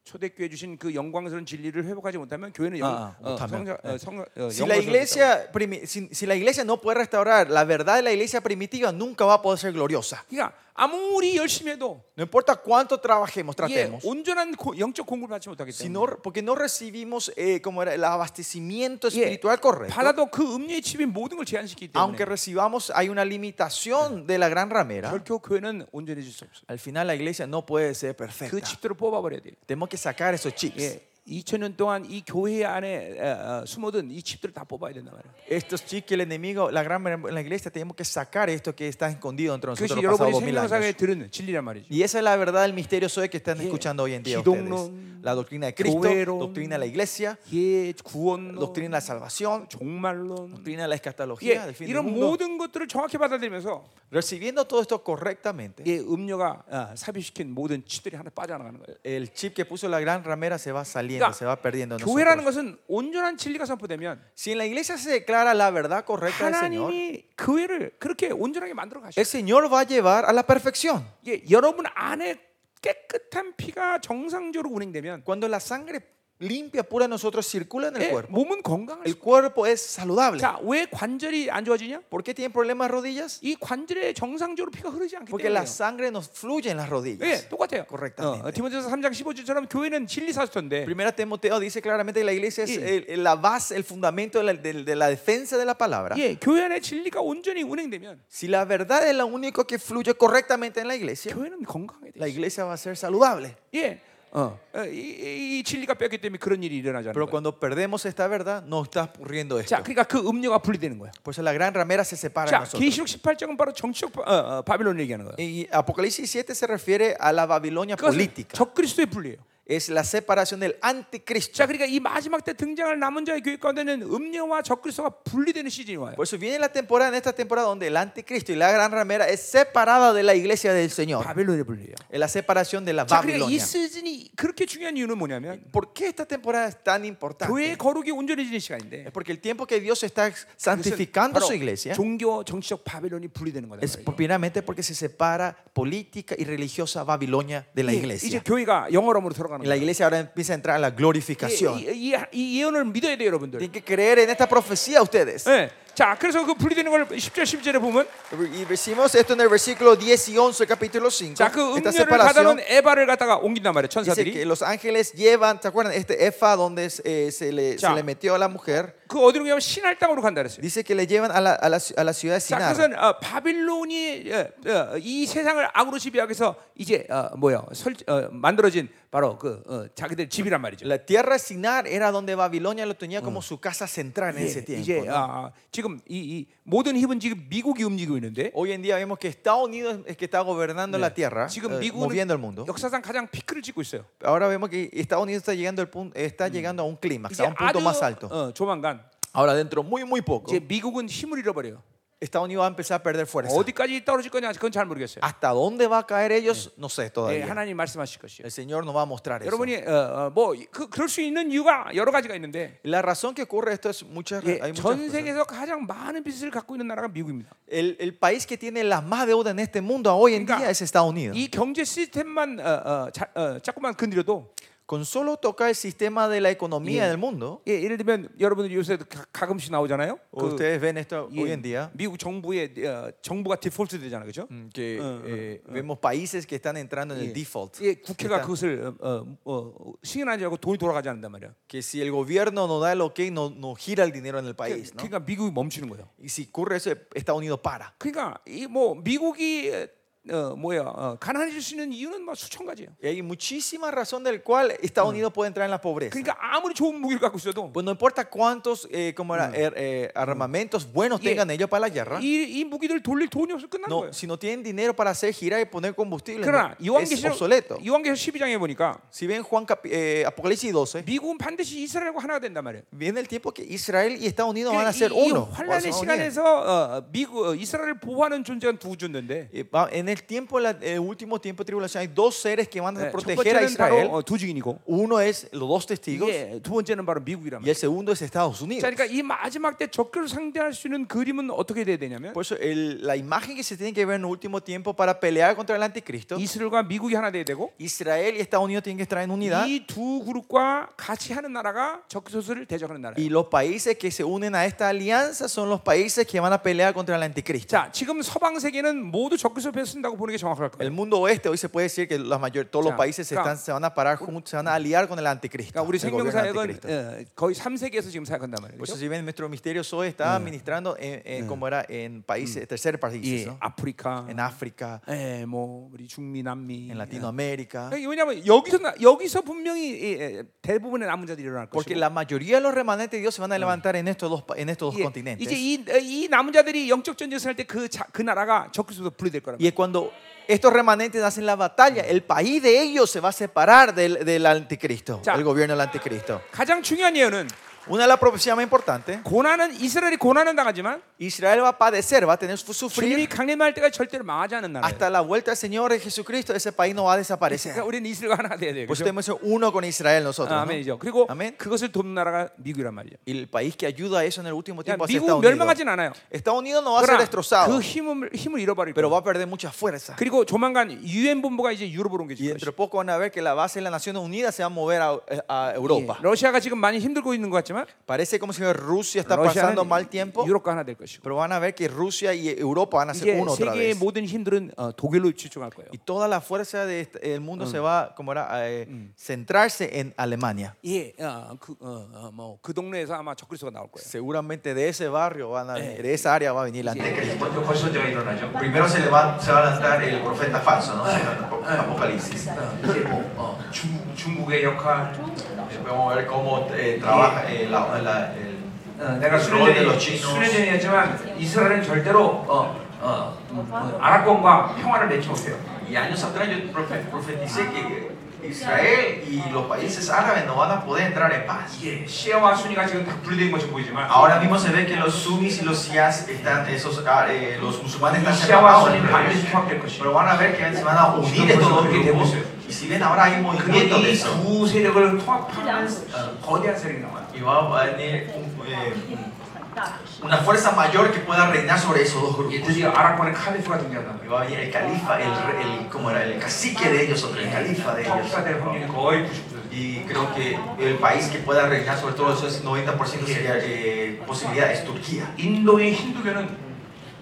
Speaker 1: 초대교회 주신 그 영광스러운 진리를 회복하지 못하면 교회는 영,
Speaker 2: 아, 아,
Speaker 1: 어,
Speaker 2: 못하면.
Speaker 1: 성자, 어, 성, 어,
Speaker 2: Si la,
Speaker 1: 영광스러울 수 없다고.
Speaker 2: iglesia, primi- si- si la iglesia no puede restaurar la verdad de la iglesia primitiva, nunca va a poder ser gloriosa.
Speaker 1: 그러니까 아무리 열심히 해도
Speaker 2: No importa cuánto trabajemos,
Speaker 1: 예,
Speaker 2: tratemos.
Speaker 1: 온전한 고- 영적 공급을 받지 못하기
Speaker 2: Si
Speaker 1: 때문에
Speaker 2: no- porque no recibimos eh, como era, el abastecimiento
Speaker 1: 예,
Speaker 2: espiritual correcto.
Speaker 1: 받아도 그 음료의 칩이 모든 걸 제한시키기 때문에
Speaker 2: Aunque recibamos, hay una limitación de la gran ramera.
Speaker 1: 결코 교회는 온전해질 수 없어요.
Speaker 2: Al final la iglesia no puede ser
Speaker 1: 그
Speaker 2: perfecta.
Speaker 1: 칩들을 뽑아버려야 돼요.
Speaker 2: Tenemos que sacar esos chips.
Speaker 1: 예, 2000년 동안 이 교회 안에 에, 어, 숨어든 이 칩들을 다 뽑아야 된단 말이에요.
Speaker 2: Estos chips que el enemigo, la gran ramera en la iglesia, tenemos que sacar esto que está escondido entre nosotros
Speaker 1: 그것이
Speaker 2: los pasados
Speaker 1: 여러분이
Speaker 2: 2000
Speaker 1: 생명사에
Speaker 2: años.
Speaker 1: 들은 진리란 말이죠.
Speaker 2: Y esa es la verdad del misterio soy que están
Speaker 1: Yeah.
Speaker 2: escuchando hoy en día ustedes.
Speaker 1: 기독론,
Speaker 2: La doctrina de Cristo,
Speaker 1: 교회론,
Speaker 2: doctrina de la iglesia,
Speaker 1: 예, 구원,
Speaker 2: doctrina de la salvación,
Speaker 1: 종말론,
Speaker 2: doctrina de la escatología,
Speaker 1: 예,
Speaker 2: del fin del
Speaker 1: 이런
Speaker 2: mundo.
Speaker 1: 모든 것들을 정확히 받아들이면서
Speaker 2: Recibiendo todo esto correctamente,
Speaker 1: 예, 음료가 아, 삽입시킨 모든 칩들이 하나 빠져나가는 거예요.
Speaker 2: el chip que puso la gran ramera se va saliendo,
Speaker 1: 그러니까
Speaker 2: se va perdiendo. en
Speaker 1: 교회라는
Speaker 2: nosotros.
Speaker 1: 것은 온전한 진리가 선포되면
Speaker 2: Si en la iglesia se declara la verdad correcta del Señor,
Speaker 1: 하나님이 교회를 그렇게 온전하게 만들어 가셔.
Speaker 2: el Señor va a llevar a la perfección.
Speaker 1: 예, 여러분 안에 깨끗한 피가 정상적으로 운행되면
Speaker 2: Cuando la sangre limpia, pura, de nosotros circula en el
Speaker 1: 예,
Speaker 2: cuerpo,
Speaker 1: 몸은 건강할
Speaker 2: el
Speaker 1: 수.
Speaker 2: cuerpo es saludable.
Speaker 1: 자, 왜 관절이 안 좋아지냐?
Speaker 2: ¿Por qué tienen problemas rodillas?
Speaker 1: 이 관절에 정상적으로 피가 흐르지 않기
Speaker 2: Porque
Speaker 1: 때문에.
Speaker 2: la sangre nos fluye en las rodillas.
Speaker 1: 예, 똑같아요.
Speaker 2: correctamente.
Speaker 1: 어, 디모데서 3장 15절처럼 교회는 진리 사수터인데
Speaker 2: Primera Timoteo dice claramente que la iglesia es
Speaker 1: Sí.
Speaker 2: el- el- la base, el fundamento de la, de- de la defensa de la palabra.
Speaker 1: 예, 교회 안에 진리가 온전히 운행되면
Speaker 2: Si la verdad es lo único que fluye correctamente en la iglesia,
Speaker 1: 교회는 건강하게 돼.
Speaker 2: la iglesia va a ser saludable.
Speaker 1: 예. 어, 어, 이, 이- 이 진리가 뺐기 때문에 그런 일이 일어나지 않는
Speaker 2: Pero
Speaker 1: 거야.
Speaker 2: cuando perdemos esta verdad, no está ocurriendo esto.
Speaker 1: 자, 그러니까 그 음료가 분리되는 거야.
Speaker 2: Por eso la gran ramera se separa de
Speaker 1: 자,
Speaker 2: nosotros.
Speaker 1: 계시록 18장은 바로 정치적 바, 어, 어, 바빌론 얘기하는 거야.
Speaker 2: Y Apocalipsis 7 se refiere a la Babilonia
Speaker 1: 그것은
Speaker 2: política.
Speaker 1: 적그리스도의 분리예요.
Speaker 2: es la separación del anticristo.
Speaker 1: 자, 그러니까 이 마지막 때 등장할 남은 자의 교회 가운데는 음녀와 적그리스도가 분리되는 시즌이 와요.
Speaker 2: Por eso viene la temporada, en esta temporada, donde el anticristo y la gran ramera es separada de la iglesia del Señor.
Speaker 1: 바벨론에 분리해요.
Speaker 2: Es la separación de la
Speaker 1: 자, 그러니까 이
Speaker 2: Babilonia.
Speaker 1: 시즌이 그렇게 중요한 이유는 뭐냐면
Speaker 2: ¿Por qué esta temporada es tan importante?
Speaker 1: 교회의 거룩이 온전해지는 시간인데
Speaker 2: Es porque el tiempo que Dios está
Speaker 1: 그것은
Speaker 2: santificando
Speaker 1: 바로
Speaker 2: su iglesia
Speaker 1: 종교 정치적 바벨론이 분리되는 거다.
Speaker 2: es primeramente porque se separa política y religiosa Babilonia de la
Speaker 1: 예, 이제
Speaker 2: iglesia.
Speaker 1: 교회가 영어로으로 들어가는
Speaker 2: Y la
Speaker 1: 거예요.
Speaker 2: iglesia ahora empieza a entrar a la glorificación.
Speaker 1: 이, 이- 이 예언을 믿어야 돼요, 여러분들.
Speaker 2: Tienen que creer en esta profecía ustedes.
Speaker 1: 예. 자, 그래서 그 분리되는 걸 10절 11절에 보면
Speaker 2: Y decimos esto en el versículo 10 y 11, capítulo 5.
Speaker 1: 자, 그
Speaker 2: Esta
Speaker 1: 음료를
Speaker 2: separación
Speaker 1: 받아놓은 에바를 갖다가 옮긴단 말이에요.
Speaker 2: dice que
Speaker 1: 천사들이.
Speaker 2: los ángeles llevan, ¿te acuerdan? Este Efa donde eh, se, le, se
Speaker 1: Ya.
Speaker 2: le metió a la mujer.
Speaker 1: 그 어디로 가면 신할 땅으로 간다 그랬어요.
Speaker 2: Dice que le llevan a la, a la, ci- a la ciudad de
Speaker 1: 자,
Speaker 2: Sinar.
Speaker 1: 그것은 어, 바빌론이 어, 어, 이 세상을 악으로 지배하기 위해서 이제 어, 뭐야 설, 어, 만들어진 바로 그 어, 자기들 집이란 말이죠.
Speaker 2: La tierra de Sinar era donde Babilonia lo tenía como su casa central en
Speaker 1: 예,
Speaker 2: ese tiempo.
Speaker 1: 이제
Speaker 2: ¿no?
Speaker 1: 아, 지금 이, 이 모든 힘은 지금 미국이 움직이고 있는데
Speaker 2: Hoy en día vemos que Estados Unidos es que está gobernando la tierra,
Speaker 1: 지금
Speaker 2: eh,
Speaker 1: 미국은
Speaker 2: moviendo el mundo.
Speaker 1: 역사상 가장 피크를 찍고 있어요.
Speaker 2: Ahora vemos que Estados Unidos está llegando, al punto, está llegando a un clímax,
Speaker 1: 이제
Speaker 2: a un punto
Speaker 1: 아주
Speaker 2: más alto.
Speaker 1: 어, 조만간
Speaker 2: Ahora dentro muy, muy poco,
Speaker 1: 이제 미국은 힘을 잃어버려요.
Speaker 2: Estados Unidos va a empezar a perder fuerza.
Speaker 1: 어디까지 떨어질 거냐 그건 잘 모르겠어요.
Speaker 2: ¿Hasta dónde va a caer ellos? No sé
Speaker 1: 예,
Speaker 2: todavía.
Speaker 1: 하나님 말씀하실 것이요.
Speaker 2: El Señor nos va a mostrar eso.
Speaker 1: 여러분이 어, 어, 뭐 그, 그럴 수 있는 이유가 여러 가지가 있는데
Speaker 2: La razón que ocurre esto es muchas,
Speaker 1: 예,
Speaker 2: hay muchas
Speaker 1: 전
Speaker 2: cosas.
Speaker 1: 세계에서 가장 많은 빚을 갖고 있는 나라가 미국입니다.
Speaker 2: El, el país que tiene la más deuda en este mundo hoy en
Speaker 1: Venga.
Speaker 2: día es Estados Unidos.
Speaker 1: 그러니까 이 경제 시스템만 어, 어, 자, 어, 자꾸만 건드려도
Speaker 2: Con solo tocar el sistema de la economía del mundo,
Speaker 1: 예, 예를 들면 여러분들 요새 가, 가끔씩 나오잖아요. 그
Speaker 2: ustedes ven esto
Speaker 1: 예,
Speaker 2: hoy en día,
Speaker 1: 미국 정부의 어, 정부가 디폴트 되잖아요, 그죠
Speaker 2: que eh, vemos países que están entrando en el default.
Speaker 1: 예, 국회가 그것을 어, 어, 어, 승인하지 않고 돈이 돌아가지 않는단 말이야.
Speaker 2: Que si el gobierno no da el ok, no, no gira el dinero en el país. ¿no?
Speaker 1: 그러니까 미국이 멈추는 거예요.
Speaker 2: Y si ocurre eso, Estados Unidos para.
Speaker 1: 그러니까 이 뭐 미국이 어, 뭐야 어, 가난해질 수 있는 이유는 뭐 수천 가지예요.
Speaker 2: Y hay muchísima razón del cual Estados Unidos puede entrar en la pobreza.
Speaker 1: 그러니까 아무리 좋은 무기를 갖고 있어도
Speaker 2: Pues no importa cuántos eh, como era, er- eh, armamentos buenos
Speaker 1: Yeah.
Speaker 2: tengan ellos para la guerra,
Speaker 1: 이, 이 무기들 돌릴 돈이 없어 끝난
Speaker 2: no,
Speaker 1: 거예요.
Speaker 2: si no tienen dinero para hacer girar y poner combustible,
Speaker 1: 그러나
Speaker 2: no, es
Speaker 1: 요한계시록
Speaker 2: obsoleto.
Speaker 1: 요한계시록 12장에 보니까
Speaker 2: Si ven Juan capi- eh, Apocalipsis 12,
Speaker 1: 미국은 반드시 이스라엘과 하나가 된단 말이에요.
Speaker 2: viene el tiempo que Israel y Estados Unidos van
Speaker 1: 그러니까
Speaker 2: a ser
Speaker 1: 이, 이
Speaker 2: uno. o a ser
Speaker 1: 환란의
Speaker 2: una unidad.
Speaker 1: 시간에서 어, 미국 어, 이스라엘을 보호하는 존재가 두 존재인데
Speaker 2: Eh, va- En el tiempo, la- el último tiempo de tribulación, hay dos seres que van a
Speaker 1: 네, 첫
Speaker 2: proteger a
Speaker 1: 번째는
Speaker 2: Israel.
Speaker 1: 바로 어, 두 증인이고
Speaker 2: Uno es los dos testigos
Speaker 1: 예, 두 번째는 바로 미국이란
Speaker 2: y
Speaker 1: 말이에요.
Speaker 2: el segundo es Estados Unidos.
Speaker 1: 자, 그러니까 이 마지막 때 적교를 상대할 수 있는 그림은 어떻게 돼야 되냐면
Speaker 2: Por eso el- la imagen que se tiene que ver en el último tiempo para pelear contra el anticristo,
Speaker 1: 이스라엘과 미국이 하나 돼야 되고
Speaker 2: Israel y Estados Unidos tienen que estar en unidad
Speaker 1: 이 두 그룹과 같이 하는 나라가 적교소를 대적하는 나라예요.
Speaker 2: y los países que se unen a esta alianza son los países que van a pelear contra el anticristo.
Speaker 1: 자, 지금 서방 세계는 모두 적교소 편에 쓴다고 보는 게 정확할 거예요.
Speaker 2: El mundo oeste hoy se puede decir que la mayor, todos los
Speaker 1: Ya,
Speaker 2: países se,
Speaker 1: claro.
Speaker 2: están, se van a parar juntos, se van a aliar con el anticristo.
Speaker 1: 그러니까 우리
Speaker 2: el gobierno
Speaker 1: 생명사역은
Speaker 2: anticristo.
Speaker 1: 어, 거의 3세계에서 지금 사역한단 말이에요.
Speaker 2: Por eso
Speaker 1: 그렇죠?
Speaker 2: si ven nuestro misterio hoy está administrando en, en- como era en países, tercer
Speaker 1: 예,
Speaker 2: países, ¿no?
Speaker 1: 아프리카,
Speaker 2: en África,
Speaker 1: 예, 뭐 우리 중미, 남미,
Speaker 2: en Latinoamérica.
Speaker 1: 예. 왜냐하면 여기서 나- 여기서 분명히 이, 에, 대부분의 남은 자들이 일어날
Speaker 2: Porque
Speaker 1: 것이고
Speaker 2: la mayoría de los remanentes de Dios se van a levantar en estos dos, pa- en estos dos
Speaker 1: 예,
Speaker 2: continentes.
Speaker 1: 이제 이, 에, 이 남은 자들이 영적 전쟁을 할 때 그 그 나라가 적그리스도 분리될 거란 말이에요.
Speaker 2: Y es cuando estos remanentes hacen la batalla, el país de ellos se va a separar del, del anticristo,
Speaker 1: Ya.
Speaker 2: el gobierno del anticristo.
Speaker 1: 가장 중요한 예언은
Speaker 2: Una de las profecías más importantes,
Speaker 1: 고난은 이스라엘이 고난은 당하지만
Speaker 2: Israel va a padecer, va a tener su
Speaker 1: 주님이
Speaker 2: sufrir
Speaker 1: 강림할 때가 절대로 망하지 않는 나라예요.
Speaker 2: hasta la vuelta del Señor de Jesucristo, ese país no va a desaparecer.
Speaker 1: 그러니까 우리는 이스라엘과 하나 돼야 돼요.
Speaker 2: Por
Speaker 1: 그렇죠?
Speaker 2: eso tenemos que ser uno con Israel nosotros.
Speaker 1: 아,
Speaker 2: ¿no?
Speaker 1: 아멘이죠. 그리고
Speaker 2: 아멘.
Speaker 1: 그것을 돕는 나라가 미국이란 말이에요.
Speaker 2: Y el país que ayuda a eso en el último
Speaker 1: 그러니까
Speaker 2: tiempo va a ser
Speaker 1: 미국은
Speaker 2: Estados Unidos.
Speaker 1: 멸망하진 않아요.
Speaker 2: Estados Unidos no va a ser
Speaker 1: 그러나 그
Speaker 2: destrozado,
Speaker 1: 힘을 힘을 잃어버릴
Speaker 2: pero
Speaker 1: 거예요.
Speaker 2: va a perder mucha fuerza.
Speaker 1: 그리고 조만간 유엔 본부가 이제 유럽으로
Speaker 2: Y
Speaker 1: 옮겨질
Speaker 2: dentro
Speaker 1: 것이죠.
Speaker 2: de poco van a ver que la base de las Naciones Unidas se va a mover a, a Europa.
Speaker 1: 예, 러시아가 지금 많이 힘들고 있는 것 같지만
Speaker 2: Parece como si Rusia está
Speaker 1: 러시아는
Speaker 2: pasando mal tiempo,
Speaker 1: 유럽과 하나 될 것이고
Speaker 2: pero van a ver que Rusia y Europa van a
Speaker 1: 이제
Speaker 2: ser uno otra
Speaker 1: 세계의
Speaker 2: vez.
Speaker 1: 모든 힘들은 어, 독일로 집중할 거예요.
Speaker 2: Y toda la fuerza del
Speaker 3: Mm.
Speaker 2: mundo se va como era, a eh, centrarse en Alemania.
Speaker 1: 예, 어, 그, 어, 어, 뭐, 그 동네에서 아마 적그리스가 나올 거예요.
Speaker 2: Seguramente de ese barrio, van a,
Speaker 3: Eh,
Speaker 2: de esa área va a venir la anticristo.
Speaker 4: 먼저 거선제가 일어나죠.
Speaker 3: Primero se, levanta, se va a levantar el profeta falso, ¿no? Según Apocalipsis.
Speaker 4: 이제 뭐 어, 중국 중국의 역할,
Speaker 3: pues, Vamos a ver cómo eh, trabaja eh, la- la- el,
Speaker 4: 어, 내가
Speaker 3: el rol Ah, de los
Speaker 4: 수레전이
Speaker 3: chinos.
Speaker 4: 수레전이었지만 이스라엘은 절대로 어, 어, 음, 어, 아랍권과 평화를 맺지 못해요.
Speaker 3: Y años atrás yo profe- profeticé que Israel y los países árabes no van a poder entrar en paz.
Speaker 4: 예, 시아와 순위가 지금 다 분리된 것이 보이지만
Speaker 3: Ahora mismo se ve que los sunnis y los shias están, esos, ah, eh, los musulmanes
Speaker 4: 이
Speaker 3: están
Speaker 4: 시아와
Speaker 3: separados.
Speaker 4: 순위는
Speaker 3: entre
Speaker 4: 반드시
Speaker 3: ellos.
Speaker 4: 통합될 것이고
Speaker 3: Pero van a ver que se van a unir estos dos grupos. Y si ven ahora hay un
Speaker 4: 그게
Speaker 3: movimiento de
Speaker 4: 이
Speaker 3: eso.
Speaker 4: 두 세력을 통합하는 어, 거대한 세력이 나와요.
Speaker 3: Y va a venir un, eh,
Speaker 5: 很大的事。
Speaker 3: una fuerza mayor que pueda reinar sobre esos dos
Speaker 4: 이게
Speaker 3: grupos.
Speaker 4: 드디어 아랍권의 카리프가 등장한다.
Speaker 3: Y va a venir el califa, el, re- el, ¿cómo era? el cacique de ellos, o el califa de ellos.
Speaker 4: 턱사될 확률이 거의 90%.
Speaker 3: Y creo que el país que pueda reinar sobre todo eso es 90% sería eh, posibilidad, es Turquía.
Speaker 4: 인도의 힌두교는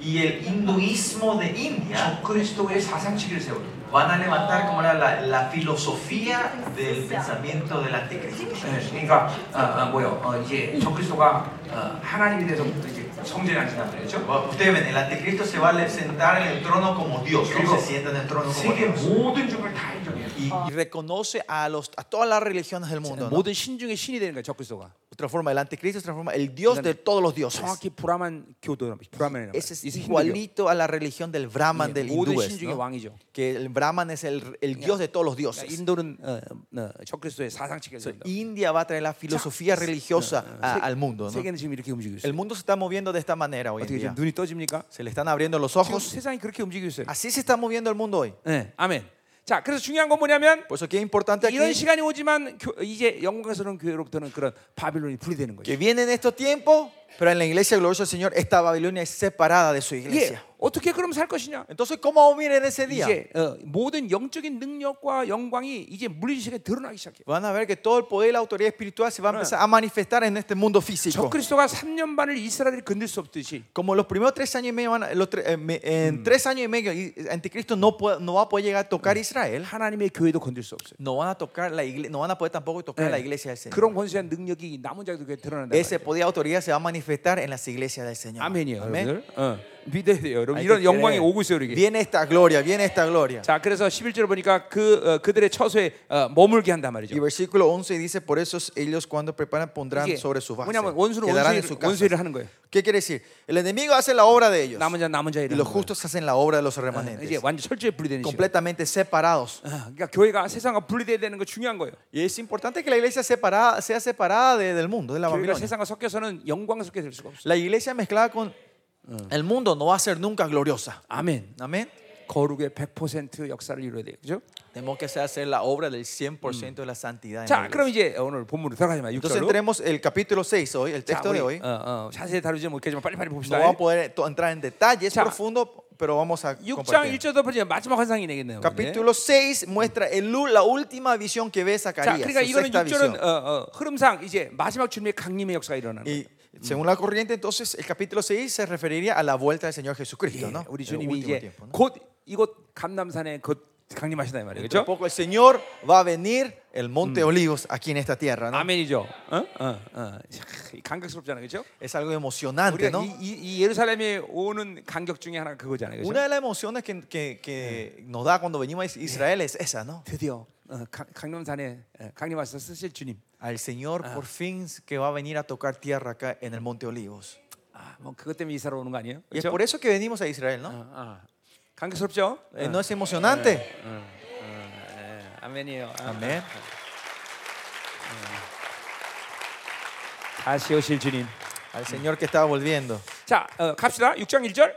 Speaker 3: Y el hinduismo de India
Speaker 4: 적그리스도의 사상치기를 세우는
Speaker 3: van a levantar como era la, la filosofía del pensamiento del anticristo.
Speaker 4: 예, 그러니까 어, 어, 뭐요? 어, 이제 적그리스도가 어, 하나님에 대해서 이제 성전에 앉는다 그랬죠.
Speaker 3: Bueno, Ustedes ven, el anticristo se va a le- sentar en el trono como Dios, no
Speaker 4: Digo,
Speaker 3: se sienta en el trono como
Speaker 4: 세계
Speaker 3: Dios.
Speaker 4: 모든 종을 다 인정해요.
Speaker 3: Y
Speaker 2: y reconoce a, los, a todas las religiones del mundo. ¿no?
Speaker 1: 모든 신중의 신이 되는 거야 적그리스도가.
Speaker 2: Transforma el anticristo, transforma el Dios de todos los dioses.
Speaker 1: 정확히 브라만 교도 브라만이라고.
Speaker 2: Ese es igualito a la religión del Brahman del
Speaker 1: 예, 모든
Speaker 2: hindú.
Speaker 1: 신중의 왕이죠. 그러니까
Speaker 2: Que el Brahman es el, el Dios de todos los dioses.
Speaker 1: 인도는 어, 어, 적그리스도의 사상치기를
Speaker 2: So,
Speaker 1: 세운다. 어,
Speaker 2: India va a traer la filosofía religiosa
Speaker 1: 아,
Speaker 2: a- al mundo. ¿no?
Speaker 1: 세계는 지금 이렇게 움직이고 있어.
Speaker 2: El mundo se está moviendo de esta manera hoy en
Speaker 1: 어떻게 지금
Speaker 2: día.
Speaker 1: 눈이 떠집니까?
Speaker 2: Se le están abriendo los
Speaker 1: 지금
Speaker 2: ojos.
Speaker 1: 세상이 그렇게 움직이고 있어요.
Speaker 2: Así se está moviendo el mundo hoy.
Speaker 1: 네, 아멘. 자, 그래서 중요한 건 뭐냐면
Speaker 2: Por eso que es importante aquí
Speaker 1: 이런 시간이 오지만 교- 이제 영광스러운 교회로부터는 그런 바빌론이 분리되는
Speaker 2: que
Speaker 1: 거예요.
Speaker 2: viene en estos tiempos, pero en la iglesia gloriosa del Señor, esta Babilonia es separada de su
Speaker 1: 이게
Speaker 2: iglesia.
Speaker 1: 어떻게 그럼 살 것이냐?
Speaker 2: Entonces, ¿cómo vamos a ir en ese día?
Speaker 1: 이제 어, 모든 영적인 능력과 영광이 이제 물리적에 드러나기 시작해요.
Speaker 2: Van a ver que todo el poder y la autoridad espiritual se va a empezar a manifestar en este mundo físico.
Speaker 1: 적그리스도가 3년 반을 이스라엘이 건들 수 없듯이
Speaker 2: Como los primeros tres años y medio, van a- los tre- eh, me- en tres años y medio, y- anticristo no, puede- no va a poder llegar a tocar Israel.
Speaker 1: 하나님의 교회도 건들 수 없어요.
Speaker 2: No van a tocar la igle- no van a poder tampoco tocar la
Speaker 1: 네.
Speaker 2: iglesia del Señor.
Speaker 1: 그런 권세한 능력이 남은 자들에게 드러난다.
Speaker 2: Ese poder y autoridad se va a manifestar en las iglesias del Señor.
Speaker 1: 아멘이에요,
Speaker 2: Amén.
Speaker 1: 여러분들. 어, 믿어야 돼요, 여러분.
Speaker 2: Hay que
Speaker 1: 이런 영광이
Speaker 2: creer.
Speaker 1: 오고 있어요, 우리에게.
Speaker 2: Viene esta gloria, viene esta gloria.
Speaker 1: 자, 그래서 11절을 보니까 그 어, 그들의 처소에 어, 머물게 한단 말이죠.
Speaker 2: Y versículo 11 dice, por eso ellos cuando preparan pondrán
Speaker 1: 이게
Speaker 2: sobre sus bases.
Speaker 1: 뭐냐면 원수는
Speaker 2: Quedarán en
Speaker 1: 원수일,
Speaker 2: su casa.
Speaker 1: 원수일을 하는 거예요.
Speaker 2: ¿Qué quiere decir? El enemigo hace la obra de ellos.
Speaker 1: 남은 자 남은 자일 하는
Speaker 2: Y los
Speaker 1: 거예요.
Speaker 2: justos hacen la obra de los
Speaker 1: 어, 이제
Speaker 2: remanentes.
Speaker 1: 완전 철저히 분리되는 시간.
Speaker 2: Completamente separados.
Speaker 1: 어, 그러니까 교회가 세상과 분리돼야 되는 거 중요한 거예요.
Speaker 2: Y es importante que la iglesia separada, sea separada de- del mundo, de la
Speaker 1: 교회가
Speaker 2: Babilonia.
Speaker 1: 그러니까 세상과 섞여서는 영광스럽게 될 수가 없어요.
Speaker 2: La iglesia mezclada con el mundo no va a ser nunca gloriosa.
Speaker 1: 아멘.
Speaker 2: Amén.
Speaker 1: 거룩의 100% 역사를 이루어야 돼요. 그죠?
Speaker 2: Tenemos que hacer la obra del 100% de la santidad. en la
Speaker 1: 자,
Speaker 2: iglesia.
Speaker 1: 그럼 이제 오늘 본문으로 들어가지만
Speaker 2: Entonces
Speaker 1: 6절로.
Speaker 2: entremos el capítulo 6 hoy, el texto de hoy.
Speaker 1: 어, 어, 자세히 다루지 못했지만 빨리빨리
Speaker 2: No
Speaker 1: 봅시다.
Speaker 2: vamos a poder to- entrar en detalles
Speaker 1: 자,
Speaker 2: profundos, pero vamos a
Speaker 1: 6장
Speaker 2: compartir.
Speaker 1: 1절도 보자. 마지막 환상이 되겠네요.
Speaker 2: Capítulo 6 muestra el, ul- la última visión que ve
Speaker 1: 자,
Speaker 2: Zacarías.
Speaker 1: 그러니까
Speaker 2: su
Speaker 1: 이거는
Speaker 2: sexta
Speaker 1: 6절은
Speaker 2: visión.
Speaker 1: 어, 어, 흐름상 이제 마지막 주님의 강림의 역사가 일어나는 거예요.
Speaker 2: Y según la corriente, entonces el capítulo 6 se referiría a la vuelta del Señor Jesucristo, ¿no?
Speaker 1: 예, 우리
Speaker 2: El
Speaker 1: 주님이
Speaker 2: último
Speaker 1: 이제
Speaker 2: tiempo, ¿no?
Speaker 1: 곧 이곳 감남산에 곧 강림하신다 이 말이에요.
Speaker 2: Dentro
Speaker 1: 그렇죠?
Speaker 2: de poco el Señor va a venir el Monte Olivos aquí en esta tierra, ¿no?
Speaker 1: 아멘이죠. 어? 어, 어. 참, 감격스럽잖아요. 그렇죠?
Speaker 2: Es algo emocionante,
Speaker 1: 우리가
Speaker 2: ¿no?
Speaker 1: 이, 이, 이 예루살렘에 오는 간격 중에 하나가 그거잖아요. 그렇죠?
Speaker 2: Una de las emociones que, que- que nos da cuando venimos a Israel es esa, ¿no?
Speaker 1: 드디어 어, 강- 강남산에 어, 강림하셔서 쓰실 주님.
Speaker 2: Al Señor por fin que va a venir a tocar tierra acá en el Monte Olivos.
Speaker 1: 아, 뭐 그것 때문에 이사로 오는 거 아니에요?
Speaker 2: Y es
Speaker 1: 그렇죠?
Speaker 2: por eso que venimos a Israel,
Speaker 1: 아,
Speaker 2: ¿no?
Speaker 1: 아. 감격스럽죠? 어,
Speaker 2: Eh, ¿No es emocionante?
Speaker 1: 예, 아멘이에요. 아,
Speaker 2: Amén.
Speaker 1: 다시 오실 주님.
Speaker 2: Al Señor que estaba volviendo.
Speaker 1: 자, 어, 갑시다. 6장 1절.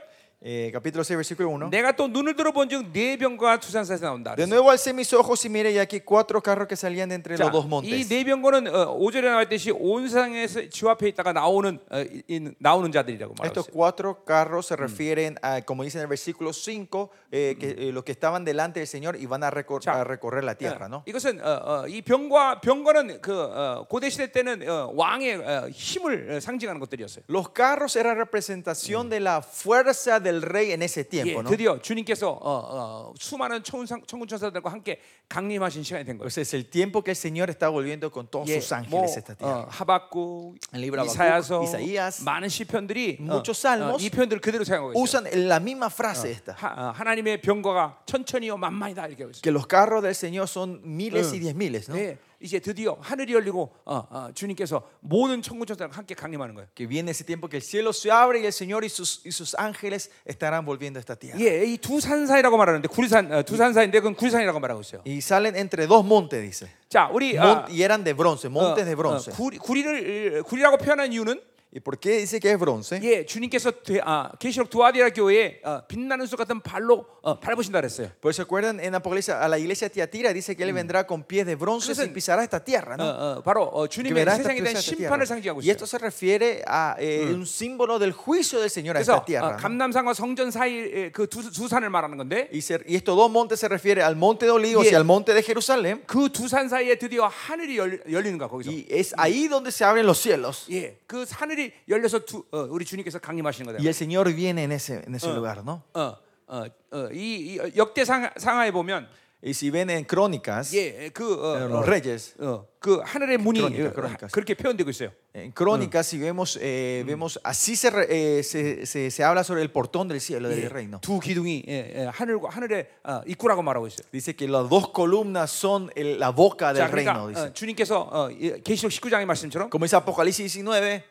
Speaker 2: Eh, capítulo 6, versículo 1.
Speaker 1: 내가 또 눈을 들어본 즉네 병과 두산사에서 나온다.
Speaker 2: De nuevo alcé mis ojos y miré y aquí cuatro carros que salían de entre los dos montes.
Speaker 1: 이네 병거는 어, 5절에 나왔듯이 온 세상에서 주 앞에 있다가 나오는 어, 이- 이- 나오는 자들이라고 말하고
Speaker 2: Estos Mm.
Speaker 1: 있어요.
Speaker 2: cuatro carros se refieren a, como dice en el versículo 5, eh, que, eh, los que estaban delante del Señor y van a, recor-
Speaker 1: Ya.
Speaker 2: a recorrer la tierra, ¿no?
Speaker 1: 이것은 어, 어, 이 병과 병거는 그 어, 고대 시대 때는 어, 왕의 어, 힘을 어, 상징하는 것들이었어요.
Speaker 2: Los carros era representación de la fuerza del rey en ese
Speaker 1: 예,
Speaker 2: tiempo, ¿no?
Speaker 1: 드디어 주님께서 어, 어, 수많은 천상, 천군 천사들과 함께 강림하신 시간이 된 거예요.
Speaker 2: Pues es el tiempo que el Señor está volviendo con todos
Speaker 1: 예,
Speaker 2: sus ángeles a esta
Speaker 1: 뭐,
Speaker 2: tierra.
Speaker 1: 어, 하박국,
Speaker 2: El libro Habacuc,
Speaker 1: 이사야서,
Speaker 2: Isaías,
Speaker 1: 많은 시편들이 어,
Speaker 2: muchos salmos
Speaker 1: 어, 이 표현들을 그대로 사용하고 있어요.
Speaker 2: Usan la misma frase esta,
Speaker 1: 하, 어, 하나님의 병거가 천천히요 만만이다 이렇게 하고 있어요.
Speaker 2: Ah. que los carros del Señor son miles y diez miles, ¿no?
Speaker 1: 네, 이제 드디어 하늘이 열리고 어, 어, 주님께서 모든 천군 천사랑 함께 강림하는 거예요.
Speaker 2: Que viene ese tiempo que el cielo se abre y el Señor y sus, y sus ángeles estarán volviendo a esta tierra.
Speaker 1: 예, 이 두 산사이라고 말하는데 구리산 어, 두 산사인데 그건 구리산이라고 말하고 있어요.
Speaker 2: Y salen entre dos montes, dice.
Speaker 1: 자, 우리
Speaker 2: Mon-
Speaker 1: 아,
Speaker 2: y eran de bronce, montes de bronce.
Speaker 1: 구리, 구리를 어, 구리라고 표현한 이유는
Speaker 2: ¿Y por qué dice que es bronce?
Speaker 1: 예, 주님께서 되- 아, 계시록 두아디라 교회에 어, 빛나는 수 같은 발로 어, 밟으신다 그랬어요.
Speaker 2: Por eso Pues, acuerdan en Apocalipsis a la iglesia de Tiatira dice que él vendrá con pies de bronce
Speaker 1: Entonces-
Speaker 2: y pisará esta tierra,
Speaker 1: 어,
Speaker 2: ¿no?
Speaker 1: 어, 바로 어,
Speaker 2: Que
Speaker 1: 주님의
Speaker 2: verá esta
Speaker 1: 세상에 대한
Speaker 2: pieza, esta
Speaker 1: 심판을
Speaker 2: tierra.
Speaker 1: 상징하고
Speaker 2: Y
Speaker 1: 있어요.
Speaker 2: esto se refiere a eh, un símbolo del juicio del Señor a
Speaker 1: 그래서
Speaker 2: esta
Speaker 1: 어,
Speaker 2: tierra. ¿no?
Speaker 1: 감남산과 성전 사이 그두 두 산을 말하는 건데
Speaker 2: Y, se- y estos dos montes se refiere al monte de Olivos
Speaker 1: Yeah.
Speaker 2: y al monte de Jerusalén.
Speaker 1: 그 두 산 사이에 드디어 하늘이 열, 열리는 거야 거기서.
Speaker 2: Y es ahí donde se abren los cielos.
Speaker 1: 예, 그 하늘이 열려서 두, 어, 우리 주님께서 강림하시는 거다.
Speaker 2: Y el Señor viene en ese, en ese lugar, ¿no?
Speaker 1: 어, 어, 어, 이, 이 역대 상, 상하에 보면
Speaker 2: Y si ven en Crónicas,
Speaker 1: 예, 그 어,
Speaker 2: eh,
Speaker 1: 어,
Speaker 2: los reyes,
Speaker 1: 어, 그 하늘의 문이
Speaker 2: 그러니까,
Speaker 1: 어,
Speaker 2: 그러니까.
Speaker 1: 그렇게 표현되고 있어요.
Speaker 2: en Crónicas, si vemos, eh, vemos así se, re- eh, se, se- se habla sobre el portón del cielo, del reino.
Speaker 1: 두 네, 기둥이 예, 예, 하늘과 하늘의 어, 입구라고 말하고 있어요.
Speaker 2: Dice que las dos columnas son el- la boca del
Speaker 1: 자, 그러니까
Speaker 2: reino.
Speaker 1: 어,
Speaker 2: Dice.
Speaker 1: 주님께서 어, 예, 계시록 19장의 말씀처럼
Speaker 2: Como dice Apocalipsis 19,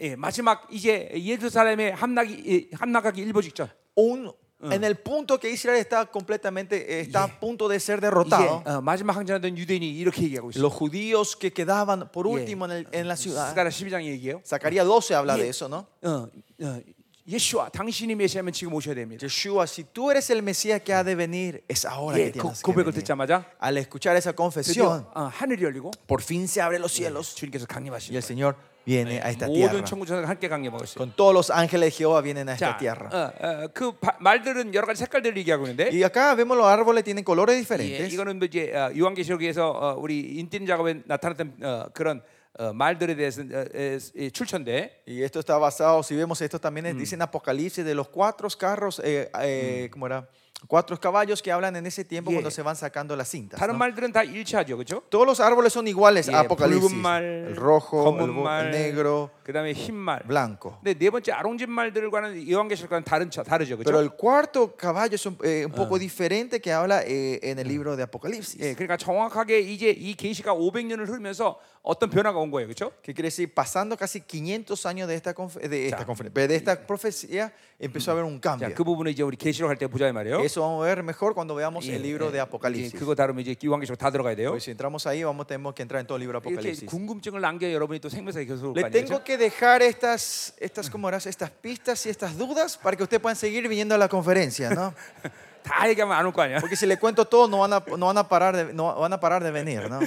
Speaker 1: 예, 마지막 이제 예루살렘의 함락이 예, 함락하기 일보 직전
Speaker 2: un, en el punto que Israel está completamente, eh, está a punto de ser
Speaker 1: 이제
Speaker 2: derrotado.
Speaker 1: 어, 마지막 항전하던 유대인이 이렇게 얘기하고 있어요. 예.
Speaker 2: Los judíos que quedaban por último en, el- en la ciudad.
Speaker 1: 스가랴 12장 얘기예요.
Speaker 2: Zacarías 12 habla
Speaker 1: Yeah.
Speaker 2: de eso, ¿no?
Speaker 1: 어, 어, 예수와 당신이 메시아면 지금 오셔야 됩니다.
Speaker 2: Yeshua, si tú eres el Mesías que ha de venir, es ahora
Speaker 1: 예,
Speaker 2: que
Speaker 1: 그
Speaker 2: tienes que
Speaker 1: 고백을
Speaker 2: venir.
Speaker 1: 듣자마자
Speaker 2: Al escuchar esa confesión,
Speaker 1: 드디어 어, 하늘이 열리고
Speaker 2: por fin se abren los cielos
Speaker 1: 주님께서 그
Speaker 2: y
Speaker 1: 강림하시는
Speaker 2: el Señor viene a esta
Speaker 1: 거예요. 모든
Speaker 2: tierra.
Speaker 1: 천국천사가 함께 강림하고 있어요.
Speaker 2: Con todos los ángeles de Jehová vienen a esta
Speaker 1: 자,
Speaker 2: tierra.
Speaker 1: 어, 어, 그 바- 말들은 여러 가지 색깔들을 얘기하고 있는데
Speaker 2: Y acá vemos los árboles tienen colores
Speaker 1: 예,
Speaker 2: diferentes.
Speaker 1: 이거는 이제 어, 요한계시록에서 어, 우리 인디는 작업에 나타났던 어, 그런 어, 말들에 대해서 어, 에, 에, 출처인데
Speaker 2: Y esto está basado, si vemos esto también, es-
Speaker 1: Mm.
Speaker 2: dice en Apocalipsis de los cuatro carros, eh, eh, ¿cómo era? Cuatro caballos que hablan en ese tiempo
Speaker 1: Yeah.
Speaker 2: cuando se van sacando las cintas.
Speaker 1: 다른
Speaker 2: ¿no?
Speaker 1: 말들은 다 일치하죠, 그렇죠?
Speaker 2: Todos los árboles son iguales.
Speaker 1: 어. 예,
Speaker 2: Apocalipsis.
Speaker 1: 붉은 말,
Speaker 2: el rojo, el,
Speaker 1: 검은
Speaker 2: bo- el
Speaker 1: 말,
Speaker 2: negro,
Speaker 1: 그다음에 흰 말.
Speaker 2: blanco.
Speaker 1: 근데 네 번째 아롱진 말들과는 요한계시록과는 다른 차- 다르죠,
Speaker 2: Pero
Speaker 1: 그렇죠?
Speaker 2: el cuarto caballo es un, eh, un
Speaker 1: Ah.
Speaker 2: poco diferente que habla eh, en
Speaker 1: Mm.
Speaker 2: el libro de Apocalipsis.
Speaker 1: 예, 그러니까 정확하게 이제 이 계시가 500년을 흐르면서 어떤 변화가 온 거예요, 그렇죠?
Speaker 2: ¿Qué quiere decir? Pasando casi 500 años de esta, confe- de esta,
Speaker 1: Ya. Mm.
Speaker 2: conferencia, de esta profecía, empezó a haber un cambio.
Speaker 1: 자, 그 부분은 이제 우리 계시록 할 때 보자 이 말이에요.
Speaker 2: Eso vamos a ver mejor cuando veamos
Speaker 1: 예,
Speaker 2: el libro
Speaker 1: 예,
Speaker 2: de Apocalipsis.
Speaker 1: 예, 그거 다루면 이제 요한계시록 다 들어가야 돼요.
Speaker 2: Pues si entramos ahí, vamos tenemos que entrar en todo el libro de
Speaker 1: 이렇게
Speaker 2: Apocalipsis.
Speaker 1: 궁금증을 남겨 여러분이 또 생명사의 교수로
Speaker 2: Le tengo que dejar estas, estas, ¿cómo eras? estas pistas y estas dudas para que ustedes puedan seguir viniendo a la conferencia, ¿no?
Speaker 1: 다 얘기하면 안 올 거 아니야.
Speaker 2: Porque si le cuento todo, no van a, no van a, parar, de, no van a parar de venir, ¿no?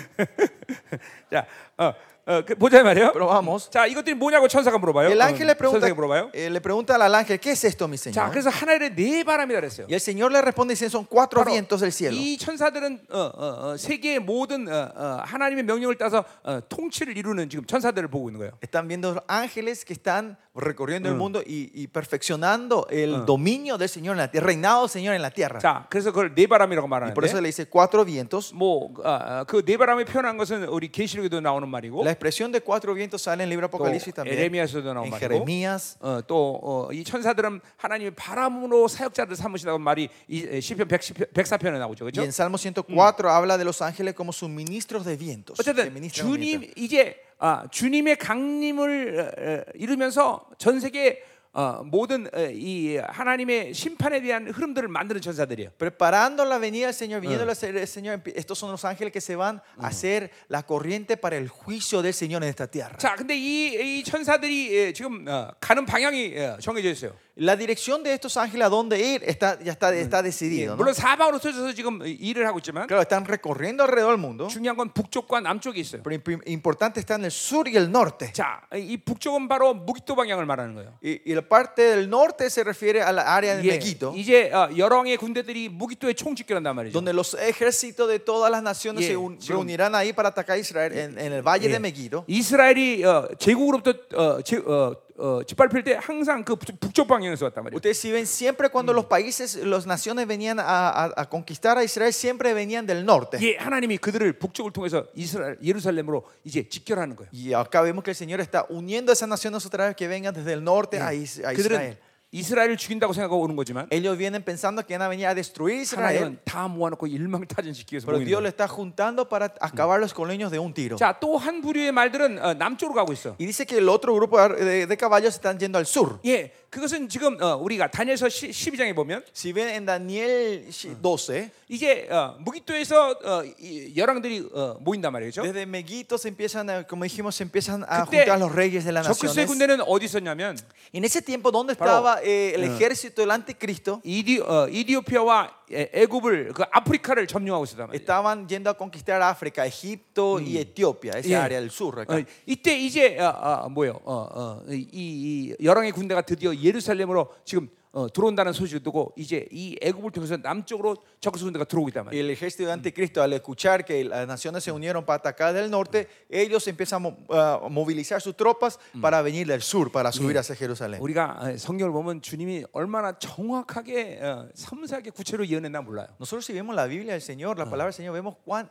Speaker 1: 자, 어, 어, 그 보자 이 말이에요.
Speaker 2: Pero vamos.
Speaker 1: 자, 이것들이 뭐냐고 천사가 물어봐요.
Speaker 2: El
Speaker 1: 어,
Speaker 2: ángel le pregunta,
Speaker 1: 천사에게 물어봐요.
Speaker 2: eh, le pregunta al ángel, ¿qué es esto, mi
Speaker 1: 자,
Speaker 2: señor?
Speaker 1: 그래서 하늘의 네 바람이라 그랬어요.
Speaker 2: Y el señor le responde diciendo, son cuatro
Speaker 1: 바로
Speaker 2: vientos del cielo.
Speaker 1: 이 천사들은 어, 어, 어, 세계의 모든 어, 어, 하나님의 명령을 따서 어, 통치를 이루는 지금 천사들을 보고 있는 거예요.
Speaker 2: Están viendo ángeles que están recorriendo el mundo y, y perfeccionando el dominio del Señor en la tierra, reinado del Señor en la tierra.
Speaker 1: 자, 그래서 그걸 네 바람이라고
Speaker 2: Y por eso
Speaker 1: 말하는데,
Speaker 2: le dice cuatro vientos.
Speaker 1: 뭐, 아, 뭐그네 바람이 표현한 것은 우리 계시록에도 나오는 말이고,
Speaker 2: La expresión de cuatro vientos sale en el libro Apocalipsis
Speaker 1: 또
Speaker 2: también.
Speaker 1: Jeremías에도 나온
Speaker 2: en
Speaker 1: 말이고. 어,
Speaker 2: Jeremías.
Speaker 1: 또이 천사들은 하나님의 바람으로 사역자들 삼으신다고 말이 이, 에, 시편 110편, 104편에 나오죠,
Speaker 2: Y
Speaker 1: 그렇죠?
Speaker 2: en Salmo 104 habla de los ángeles como suministros de vientos. que
Speaker 1: 어쨌든
Speaker 2: ministran viento.
Speaker 1: 주님 이제 아, 주님의 강림을 어, 어, 이루면서 전 세계 어, 모든 어, 이 하나님의 심판에 대한 흐름들을 만드는 천사들이에요.
Speaker 2: Preparando la venida del Señor, viniendo la se- el Señor, empi- estos son los ángeles que se van a hacer la corriente para el juicio del Señor en esta tierra.
Speaker 1: 자, 근데 이, 이 천사들이 예, 지금 어, 가는 방향이 예, 정해져 있어요.
Speaker 2: La dirección de estos ángeles a dónde ir está, ya está, está
Speaker 1: 예,
Speaker 2: decidido. ¿no?
Speaker 1: 물론 사방으로 쏟아져서 지금 일을 하고 있지만
Speaker 2: Claro, están recorriendo alrededor del mundo,
Speaker 1: 중요한 건 북쪽과 남쪽이 있어요.
Speaker 2: pero imp- importante está en el sur y el norte.
Speaker 1: 자, 이 북쪽은 바로 무기토 방향을 말하는 거예요.
Speaker 2: Y, y la parte del norte se refiere a la área de
Speaker 1: 예,
Speaker 2: Mequito,
Speaker 1: 이제 어, 여왕의 군대들이 무기토에 총집결한단 말이죠.
Speaker 2: donde los ejércitos de todas las naciones
Speaker 1: Yeah,
Speaker 2: se un-
Speaker 1: 지금-
Speaker 2: reunirán ahí para atacar a Israel en, en el valle de Meguido.
Speaker 1: 예. 이스라엘이 어, 제국으로부터 어, 제, 어, 어, 짓밟힐 때 항상 그 북- 북쪽 방향에서 왔단 말이에요.
Speaker 2: Ustedes si ven siempre cuando los países, las naciones venían a, a- a conquistar a Israel, siempre venían del norte.
Speaker 1: 예, 하나님이 그들을 북쪽을 통해서 이스라엘 예루살렘으로 이제 직결하는 거예요. 예. 아,
Speaker 2: Y acá vemos que el Señor está uniendo a esas naciones otra vez que vengan desde el norte a, Is- a
Speaker 1: 그들은
Speaker 2: Israel.
Speaker 1: 이스라엘을 예, 죽인다고 생각하고 오는 거지만
Speaker 2: Ellos vienen pensando que van a venir a destruir Israel,
Speaker 1: 하나님은 다 모아놓고 일망타진시키기 위해서
Speaker 2: pero
Speaker 1: 모이는
Speaker 2: Dios
Speaker 1: 거예요.
Speaker 2: le está juntando para acabar los colonos de un tiro.
Speaker 1: 자, 또 한 부류의 말들은 어, 남쪽으로 가고 있어.
Speaker 2: Y dice que el otro grupo de, de- de caballos están yendo al sur.
Speaker 1: 예, 그것은 지금 어, 우리가 다니엘서 12장에 보면
Speaker 2: Si ven en Daniel 12,
Speaker 1: 이제 어, 무기도에서 어, 이 열왕들이 어, moin단 말이죠.
Speaker 2: desde Meguito se empiezan, a, como dijimos, se empiezan a
Speaker 1: 그때
Speaker 2: juntar los reyes de las
Speaker 1: 적그리스의
Speaker 2: naciones.
Speaker 1: 군대는 어디 있었냐면
Speaker 2: Y en ese tiempo, ¿dónde
Speaker 1: Paro.
Speaker 2: estaba eh, el ejército del anticristo?
Speaker 1: 이디, 어, 이디오피아와 에- 애굽을 그 아프리카를 점령하고 있었단 말이에요.
Speaker 2: Estaban yendo a conquistar África, Egipto Mm. y Etiopía, esa
Speaker 1: 예.
Speaker 2: área del sur. acá.
Speaker 1: 어, 이때 이제 어, 어, 뭐요? 어, 어, 이, 이 열왕의 군대가 드디어 예루살렘으로 지금 어, 들어온다는 소식을 듣고 이제 이 애굽을 통해서 남쪽으로 적그리스 군대가 들어오고 있단
Speaker 2: Y
Speaker 1: 말이에요.
Speaker 2: el ejército del anticristo, al escuchar que las naciones se unieron para atacar del norte, ellos empiezan a mo- a movilizar sus tropas para venir del sur, para subir hacia Jerusalén.
Speaker 1: 우리가 어, 성경을 보면 주님이 얼마나 정확하게 어, 섬세하게 구체로 예언했나 몰라요.
Speaker 2: Nosotros si vemos la Biblia del Señor, la palabra del Señor, vemos cuán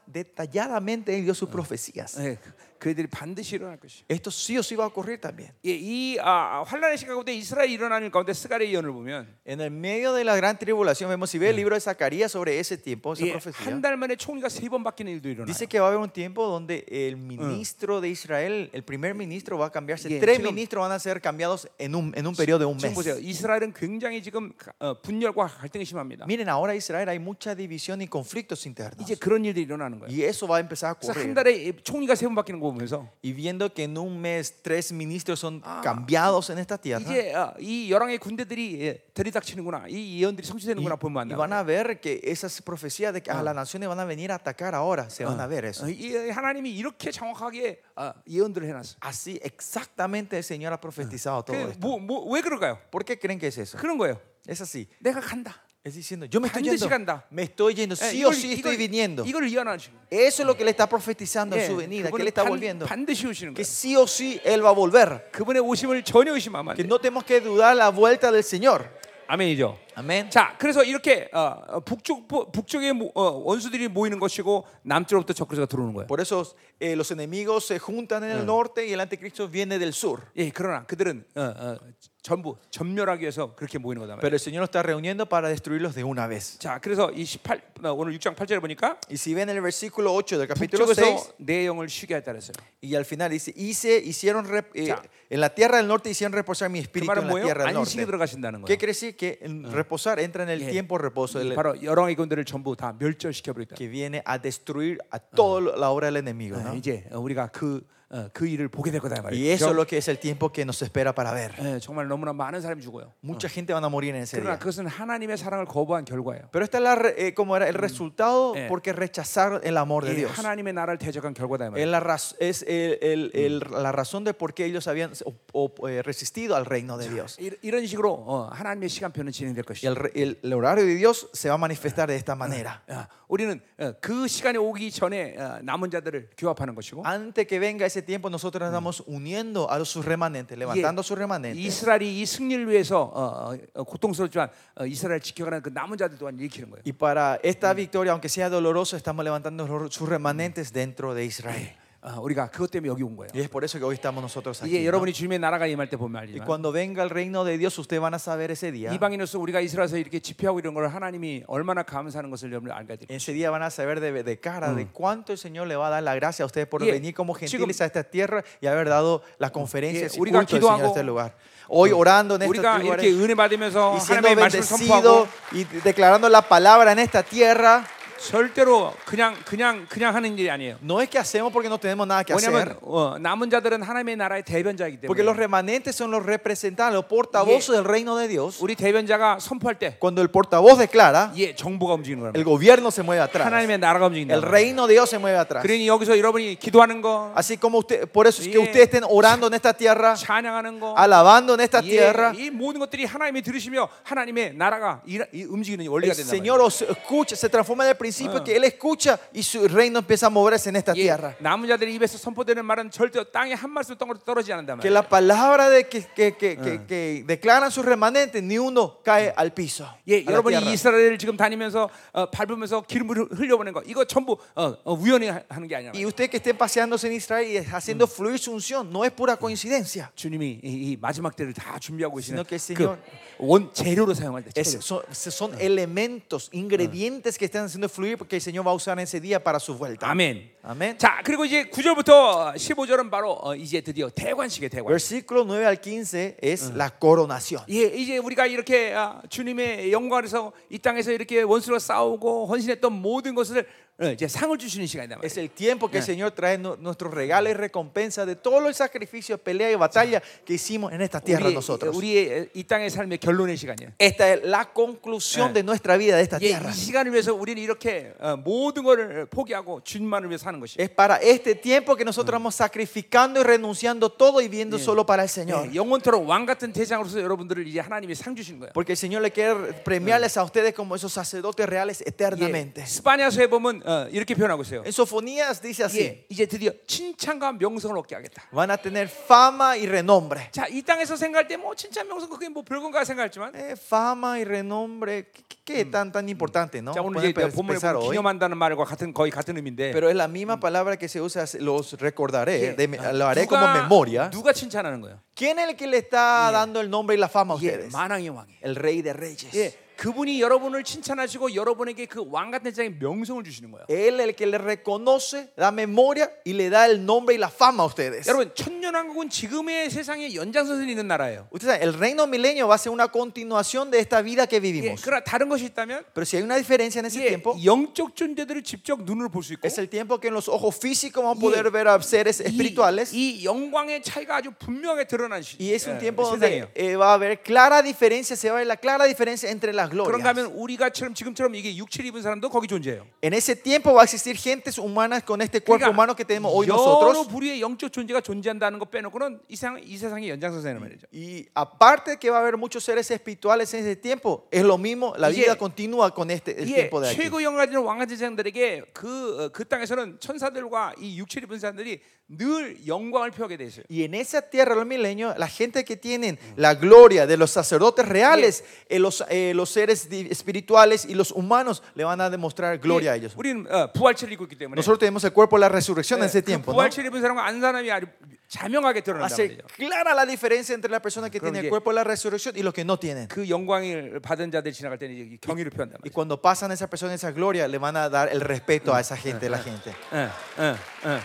Speaker 2: detalladamente Él dio sus profecías.
Speaker 1: 예, 그들이 반드시 일어날 것이요.
Speaker 2: Esto sí o sí va a ocurrir también.
Speaker 1: 예, 이 아, 환란의 시간 가운데 이스라엘 일어나는 가운데 스가랴의 예언을 보면
Speaker 2: En el medio de la gran tribulación, vemos si ve el libro de Zacarías sobre ese tiempo, esa profecía.
Speaker 1: 예, 한 달 만에 총리가 세 번 바뀌는 일도 일어나요.
Speaker 2: Dice que va a haber un tiempo donde el ministro de Israel, el primer ministro va a cambiarse.
Speaker 1: Bien,
Speaker 2: Tres
Speaker 1: 지금-
Speaker 2: ministros van a ser cambiados en un, en un periodo de un
Speaker 1: 지금 보세요.
Speaker 2: mes.
Speaker 1: 이스라엘은 굉장히 지금 어, 분열과 갈등이 심합니다.
Speaker 2: Miren, ahora en Israel hay mucha división y conflictos internos.
Speaker 1: 이제 그런 일들이 일어나는 거예요.
Speaker 2: Y eso va a empezar a
Speaker 1: 그래서 한
Speaker 2: ocurrir.
Speaker 1: 달에 총리가 세 번 바뀌는 거 보면서
Speaker 2: Y viendo que en un mes tres ministros son cambiados en esta tierra.
Speaker 1: 이제 어, 이 열왕의 군대들이 예, 들이닥치는구나. 이 예언들이 성취되는구나 보면
Speaker 2: Y pues, van
Speaker 1: 안다.
Speaker 2: a ver Ah. que esas profecías de que a las naciones van a venir a atacar ahora, se van a ver eso.
Speaker 1: 어, 이 하나님이 이렇게 정확하게 어, 예언들을 해놨어.
Speaker 2: Así exactamente el Señor ha profetizado todo
Speaker 1: 그,
Speaker 2: esto.
Speaker 1: 뭐, 뭐, 왜 그럴까요?
Speaker 2: ¿Por qué creen que es eso?
Speaker 1: 그런 거예요.
Speaker 2: Es así.
Speaker 1: 내가 간다.
Speaker 2: Es diciendo, yo me estoy
Speaker 1: 반드시
Speaker 2: yendo.
Speaker 1: 간다.
Speaker 2: Me eestoy yendo,
Speaker 1: 예,
Speaker 2: sí o sí estoy viniendo.
Speaker 1: 이걸 예언하시는 거예요.
Speaker 2: Eso es lo que le está profetizando en su
Speaker 1: 예,
Speaker 2: venida, que
Speaker 1: 그분은
Speaker 2: él está
Speaker 1: 반-
Speaker 2: volviendo.
Speaker 1: 반드시 그 오시는
Speaker 2: Que
Speaker 1: 거예요.
Speaker 2: sí o sí él va a volver.
Speaker 1: 그분의 오심을 전혀 의심하면 안
Speaker 2: Que
Speaker 1: 돼요.
Speaker 2: no tenemos que dudar la vuelta del Señor.
Speaker 1: 아멘이죠.
Speaker 2: Amén.
Speaker 1: 자, 그래서 이렇게 어, 어, 북쪽 부- 북쪽의 모- 어, 원수들이 모이는 것이고 남쪽으로부터 적그리스가 들어오는 거예요.
Speaker 2: Por eso eh, los enemigos se juntan en el norte y el anticristo viene del sur.
Speaker 1: 예, 그러나 그들은 어, 어, 전부 전멸하기 위해서 그렇게 모이는 거다 말이에요.
Speaker 2: Pero el Señor los está reuniendo para destruirlos de una vez.
Speaker 1: 자, 그래서 이 18, 어, 오늘 6장 8절에 보니까
Speaker 2: Y si ven el versículo 8 del capítulo 6,
Speaker 1: 북쪽에서 내 영을 쉬게 했다 그랬어요.
Speaker 2: y al final dice, y se hicieron rep- eh,
Speaker 1: Ya.
Speaker 2: en la tierra del norte hicieron reposar mi
Speaker 1: 그
Speaker 2: espíritu
Speaker 1: 말은
Speaker 2: en la
Speaker 1: 뭐예요?
Speaker 2: tierra del
Speaker 1: 안식에
Speaker 2: norte.
Speaker 1: 들어가신다는
Speaker 2: ¿Qué
Speaker 1: 거예요.
Speaker 2: quiere decir? Que el reposar entra en el
Speaker 1: Yeah.
Speaker 2: tiempo de reposo, el-
Speaker 1: 예. 바로 여러 군대를 전부 다 멸절시켜 버리다.
Speaker 2: que viene a destruir a toda la obra del enemigo. ¿no?
Speaker 1: 이제 어, 우리가 그그 그 일을 보게 될 거다
Speaker 2: Y
Speaker 1: 말이에요.
Speaker 2: eso es lo que es el tiempo que nos espera para ver.
Speaker 1: 예, 정말 너무나 많은 사람이 죽어요.
Speaker 2: Mucha gente van a morir en ese
Speaker 1: 그러나
Speaker 2: día.
Speaker 1: 그것은 하나님의 사랑을 거부한 결과예요.
Speaker 2: Pero esta es la, re- eh, como era el resultado
Speaker 1: Eh.
Speaker 2: porque rechazaron el amor de
Speaker 1: 예,
Speaker 2: Dios.
Speaker 1: 하나님의 나라를 대적한 결과다 이
Speaker 2: Es,
Speaker 1: 말이에요.
Speaker 2: la, raz- es el- el- el- la razón de por qué ellos habían op- op- eh, resistido al reino de Dios.
Speaker 1: 이- 이런 식으로 어, 하나님의 시간표는 진행될
Speaker 2: Y
Speaker 1: 것이죠.
Speaker 2: el, re- el- el horario de Dios se va a manifestar de esta manera.
Speaker 1: 아, 우리는 어, 그 시간이 오기 전에 어, 남은 자들을 규합하는 것이고
Speaker 2: Antes que venga ese tiempo, nosotros nos estamos uniendo a sus remanentes, Ah, levantando sus remanentes.
Speaker 1: 이스라엘이 이 승리를 위해서 어, 어, 어, 고통스럽지만 어, 이스라엘 지켜가는 그 남은 자들 또한 일으키는 거예요.
Speaker 2: Y Mm. para esta victoria, aunque sea doloroso, estamos levantando los- sus remanentes dentro de Israel.
Speaker 1: 어, 우리가 그것 때문에 여기 온 거예요.
Speaker 2: Y es por eso que hoy estamos nosotros aquí.
Speaker 1: 이게
Speaker 2: ¿no?
Speaker 1: 여러분이 주님의 나라가 임할 때 보면
Speaker 2: Y
Speaker 1: 알지만
Speaker 2: cuando venga el reino de Dios, ustedes van a saber ese día.
Speaker 1: 이방인으로서 우리가 이스라엘에서 이렇게 집회하고 이런 걸 하나님이 얼마나 감사하는 것을 여러분이 알게 됩니다.
Speaker 2: Ese día van a saber de, de cara de cuánto el Señor le va a dar la gracia a ustedes por
Speaker 1: Yeah.
Speaker 2: venir como gentiles
Speaker 1: 지금-
Speaker 2: a esta tierra y haber dado las conferencias
Speaker 1: Yeah,
Speaker 2: y
Speaker 1: 우리가
Speaker 2: culto del Señor a
Speaker 1: 기도하고,
Speaker 2: este lugar. Hoy orando en este
Speaker 1: 우리가
Speaker 2: estos
Speaker 1: 이렇게
Speaker 2: lugares
Speaker 1: 은혜 받으면서
Speaker 2: y siendo
Speaker 1: 하나님의 말씀을
Speaker 2: bendecido
Speaker 1: 선포하고
Speaker 2: y declarando la palabra en esta tierra,
Speaker 1: 절대로 그냥 그냥 그냥 하는 일이 아니에요.
Speaker 2: no es que hacemos porque no tenemos nada que hacer,
Speaker 1: 왜냐하면 어, 남은 자들은 하나님의 나라의 대변자이기
Speaker 2: porque los
Speaker 1: 때문에
Speaker 2: remanentes son los representantes, los portavoces
Speaker 1: Yeah.
Speaker 2: del reino de Dios.
Speaker 1: 우리 대변자가 선포할 때
Speaker 2: Cuando el portavoz declara,
Speaker 1: 예, 정부가 움직이는 거란
Speaker 2: el
Speaker 1: 말이에요.
Speaker 2: gobierno se mueve atrás,
Speaker 1: 하나님의 나라가 움직인다.
Speaker 2: el reino de Dios se mueve atrás.
Speaker 1: 그러니 여기서 여러분이 기도하는 거,
Speaker 2: Así como usted, por eso es que
Speaker 1: Yeah.
Speaker 2: ustedes estén orando en esta tierra.
Speaker 1: 찬양하는 거,
Speaker 2: alabando en esta
Speaker 1: 예,
Speaker 2: tierra.
Speaker 1: 이 모든 것들이 하나님이 들으시며 하나님의 나라가 이, 이 움직이는 원리가
Speaker 2: El
Speaker 1: 된다. 예,
Speaker 2: Señor os escucha, se transforma en el principio que Él escucha y su reino empieza a moverse en esta
Speaker 1: 예,
Speaker 2: tierra.
Speaker 1: 남은 자들의 입에서 선포되는 말은 절대 땅에 한 말씀 떨어지지 않는단
Speaker 2: Que
Speaker 1: 말이에요.
Speaker 2: la palabra de que, que, que, que- que declaran sus remanentes, ni uno cae al piso. a
Speaker 1: 예,
Speaker 2: la
Speaker 1: 여러분이
Speaker 2: tierra.
Speaker 1: 이스라엘 지금 다니면서 어, 밟으면서 기름을 흘려보낸 거 이거 전부 어, 어, 우연히 하- 하는 게 아니라
Speaker 2: Y usted que esté paseándose en Israel y haciendo fluir su unción, no es pura coincidencia.
Speaker 1: 주님이 이, 이 마지막 때를 다 준비하고 계시는
Speaker 2: Sino que
Speaker 1: 그
Speaker 2: el Señor-
Speaker 1: 원 재료로 사용할 때
Speaker 2: Es-
Speaker 1: 재료.
Speaker 2: son son elementos, ingredientes que están haciendo fluir porque el Señor va a usar en ese día para su vuelta.
Speaker 1: 아멘.
Speaker 2: Amén.
Speaker 1: 자, 그리고 이제 9절부터 15절은 바로 어, 이제 드디어 대관식의 대관.
Speaker 2: Versículo 9 al 15 es la coronación.
Speaker 1: 예, 이제 우리가 이렇게 아, 주님의 영광에서 이 땅에서 이렇게 원수와 싸우고 헌신했던 모든 것을 어, 이제 상을 주시는 시간이다.
Speaker 2: Es el tiempo que el Señor trae nu- nuestros regalos y recompensas de todos los sacrificios, peleas y batallas que hicimos en esta tierra
Speaker 1: 우리의,
Speaker 2: nosotros.
Speaker 1: 우리의 이 땅의 삶의 결론의 시간이에요.
Speaker 2: Esta es la conclusión de nuestra vida de esta
Speaker 1: 예, 이
Speaker 2: tierra.
Speaker 1: 시간을 위해서 우리는 이렇게 어, 모든 것을 포기하고 주님만을 위해 사는 것이.
Speaker 2: Es para este tiempo que nosotros vamos sacrificando y renunciando todo y viviendo solo para el Señor.
Speaker 1: 예, 영원토록 왕 같은 대장으로서 여러분들을 이제 하나님이 상 주시는 거예요.
Speaker 2: Porque el Señor le quiere premiarles a ustedes como esos sacerdotes reales eternamente.
Speaker 1: 예, 스파니아서에 보면 어, 이렇게 표현하고 있어요.
Speaker 2: En Sofonías dice así,
Speaker 1: 예, 이제 드디어 칭찬과 명성을 얻게 하겠다.
Speaker 2: van a tener fama y renombre.
Speaker 1: 자, 이 땅에서 생각할 때 뭐 칭찬 명성 그게 뭐 별건가 생각했지만
Speaker 2: Eh, fama y renombre, ¿qué, qué- qué tan, tan importante, no?
Speaker 1: 자, 오늘
Speaker 2: Pueden
Speaker 1: 이제
Speaker 2: pe-
Speaker 1: 본문에
Speaker 2: pensar
Speaker 1: 보면
Speaker 2: hoy.
Speaker 1: 기념한다는 말과 같은 거의 같은 의미인데 예,
Speaker 2: Pero es la misma palabra que se usa, los recordaré, de- lo haré
Speaker 1: 어, 누가-
Speaker 2: como memoria.
Speaker 1: 누가 칭찬하는 거예요?
Speaker 2: ¿Quién es el que le está dando el nombre y la fama a
Speaker 1: 예,
Speaker 2: ustedes?
Speaker 1: 만왕의 왕이.
Speaker 2: El rey de reyes.
Speaker 1: 예, 그분이 여러분을 칭찬하시고 여러분에게 그 왕 같은 장의 명성을 주시는 거예요.
Speaker 2: Él es el que le reconoce la memoria y le da el nombre y la fama a ustedes.
Speaker 1: 여러분 천년왕국은 지금의 세상의 연장선이 있는 나라예요.
Speaker 2: Ustedes saben, el reino milenio va a ser una continuación de esta vida que
Speaker 1: 예,
Speaker 2: vivimos.
Speaker 1: 그러나 다른 것이 있다면
Speaker 2: Pero si hay una diferencia en ese
Speaker 1: 예,
Speaker 2: tiempo,
Speaker 1: 영적 존재들을 직접 눈으로 볼 수 있고
Speaker 2: es el tiempo que en los ojos físicos vamos a
Speaker 1: Yeah.
Speaker 2: poder ver a seres espirituales.
Speaker 1: 이,
Speaker 2: Y,
Speaker 1: 이 영광의 차이가 아주 분명하게 드러난 시,
Speaker 2: es un
Speaker 1: 예,
Speaker 2: tiempo
Speaker 1: 세상이에요.
Speaker 2: donde eh, va a haber clara diferencia, se va a ver la clara diferencia entre las
Speaker 1: 그런가
Speaker 2: glorias.
Speaker 1: 하면 우리가처럼 지금처럼 이게 육체를 입은 사람도 거기 존재해요. 그러니까
Speaker 2: En ese tiempo va a existir gentes humanas con este cuerpo humano que tenemos hoy
Speaker 1: 여러
Speaker 2: nosotros.
Speaker 1: 부류의 영적 존재가 존재한다는 거 빼놓고는 이, 세상, 이 세상의 연장선이라는 말이죠.
Speaker 2: Y aparte de que va a haber muchos seres espirituales en ese tiempo, es lo mismo, la vida
Speaker 1: Yeah.
Speaker 2: continúa con este el
Speaker 1: 이게
Speaker 2: tiempo de aquí.
Speaker 1: 예, 최고 영광이는 왕한 제장들에게 그, 어, 그 땅에서는 천사들과 이 육체를 입은 사람들이 늘 영광을 표하게 돼 있어요.
Speaker 2: Y en esa tierra, los milenios, la gente que tienen la gloria de los sacerdotes reales, eh, los, eh, los seres di- espirituales y los humanos le van a demostrar 그 gloria a ellos.
Speaker 1: 우리는 어, 부활체를 입고 있기 때문에
Speaker 2: Nosotros tenemos el cuerpo de la resurrección en ese
Speaker 1: 그
Speaker 2: tiempo. ¿no?
Speaker 1: 부활체를 입은 사람과 안 사람이 아주 자명하게 드러난다
Speaker 2: Hace
Speaker 1: 말이죠.
Speaker 2: clara la diferencia entre la persona que
Speaker 1: Creo
Speaker 2: tiene
Speaker 1: que-
Speaker 2: el cuerpo de la resurrección y los que no tienen.
Speaker 1: 그 영광을 받은 자들 지나갈 때는 이제 경의를 표한다
Speaker 2: Y
Speaker 1: 말이죠.
Speaker 2: cuando pasan esa persona esa gloria, le van a dar el respeto a esa gente, la gente.
Speaker 1: 응, 응, 응,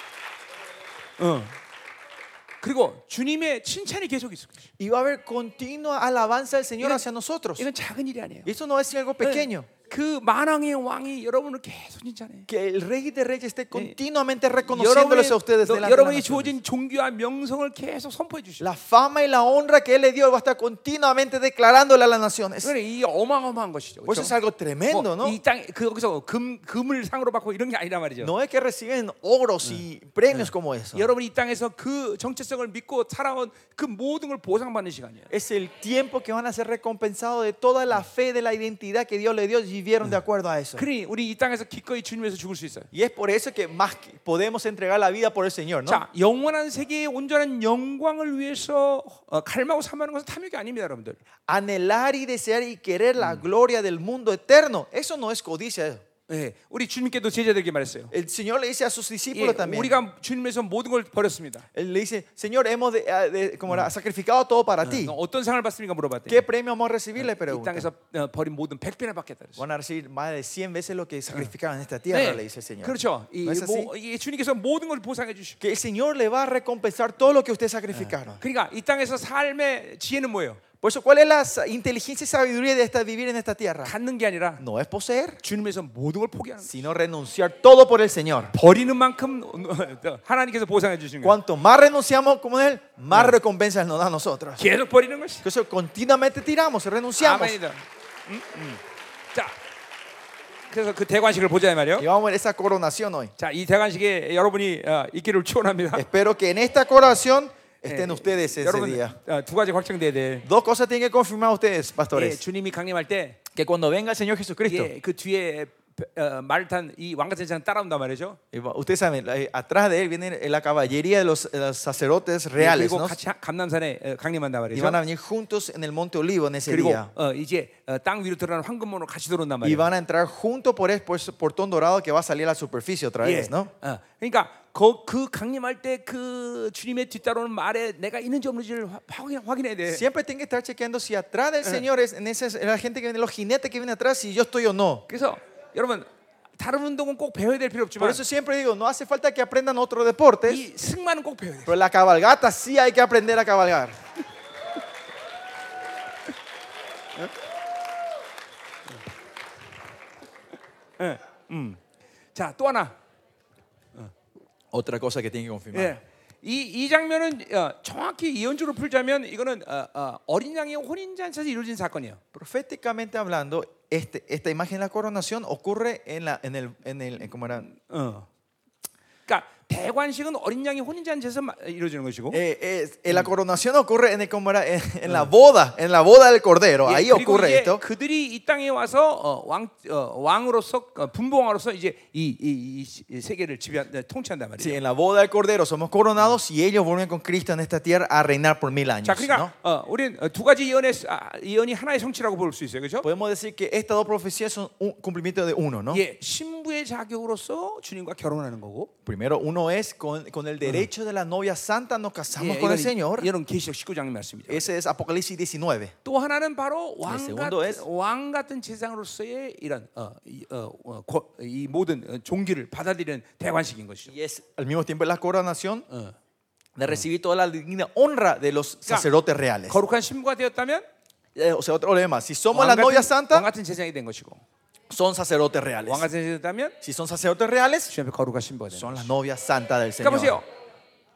Speaker 1: 응. 응. 예. 어. 그리고 주님의 칭찬이 계속 있을 거예요.
Speaker 2: Y va a haber continua alabanza del Señor
Speaker 1: Mira-
Speaker 2: hacia nosotros.
Speaker 1: 이건 작은 일이 아니에요.
Speaker 2: Eso no es algo pequeño.
Speaker 1: 그 만왕의 왕이 여러분을 계속 칭찬해.
Speaker 2: Que el Rey de Reyes esté continuamente
Speaker 1: 여러분이,
Speaker 2: reconociéndoles a ustedes
Speaker 1: 너-
Speaker 2: delante de las
Speaker 1: 여러분이
Speaker 2: naciones.
Speaker 1: 주어진 종교와 명성을 계속 선포해 주시고.
Speaker 2: La fama y la honra que Él le dio va a estar continuamente declarándole a las naciones.
Speaker 1: 그러니까 이게 어마어마한 것이죠. 그렇죠? 뭐
Speaker 2: Por eso es algo tremendo, ¿no?
Speaker 1: 이땅그 거기서 금 금을 상으로 받고 이런 게 아니란 말이죠.
Speaker 2: No es que reciben oros y premios como eso.
Speaker 1: 여러분 이 땅에서 그 정체성을 믿고 살아온 그 모든 걸 보상받는 시간이에요.
Speaker 2: Es el tiempo que van a ser recompensados de toda la fe, de la identidad que Dios le dio y vivieron de acuerdo a eso.
Speaker 1: 그러니 우리 이 땅에서 기꺼이 주님에서 죽을 수 있어요.
Speaker 2: Y es por eso que más que- podemos entregar la vida por el Señor, ¿no?
Speaker 1: 자, 영원한 세계의 온전한 영광을 위해서 어, 갈망하고 삼하는 것은 탐욕이 아닙니다, 여러분들.
Speaker 2: Anhelar y desear y querer la gloria del mundo eterno, eso no es codicia.
Speaker 1: 예, 우리 주님께도 제자들에게 말했어요.
Speaker 2: El Señor le dice a sus
Speaker 1: 예,
Speaker 2: discípulos también.
Speaker 1: 우리가 주님에서 모든 걸 버렸습니다.
Speaker 2: Él le dice, Señor, hemos de- ah, de- como era, sacrificado todo para ti.
Speaker 1: 너 어떤 상을 받습니까 물어봤더니
Speaker 2: ¿Qué premio vamos a recibir? Le
Speaker 1: 이
Speaker 2: pregunta.
Speaker 1: 땅에서 어, 버린 모든 백배나 받겠다 그랬어요.
Speaker 2: Van a recibir más de 100 veces lo que sacrificaron en esta tierra, le dice
Speaker 1: 네,
Speaker 2: el Señor.
Speaker 1: 그렇죠. 이,
Speaker 2: ¿No es así?
Speaker 1: 뭐, 이 주님께서 모든 걸 보상해 주시고.
Speaker 2: Que el Señor le va a recompensar todo lo que ustedes sacrificaron.
Speaker 1: 그러니까 이 땅에서 삶의 지혜는 뭐예요?
Speaker 2: Por eso, ¿cuál es la sa- inteligencia y sabiduría de esta, vivir en esta tierra?
Speaker 1: 갖는 게 아니라
Speaker 2: No es poseer,
Speaker 1: 주님에서 모든 걸 포기하는 거예요.
Speaker 2: sino renunciar todo por el Señor.
Speaker 1: 버리는 만큼 하나님께서 보상해 주시는 거예요.
Speaker 2: Cuanto más renunciamos con Él, más recompensas nos da a nosotros.
Speaker 1: 계속 버리는 것이.
Speaker 2: Por eso, continuamente tiramos, renunciamos.
Speaker 1: 아멘이다. 음, 음. 자, 그래서 그 대관식을 보자 이
Speaker 2: Y
Speaker 1: 말이요.
Speaker 2: vamos a ver esa coronación hoy.
Speaker 1: 자, 이 대관식에 여러분이 어, 있기를 축원합니다.
Speaker 2: Espero que en esta coronación estén
Speaker 1: 예,
Speaker 2: ustedes ese
Speaker 1: 여러분
Speaker 2: día.
Speaker 1: 어, 두 가지 확정돼야 돼.
Speaker 2: Dos cosas tienen que confirmar ustedes,
Speaker 1: 예,
Speaker 2: pastores.
Speaker 1: 주님이 강림할 때
Speaker 2: que cuando venga el Señor Jesucristo,
Speaker 1: 예, 그 뒤에 어, 말을 탄 이 왕같은 세상 따라온단 말이죠.
Speaker 2: y va- ustedes saben, eh, atrás de él viene la caballería de los, eh, los sacerdotes
Speaker 1: 예,
Speaker 2: reales,
Speaker 1: 그리고
Speaker 2: ¿no?
Speaker 1: 같이 하- 감남산에 어, 강림한단
Speaker 2: Y
Speaker 1: 말이죠.
Speaker 2: van a venir juntos en el Monte Olivo en ese
Speaker 1: 그리고
Speaker 2: día.
Speaker 1: 어, 이제 어, 땅 위로 들어가는 황금문으로 같이 들어온단 말이에요.
Speaker 2: Y van a entrar junto por el por- portón dorado que va a salir a la superficie otra
Speaker 1: 예.
Speaker 2: vez, ¿no?
Speaker 1: 어, 그러니까 그, 그 강림할 때 그 주님의 뒤따르는 말에 내가 있는지 없는지를 화- 확인, 확인해야 돼.
Speaker 2: Siempre tienen que estar chequeando si atrás del Señor es en ese, la gente que viene, los jinetes que vienen atrás, si yo estoy o no.
Speaker 1: 그래서 여러분 다른 운동은 꼭 배워야 될 필요
Speaker 2: Por
Speaker 1: 없지만
Speaker 2: eso siempre digo, no hace falta que aprendan otros deportes,
Speaker 1: 이 승마는 꼭 배워야 돼.
Speaker 2: pero la cabalgata sí hay que aprender a cabalgar.
Speaker 1: 자, 또 하나.
Speaker 2: Otra cosa que tienen que confirmar.
Speaker 1: 예. 이, 이 장면은 어, 정확히 예언적으로 풀자면 이거는 어, 어, 어린 양의 혼인 잔치에서 이루어진 사건이에요.
Speaker 2: Proféticamente hablando, este, esta imagen de la coronación ocurre en, la, en el, en el en- ¿cómo era?
Speaker 1: 어. 그러니까 대관식은 어린 양의 혼인 잔치에서 마- 이루어지는 것이고 예,
Speaker 2: Eh, eh, eh, la coronación ocurre en, el- ¿cómo era? en, en la boda, en la boda del cordero.
Speaker 1: 예,
Speaker 2: Ahí
Speaker 1: 그리고
Speaker 2: ocurre
Speaker 1: 이제
Speaker 2: esto.
Speaker 1: 그들이 이 땅에 와서 어, 왕 어, 왕으로서 어, 분봉왕으로서 이제 이 이 세계를 지배한 어, 통치한단
Speaker 2: Sí,
Speaker 1: 말이에요.
Speaker 2: en la boda del cordero somos coronados y ellos vuelven con Cristo en esta tierra a reinar por mil
Speaker 1: 자,
Speaker 2: años. ¿no?
Speaker 1: 그러니까 어, 우리는 어, 두 가지 예언의 수- 아, 예언이 하나의 성취라고 볼 수 있어요, 그렇죠?
Speaker 2: Podemos decir que estas dos profecías son un cumplimiento de uno, ¿no?
Speaker 1: 예, 신부의 자격으로서 주님과 결혼하는 거고.
Speaker 2: Primero, uno es con, con el derecho de la novia santa nos casamos con el Señor.
Speaker 1: 예, 이런 계시록 19장 말씀이죠.
Speaker 2: Ese es Apocalipsis 19.
Speaker 1: 또 하나는 바로 왕
Speaker 2: segundo
Speaker 1: 같은,
Speaker 2: es-
Speaker 1: 왕 같은 제상으로서의 이런 어, 이, 어, 어, 고- 이 모든 어, 종기를 받아들이는 대관식인 것이죠.
Speaker 2: Y es Ah. al mismo tiempo la coronación
Speaker 1: 어.
Speaker 2: de recibir toda la digna honra de los sacerdotes reales.
Speaker 1: 거룩한 신부가 되었다면
Speaker 2: Eh, o sea, otro problema. Si somos la
Speaker 1: 왕
Speaker 2: novia
Speaker 1: 같은, 왕
Speaker 2: santa,
Speaker 1: 같은 제상이 된 것이고
Speaker 2: son sacerdotes reales.
Speaker 1: 왕 같은 제상이 되었다면
Speaker 2: Si son sacerdotes reales,
Speaker 1: 주님 앞에 거룩한 신부가 되는
Speaker 2: son
Speaker 1: 거죠.
Speaker 2: la novia santa del
Speaker 1: 그러니까
Speaker 2: Señor.
Speaker 1: 보세요.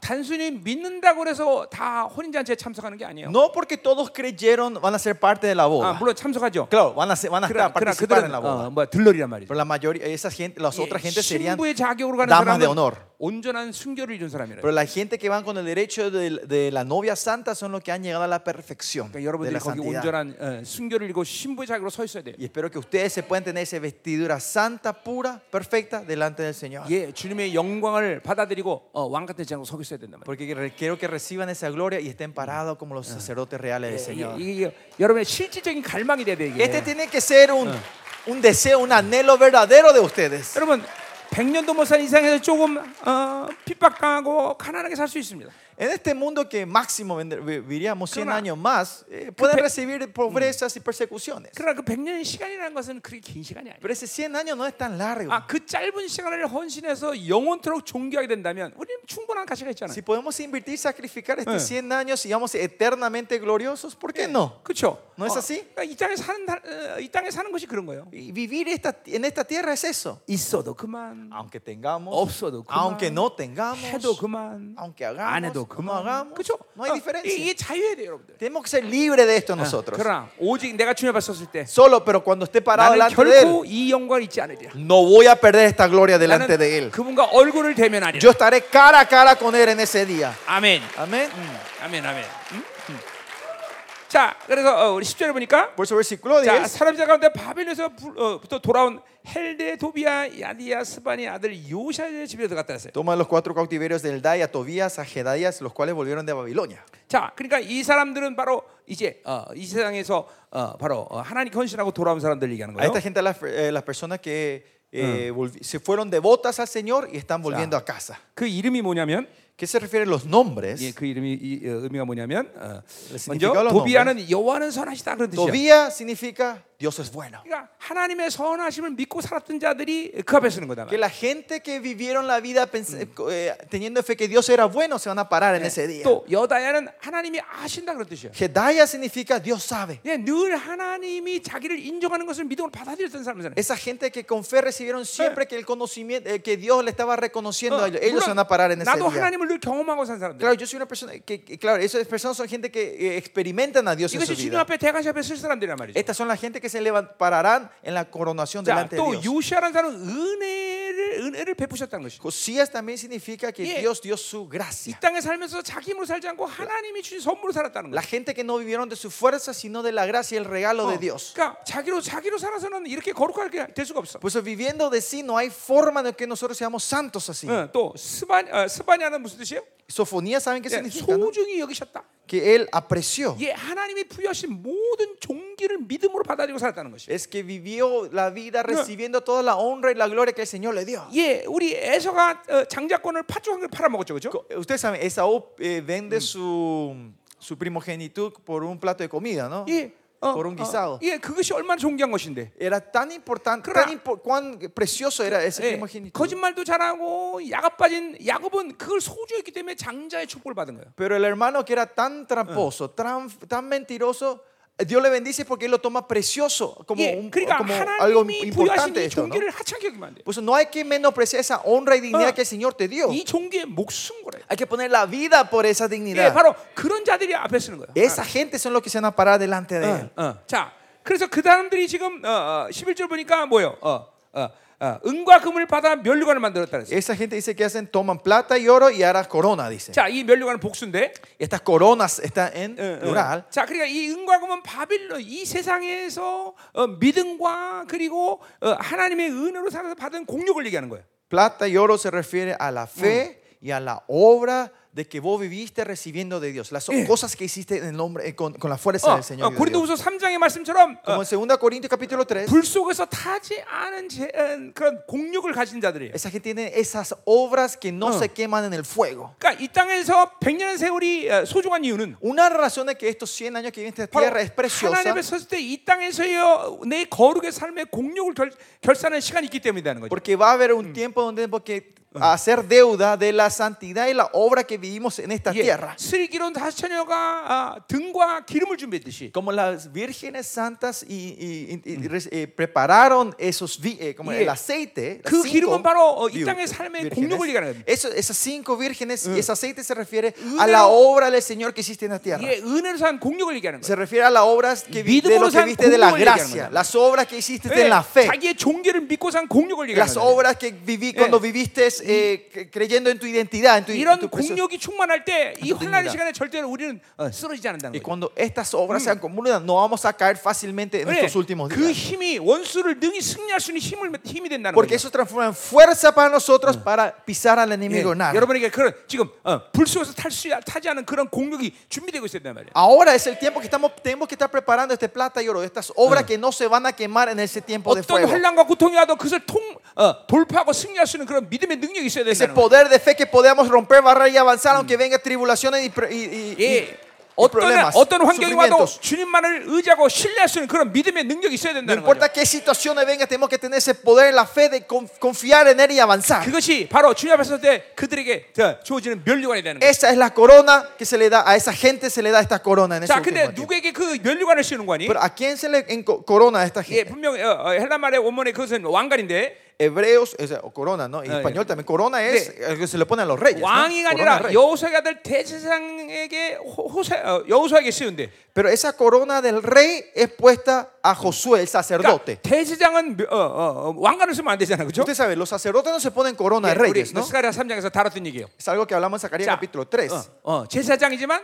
Speaker 1: 단순히 믿는다고 해서 다 혼인잔치에 참석하는 게 아니에요.
Speaker 2: No porque todos creyeron van a ser parte de la
Speaker 1: 아,
Speaker 2: boda.
Speaker 1: 물론 참석하죠.
Speaker 2: Claro, van a, ser- van a
Speaker 1: 그러나, 그러나
Speaker 2: estar, participar
Speaker 1: 그들은
Speaker 2: en la
Speaker 1: 어,
Speaker 2: boda.
Speaker 1: 뭐야, 들러리란 말이죠.
Speaker 2: Pero la mayoría, esa gente, las otras
Speaker 1: 예,
Speaker 2: gente serían
Speaker 1: 신부의 자격으로 가는
Speaker 2: damas de
Speaker 1: 사람은
Speaker 2: honor.
Speaker 1: 온전한 순결을 이룬 사람이래요.
Speaker 2: Pero la gente que van con el derecho de, de la novia santa son los que han llegado a la perfección
Speaker 1: 그러니까
Speaker 2: de
Speaker 1: 여러분들이
Speaker 2: la
Speaker 1: 거기
Speaker 2: santidad.
Speaker 1: 온전한 어, 순결을 이고 신부의 자격으로 서 있어야 돼요.
Speaker 2: Y espero que ustedes se puedan tener esa vestidura santa, pura, perfecta delante del Señor.
Speaker 1: 예, 주님의 영광을 받아들이고 어, 왕 같은 자로 서고 있어야 된단 말이에요.
Speaker 2: Porque re- quiero que reciban esa gloria y estén parados como
Speaker 1: Ah.
Speaker 2: los sacerdotes reales
Speaker 1: Eh,
Speaker 2: del Señor.
Speaker 1: 이게, 이게 여러분의 실질적인 갈망이 돼야 돼요. 이게.
Speaker 2: Este tiene que ser un,
Speaker 1: Ah.
Speaker 2: un deseo, un anhelo verdadero de ustedes.
Speaker 1: 여러분 100년도 못 산 이상에서 조금 어, 핍박당하고 가난하게 살 수 있습니다.
Speaker 2: En este mundo que máximo vend- vi- viviríamos 100
Speaker 1: Claro.
Speaker 2: años más, eh, pueden
Speaker 1: pe-
Speaker 2: recibir pobrezas y persecuciones.
Speaker 1: 그러나 그 100년의 시간이라는 것은 그렇게 긴 시간이 아니에요.
Speaker 2: Pero ese 100 años no es tan largo.
Speaker 1: 아, 그 짧은 시간을 헌신해서 영원토록 존귀하게 된다면 우리는 충분한 가치가 있잖아요.
Speaker 2: Si podemos invertir, sacrificar estos 100 años y vamos eternamente gloriosos, ¿por qué no?
Speaker 1: 그렇죠?
Speaker 2: No es así?
Speaker 1: 그러니까 이 땅에 사는 다- 어, 이 땅에 사는 것이 그런 거예요.
Speaker 2: Y vivir esta, en esta tierra es eso.
Speaker 1: 있어도 그만.
Speaker 2: Aunque tengamos,
Speaker 1: Obsodo, 그만.
Speaker 2: aunque no tengamos,
Speaker 1: 해도 그만.
Speaker 2: aunque
Speaker 1: 안
Speaker 2: hagamos,
Speaker 1: 해도 아,
Speaker 2: no
Speaker 1: 그만.
Speaker 2: hagamos,
Speaker 1: 그렇죠?
Speaker 2: no hay diferencia.
Speaker 1: 이게 자유해야 돼요, 여러분들.
Speaker 2: Tenemos que ser libres de esto nosotros.
Speaker 1: 그러나 오직 내가 주님 앞에 섰을 때
Speaker 2: Solo, pero cuando esté parado
Speaker 1: 나는
Speaker 2: delante de
Speaker 1: 결코
Speaker 2: Él,
Speaker 1: 이 영광을 잊지 않으리라.
Speaker 2: no voy a perder esta gloria
Speaker 1: 나는
Speaker 2: delante de Él.
Speaker 1: 그분과 얼굴을 대면하리라.
Speaker 2: Yo estaré cara a cara con Él en ese día.
Speaker 1: 아멘.
Speaker 2: Amén.
Speaker 1: 아멘. 아멘. 음? 음. 자, 그래서 어, 우리 10절에 보니까
Speaker 2: Por eso, versículo
Speaker 1: 자,
Speaker 2: 10.
Speaker 1: 사람들 가운데 바벨론에서부터 돌아온 헬데, 도비아, 야디야, 스바니 아들 요샤의 집에 들어갔다 했어요.
Speaker 2: Toma los cuatro cautiverios del Dai, a Tobías, a Gedalias, los cuales volvieron de Babilonia.
Speaker 1: 자, 그러니까 이 사람들은 바로 이제 어, 이 세상에서 어, 바로 어, 하나님 헌신하고 돌아온 사람들 얘기하는
Speaker 2: A
Speaker 1: 거예요.
Speaker 2: esta gente, las, eh, las personas que eh, volvi- se fueron devotas al Señor y están volviendo a casa.
Speaker 1: 그 이름이 뭐냐면
Speaker 2: ¿Qué se refieren los nombres?
Speaker 1: 예, 그 이름이 이, 어, 의미가 뭐냐면 어, 먼저
Speaker 2: significado los
Speaker 1: 도비아는 여호와는 선하시다 그런 뜻이야.
Speaker 2: Tobías significa Dios es bueno.
Speaker 1: 그러니까 하나님의 선하심을 믿고 살았던 자들이 그 앞에 서는 거다.
Speaker 2: Que la gente que vivieron la vida pens- eh, teniendo fe que Dios era bueno se van a parar en ese día.
Speaker 1: 또 여다야는 하나님이 아신다 그런 뜻이야.
Speaker 2: Gedaya significa Dios sabe.
Speaker 1: 예, 늘 하나님이 자기를 인정하는 것을 믿음으로 받아들였던 사람들은
Speaker 2: Esa gente que con fe recibieron siempre que el conocimiento eh, que Dios le estaba reconociendo
Speaker 1: Ah,
Speaker 2: a ellos, ellos se van a parar en ese
Speaker 1: 어, 나도
Speaker 2: día.
Speaker 1: 하나님을 늘 경험하고 산 사람들.
Speaker 2: Claro, yo soy una persona que, que- claro, esas personas son gente que eh, experimentan a Dios en su
Speaker 1: 이것이 주님
Speaker 2: vida.
Speaker 1: 앞에 대관시 앞에 설 사람들이란 말이죠.
Speaker 2: Estas son la gente que se levant- pararán en la coronación
Speaker 1: 자,
Speaker 2: delante de
Speaker 1: 또
Speaker 2: Dios.
Speaker 1: 요시아라는 사람은 은혜를 은혜를 은혜를 베푸셨다는 것이죠.
Speaker 2: Josías también significa que
Speaker 1: Yeah.
Speaker 2: Dios dio su
Speaker 1: 이
Speaker 2: gracia.
Speaker 1: 땅에 살면서 자기 힘으로 살지 않고 하나님이 주신 선물로 살았다는
Speaker 2: La
Speaker 1: 거예요.
Speaker 2: gente que no vivieron de su fuerza, sino de la gracia y el regalo
Speaker 1: Oh,
Speaker 2: de Dios.
Speaker 1: 그러니까 자기로 자기로 살아서는 이렇게 거룩하게 될 수가 없어.
Speaker 2: Por eso Pues, eh, viviendo de sí no hay forma de que nosotros seamos santos así.
Speaker 1: 어, 또 스바 어, 스바냐는 무슨 뜻이에요?
Speaker 2: Sofonía, ¿saben qué
Speaker 1: 예,
Speaker 2: significa? no?
Speaker 1: 소중히 여기셨다.
Speaker 2: Que él apreció.
Speaker 1: 예, 하나님이 부여하신 모든 종기를 믿음으로 받아들이고 살았다는 것이.
Speaker 2: Es que vivió la vida recibiendo toda la honra y la gloria que el Señor le dio.
Speaker 1: 예, 우리 에서가 어, 장자권을 파죽한 걸 팔아먹었죠, 그죠?
Speaker 2: Co- Ustedes saben, Esaú eh, vende su, su primogenitud por un plato de comida, ¿no?
Speaker 1: 예, 어,
Speaker 2: por un guisado.
Speaker 1: 어, 예, 그것이 얼마나 존귀한 것인데.
Speaker 2: Era tan importante,
Speaker 1: Claro.
Speaker 2: tan impo- cuán precioso era ese
Speaker 1: 예,
Speaker 2: primogenitud.
Speaker 1: 거짓말도 잘하고 야가 빠진 야곱은 그걸 소중했기 때문에 장자의 축복을 받은 거예요.
Speaker 2: Pero el hermano que era tan tramposo, tan, tan mentiroso, eh, Dios le bendice porque él lo toma precioso, como,
Speaker 1: 예,
Speaker 2: un-
Speaker 1: 그러니까
Speaker 2: como algo
Speaker 1: 하나님이 부여하신
Speaker 2: importante
Speaker 1: 이
Speaker 2: esto, ¿no?
Speaker 1: 종기를 하찮게 여기면 안 돼.
Speaker 2: Por eso no hay que menospreciar esa honra y dignidad
Speaker 1: Ah.
Speaker 2: que el Señor te dio.
Speaker 1: 이 종기에 목숨 걸어요.
Speaker 2: Hay que poner la vida por esa
Speaker 1: 예,
Speaker 2: dignidad.
Speaker 1: 바로 그런 자들이 앞에 서는 거예요.
Speaker 2: Esa gente son los que se van a parar delante de él.
Speaker 1: 어, 어. 자, 그래서 그 사람들이 지금 어, 어, 11절 보니까 뭐예요? 어, 어, 어, 은과 금을 받아 멸류관을 만들었다 그랬어요.
Speaker 2: Esa gente dice que hacen, toman plata y oro y hará corona, dice.
Speaker 1: 자, 이 멸류관은 복수인데.
Speaker 2: Estas coronas están en
Speaker 1: 어, 어.
Speaker 2: plural.
Speaker 1: 자, 그러니까 이 은과 금은 바빌론 이 세상에서 어, 믿음과 그리고 어, 하나님의 은혜로 살아서 받은 공력을 얘기하는 거예요.
Speaker 2: Plata y oro se refiere a la fe
Speaker 1: Mm.
Speaker 2: y a la obra de que vos viviste recibiendo de Dios. Las
Speaker 1: Eh. Ah,
Speaker 2: cosas que hiciste en el nombre, eh, con, con la fuerza
Speaker 1: 어,
Speaker 2: del
Speaker 1: 어,
Speaker 2: Señor. y de Dios.
Speaker 1: 고린도후서 3장의 말씀처럼 어,
Speaker 2: Como en 2 Corintios capítulo 3,
Speaker 1: 불 속에서 타지 않은 제- 어, 그런 공력을 가진 자들이에요.
Speaker 2: esa gente tiene esas obras que no
Speaker 1: Ah.
Speaker 2: se queman en el fuego.
Speaker 1: 그러니까 이 땅에서 100년의 세월이 어, 소중한 이유는
Speaker 2: Una razón es que estos 100 años que viven en esta
Speaker 1: 바로
Speaker 2: tierra es
Speaker 1: 하나님
Speaker 2: preciosa
Speaker 1: 앞에 섰을 때 이 땅에서의 내 거룩의 삶의 공력을 결, 결산하는 시간이 있기 때문이라는 거죠.
Speaker 2: porque va a haber
Speaker 1: Mm.
Speaker 2: un tiempo donde porque
Speaker 1: Ah.
Speaker 2: hacer deuda de la santidad y la obra que vivimos en esta
Speaker 1: 예,
Speaker 2: tierra.
Speaker 1: 슬기로운 다섯 처녀가 아, 등과 기름을 준비했듯이
Speaker 2: Como las vírgenes santas y, y- y- y res- eh, prepararon esos vi- eh, como
Speaker 1: Yeah.
Speaker 2: el aceite, las
Speaker 1: 그
Speaker 2: cinco
Speaker 1: 기름은 바로 어, 이
Speaker 2: vir-
Speaker 1: 땅의 삶의
Speaker 2: vírgenes.
Speaker 1: 공력을 얘기하는 겁니다.
Speaker 2: Eso- esas cinco vírgenes y ese aceite se refiere a
Speaker 1: Unero-
Speaker 2: la obra del Señor que hiciste en la tierra.
Speaker 1: 예, 은혜로 산 공력을 얘기하는
Speaker 2: Se
Speaker 1: 거예요.
Speaker 2: refiere a las obras que vi- de
Speaker 1: 믿음으로
Speaker 2: lo que
Speaker 1: 산
Speaker 2: viste de la
Speaker 1: 공력을 얘기하는
Speaker 2: gracia,
Speaker 1: 거예요.
Speaker 2: las obras que hiciste
Speaker 1: 예,
Speaker 2: en la fe,
Speaker 1: 자기의 종교를 믿고 산 공력을 얘기하는
Speaker 2: las
Speaker 1: 거예요.
Speaker 2: obras que viví cuando viviste eh, cre- creyendo en tu identidad, en tu, en
Speaker 1: 이런
Speaker 2: tu presencia.
Speaker 1: 공력이 충만할 때 이 혼란의
Speaker 2: 됩니다.
Speaker 1: 시간에 절대로 우리는 어, 쓰러지지
Speaker 2: Y
Speaker 1: 않는다는 거예요.
Speaker 2: cuando estas obras sean comunes, no vamos a caer fácilmente en
Speaker 1: 왜?
Speaker 2: estos últimos
Speaker 1: 그
Speaker 2: días.
Speaker 1: 힘이 원수를 능히 승리할 수 있는 힘을 힘이 된다는
Speaker 2: Porque
Speaker 1: 거예요.
Speaker 2: eso transforma en fuerza para nosotros para pisar al
Speaker 1: 예,
Speaker 2: enemigo en nada.
Speaker 1: 여러분에게 그런 지금 어, 불수에서 탈수 타지 않은 그런 공격이 준비되고 있어야 된단 말이에요.
Speaker 2: Ahora es el tiempo que estamos, tenemos que estar preparando este plata y oro, estas obras que no se van a quemar en ese tiempo de
Speaker 1: 어떤
Speaker 2: fuego.
Speaker 1: 환란과 고통이 와도 그것을 통 어, 돌파하고 승리할 수 있는 그런 믿음의 능력이 있어야
Speaker 2: Ese
Speaker 1: 된다는 거예요.
Speaker 2: poder de fe que podamos romper barreras y avanzar aunque venga tribulaciones y, pre- y- y- y-
Speaker 1: 예.
Speaker 2: y
Speaker 1: 어떤
Speaker 2: problemas,
Speaker 1: 어떤 환경이 와도
Speaker 2: sufrimientos.
Speaker 1: 주님만을 의지하고 신뢰할 수 있는 그런 믿음의 능력이 있어야
Speaker 2: No
Speaker 1: 된다는 거죠.
Speaker 2: importa qué situaciones venga, tenemos que tener ese poder, la fe de con- confiar en Él y avanzar.
Speaker 1: 그것이 바로 주님 앞에 섰을 때 그들에게 저, 주어지는 면류관이 되는 거예요.
Speaker 2: Esa es la corona que se le da a esa gente, se le da esta corona en ese
Speaker 1: 자,
Speaker 2: último
Speaker 1: 근데
Speaker 2: tiempo.
Speaker 1: 누구에게 그 면류관을 씌우는 거니?
Speaker 2: Pero eh, ¿a quién se le enco- corona a esta
Speaker 1: 예,
Speaker 2: gente?
Speaker 1: 분명 어, 어, 헬라 말의 원문에 그것은 왕관인데
Speaker 2: Hebreos, o sea, o corona, ¿no? En
Speaker 1: Ah,
Speaker 2: español
Speaker 1: ya.
Speaker 2: también. Corona es
Speaker 1: Sí.
Speaker 2: el que se le pone a los reyes. ¿no?
Speaker 1: 왕이
Speaker 2: Corona
Speaker 1: 아니라
Speaker 2: rey.
Speaker 1: 여호수아의 아들 대제사장에게 호- 호세- 어, 여호수아에게 씌운대.
Speaker 2: Pero esa corona del rey es puesta a Josué, el
Speaker 1: 그러니까
Speaker 2: sacerdote.
Speaker 1: 대제사장은 어, 어, 어, 왕관을 쓰면 안 되잖아, 그렇죠?
Speaker 2: Usted sabe, los sacerdotes no se ponen corona de
Speaker 1: 예, 우리
Speaker 2: reyes, ¿no?
Speaker 1: 스가랴 3장에서 네, 다뤘던 얘기예요.
Speaker 2: Es algo que hablamos en Zacarías
Speaker 1: 자,
Speaker 2: capítulo 3.
Speaker 1: 어, 어, 제사장이지만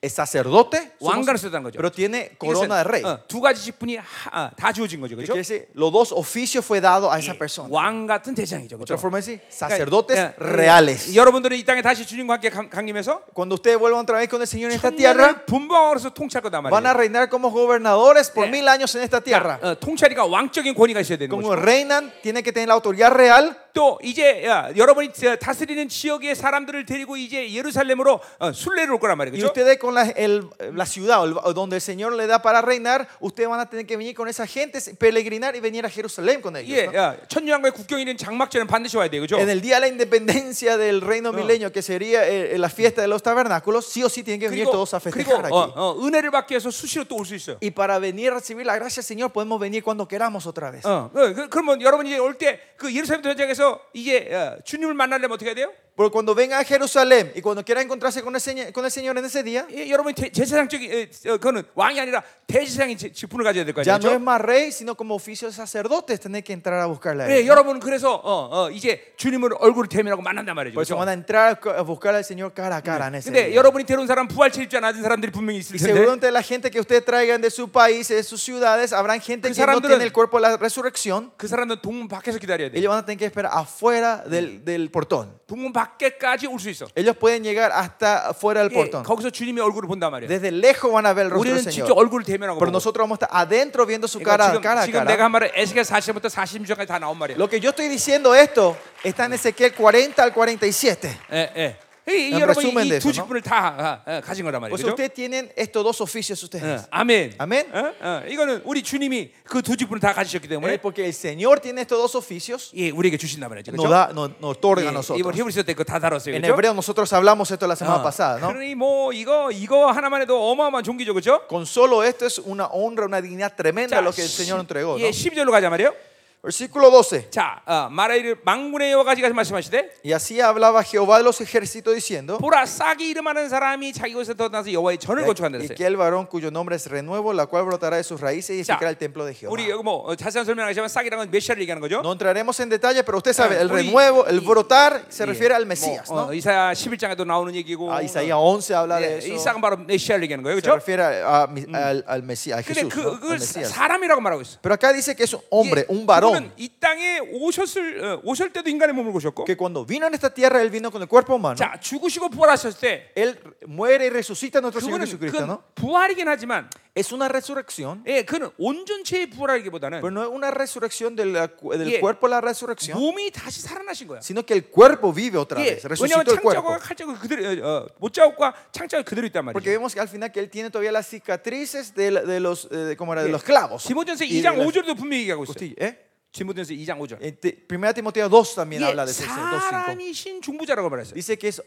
Speaker 2: Es sacerdote, somos-
Speaker 1: 왕관을 쓰다는 거죠.
Speaker 2: pero tiene corona de
Speaker 1: 이것은,
Speaker 2: rey.
Speaker 1: 어, 두 가지 직분이 하- 아, 다 주어진 거죠,
Speaker 2: Quiere
Speaker 1: 그렇죠?
Speaker 2: decir, los dos oficios fue dado a esa persona.
Speaker 1: 왕 같은 대장이죠,
Speaker 2: Otra
Speaker 1: 그렇죠?
Speaker 2: forma de decir, sacerdotes
Speaker 1: 그러니까, 예,
Speaker 2: reales.
Speaker 1: 여러분들은 이 땅에 다시 주님과 함께 강- 강림해서
Speaker 2: Cuando ustedes vuelvan otra vez con el Señor en
Speaker 1: 네,
Speaker 2: esta tierra,
Speaker 1: 천년을 분방으로서 통치할 거다
Speaker 2: van a
Speaker 1: 말이에요.
Speaker 2: reinar como gobernadores por
Speaker 1: 예.
Speaker 2: mil años en esta tierra.
Speaker 1: 어, 통찰이가 왕적인 권위가 있어야 되는
Speaker 2: Como
Speaker 1: 거죠.
Speaker 2: reinan, tienen que tener la autoridad real.
Speaker 1: 또 이제 야, 여러분이 저 다스리는 지역의 사람들을 데리고 이제 예루살렘으로 어, 순례를 올 거란
Speaker 2: Y
Speaker 1: 말이죠.
Speaker 2: ustedes con la, el- la ciudad o el- o donde el Señor le da para reinar, ustedes van a tener que venir con esa gente, peregrinar y venir a Jerusalén con ellos.
Speaker 1: 예,
Speaker 2: ¿no?
Speaker 1: 야, 천년왕국의 국경이 있는 장막절은 반드시 와야 돼요, 그렇죠? 그죠?
Speaker 2: En el día de la independencia del reino milenio, que sería eh, la fiesta de los tabernáculos, sí o sí tienen que venir
Speaker 1: 그리고,
Speaker 2: todos a
Speaker 1: 그리고
Speaker 2: festejar
Speaker 1: 어,
Speaker 2: aquí.
Speaker 1: 어, 은혜를 받기 위해서 수시로 또 올 수 있어요.
Speaker 2: Y para venir a recibir la gracia del Señor, podemos venir cuando queramos otra
Speaker 1: Ah.
Speaker 2: vez.
Speaker 1: 어, 그, 그- 그러면 여러분 이제 올 때 그 예루살렘 도장에서 이제 어, 주님을 어, 만나려면 어떻게 해야 돼요?
Speaker 2: Porque cuando venga a Jerusalén y cuando quiera encontrarse con el, Señor, con el Señor en ese día,
Speaker 1: 예, 여러분 제- 제사장적인 예, 어, 그거는 왕이 아니라 대제사장의 지- 직분을 가져야 될 거
Speaker 2: ya no es
Speaker 1: 아니에요. 그렇죠?
Speaker 2: más rey, sino como oficio de sacerdotes, tener que entrar a buscarle a
Speaker 1: 네,
Speaker 2: él.
Speaker 1: 여러분 그래서 어, 어, 이제 주님을 얼굴을 대면하고 만난단 말이죠.
Speaker 2: Por eso
Speaker 1: 그렇죠?
Speaker 2: pues van a entrar a buscar al Señor cara a cara en ese
Speaker 1: 근데
Speaker 2: día.
Speaker 1: 여러분이 데려온 사람 부활체 입지 않은 사람들이 분명히 있을
Speaker 2: Y
Speaker 1: 텐데
Speaker 2: seguramente la gente que ustedes traigan de su país, de sus ciudades, habrán gente
Speaker 1: 그
Speaker 2: que no
Speaker 1: 사람들은-
Speaker 2: tiene el cuerpo de la resurrección.
Speaker 1: 그 사람들은 동문 밖에서 기다려야 돼.
Speaker 2: Ellos van a tener que esperar afuera del, del portón.
Speaker 1: 동문 밖에까지 올 수 있어.
Speaker 2: Ellos pueden llegar hasta afuera del
Speaker 1: 예,
Speaker 2: portón.
Speaker 1: 거기서 주님의 얼굴을 본단 말이야.
Speaker 2: Desde lejos van a ver el rostro
Speaker 1: 우리는
Speaker 2: del
Speaker 1: 직접
Speaker 2: Señor.
Speaker 1: 얼굴을 대면하고
Speaker 2: Pero
Speaker 1: 보고.
Speaker 2: nosotros vamos a estar adentro viendo su
Speaker 1: 그러니까
Speaker 2: cara,
Speaker 1: 지금,
Speaker 2: cara a
Speaker 1: 지금
Speaker 2: cara.
Speaker 1: 내가 한 말은 에스겔 40부터 46절까지 다 나온 말이야.
Speaker 2: Lo que yo estoy diciendo esto está en Ezequiel 40 al 47.
Speaker 1: 예, 예. 이, 이
Speaker 2: 난
Speaker 1: 여러분이
Speaker 2: resumen de
Speaker 1: 이두
Speaker 2: eso, no?
Speaker 1: 직분을 다 아, 아, 가진 거란
Speaker 2: Por
Speaker 1: 말이죠.
Speaker 2: eso
Speaker 1: 그죠?
Speaker 2: ustedes tienen estos dos oficios ustedes.
Speaker 1: 예, 아멘.
Speaker 2: 아멘.
Speaker 1: 어? 어, 이거는 우리 주님이 그 두 직분을 다 가지셨기
Speaker 2: Eh,
Speaker 1: 때문에
Speaker 2: Porque el Señor tiene estos dos oficios.
Speaker 1: 예, 우리에게 주신단 말이죠.
Speaker 2: Nos,
Speaker 1: 그렇죠?
Speaker 2: da, nos, nos otorga a
Speaker 1: 예, 이번
Speaker 2: nosotros.
Speaker 1: 히브리서 때그다 다뤘어요.
Speaker 2: En
Speaker 1: 그렇죠?
Speaker 2: hebreo nosotros hablamos esto la semana
Speaker 1: 어,
Speaker 2: pasada, ¿no?
Speaker 1: 그러니 뭐 이거 이거 하나만 해도 어마어마한 종기죠. 그렇죠?
Speaker 2: Con solo esto es una honra, una dignidad tremenda lo que el
Speaker 1: 시-
Speaker 2: Señor entregó. ¿no?
Speaker 1: 예, 12절로 가자 말이에요.
Speaker 2: Versículo 12.
Speaker 1: 자, 어, 마라이를 망군의 여호와까지 가서 말씀하시되
Speaker 2: Y así hablaba Jehová de los ejércitos diciendo,
Speaker 1: 보라 싹이 이름하는 사람이 자기 곳에 떠나서 여호와의 전을 건축한다
Speaker 2: y
Speaker 1: 그랬어요.
Speaker 2: que el varón cuyo nombre es renuevo, la cual brotará de sus raíces y
Speaker 1: 자,
Speaker 2: edificará el templo de Jehová.
Speaker 1: 우리 여기 뭐 어, 자세한 설명하지만 싹이라는 건 메시아를 얘기하는 거죠.
Speaker 2: No entraremos en detalle, pero usted sabe, el
Speaker 1: 우리-
Speaker 2: renuevo, el
Speaker 1: 이-
Speaker 2: brotar se
Speaker 1: 예,
Speaker 2: refiere al
Speaker 1: 뭐,
Speaker 2: Mesías,
Speaker 1: 어,
Speaker 2: ¿no?
Speaker 1: 이사야 11장에도 나오는 얘기고.
Speaker 2: Ah, Isaías 11 habla
Speaker 1: 예,
Speaker 2: de eso.
Speaker 1: 이사가 바로 메시아를 얘기하는 거예요.
Speaker 2: Se
Speaker 1: 그렇죠?
Speaker 2: refiere a- a mi- al, al Mesías, a
Speaker 1: 근데
Speaker 2: Jesús,
Speaker 1: 그,
Speaker 2: ¿no? Al
Speaker 1: 그걸
Speaker 2: Mesías.
Speaker 1: 사람이라고 말하고 있어.
Speaker 2: Pero acá dice que es un hombre,
Speaker 1: 예,
Speaker 2: un varón,
Speaker 1: 그분은 이 땅에 오셨을 어, 오실 때도 인간의 몸을 오셨고,
Speaker 2: que cuando vino en esta tierra, él vino con el cuerpo humano.
Speaker 1: 자 죽으시고 부활하셨을 때,
Speaker 2: Él muere y resucita nuestro Señor
Speaker 1: 그분은
Speaker 2: Jesucristo,
Speaker 1: 그건
Speaker 2: ¿no?
Speaker 1: 부활이긴 하지만,
Speaker 2: Es una resurrección,
Speaker 1: 예, 그는 온전체의 부활이기보다는
Speaker 2: pero no es una resurrección del, del
Speaker 1: Yeah.
Speaker 2: cuerpo, la resurrección,
Speaker 1: 몸이 다시 살아나신 거야.
Speaker 2: sino que el cuerpo vive otra
Speaker 1: 예,
Speaker 2: vez,
Speaker 1: 왜냐하면
Speaker 2: resucitó el cuerpo.
Speaker 1: 창자국과 칼자국 그대로 어, 어, 못자국과 창자국 그대로 있단
Speaker 2: Porque
Speaker 1: 말이죠.
Speaker 2: vemos que al final que él tiene todavía las cicatrices de, la- de los, eh, ¿cómo era? de
Speaker 1: 예.
Speaker 2: los clavos.
Speaker 1: 디모전서
Speaker 2: Y de
Speaker 1: 2장
Speaker 2: las
Speaker 1: 5절도 분명히 얘기하고 있어요.
Speaker 2: costillas, ¿eh?
Speaker 1: 디모전서 2장 5절.
Speaker 2: En te- Primera Timoteo 2 también habla
Speaker 1: 예,
Speaker 2: de eso, 2:5.
Speaker 1: 사람이 신 중부자라고 말했어요. 예,
Speaker 2: Dice que es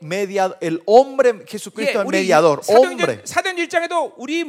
Speaker 2: media, el hombre, Jesucristo es mediador, hombre.
Speaker 1: 사도행 1장에도 우리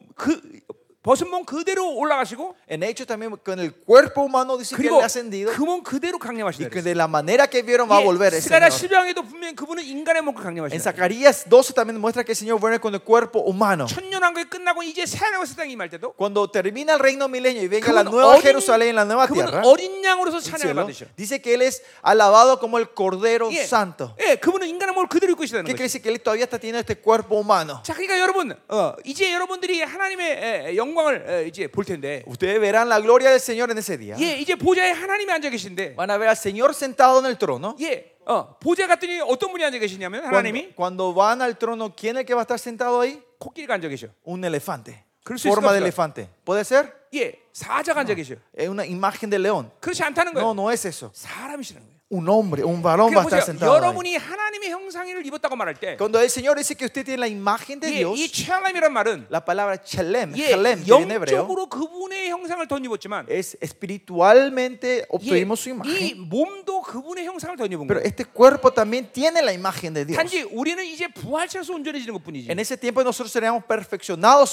Speaker 1: 몸그 벗은 몸 그대로 올라가시고
Speaker 2: En Hechos también con el cuerpo humano dice que él
Speaker 1: 그리고
Speaker 2: ha ascendido
Speaker 1: 그 몸 그대로
Speaker 2: y
Speaker 1: 강림하신다.
Speaker 2: que
Speaker 1: 그랬어요.
Speaker 2: de la manera que vieron va a volver
Speaker 1: 예,
Speaker 2: el
Speaker 1: 스가랴
Speaker 2: Señor.
Speaker 1: 10장에도 분명히 그분은 인간의 몸을
Speaker 2: En
Speaker 1: 강림하신다.
Speaker 2: Zacarías 12 también muestra que el Señor vuelve con el cuerpo humano.
Speaker 1: 천년 왕국이 끝나고 이제 새 하늘과 새 땅이 임할 때도
Speaker 2: Cuando termina el reino milenio y venga la
Speaker 1: 그분은
Speaker 2: nueva
Speaker 1: 어린,
Speaker 2: Jerusalén, la nueva
Speaker 1: 그분은
Speaker 2: tierra,
Speaker 1: 어린 양으로서
Speaker 2: el
Speaker 1: 찬양을
Speaker 2: cielo,
Speaker 1: 받으셔.
Speaker 2: dice que Él es alabado como el Cordero
Speaker 1: 예,
Speaker 2: Santo.
Speaker 1: 예, 그분은 인간의 몸을 그대로 입고 계시다는
Speaker 2: ¿Qué quiere
Speaker 1: 거죠.
Speaker 2: decir? Que Él todavía está teniendo este cuerpo humano.
Speaker 1: 자, 그러니까 여러분, 어, 이제 여러분들이 하나님의 에, 영광을 에, 이제 볼 텐데,
Speaker 2: Ustedes verán la gloria del Señor en ese día.
Speaker 1: 예, 이제 보좌에 하나님이 앉아 계신데,
Speaker 2: Van a ver al Señor sentado en el trono.
Speaker 1: 예, 어, 보좌 갔더니 어떤 분이 앉아 계시냐면
Speaker 2: Cuando,
Speaker 1: 하나님이
Speaker 2: cuando van al trono, ¿quién es el que va a estar sentado ahí?
Speaker 1: 코끼리가 앉아 계셔.
Speaker 2: Un elefante.
Speaker 1: 그럴 수 있을까
Speaker 2: Forma de
Speaker 1: 없을까?
Speaker 2: elefante. ¿Puede ser?
Speaker 1: 예, 사자가 앉아 계셔.
Speaker 2: Es una imagen de león.
Speaker 1: 그렇지 않다는 거예요.
Speaker 2: No, no es eso.
Speaker 1: 사람이시라는 거예요.
Speaker 2: Un hombre, un varón va a
Speaker 1: 그러니까
Speaker 2: estar
Speaker 1: 보세요.
Speaker 2: sentado. ahí.
Speaker 1: 여러분이 하나님의 형상을 입었다고 말할 때,
Speaker 2: Cuando el Señor dice que usted tiene la imagen de
Speaker 1: 예,
Speaker 2: Dios,
Speaker 1: 이 체험이란 말은
Speaker 2: la palabra chelem,
Speaker 1: 예,
Speaker 2: chelem, que en hebreo,
Speaker 1: 영적으로 그분의 형상을 덧입었지만,
Speaker 2: es espiritualmente
Speaker 1: 예,
Speaker 2: obtuvimos su
Speaker 1: 이
Speaker 2: imagen.
Speaker 1: 몸도 그분의 형상을 덧입은
Speaker 2: Pero
Speaker 1: 거예요.
Speaker 2: este cuerpo también tiene la imagen de Dios.
Speaker 1: 단지 우리는 이제 부활체로서 온전해지는 것뿐이지.
Speaker 2: En ese tiempo nosotros seríamos perfeccionados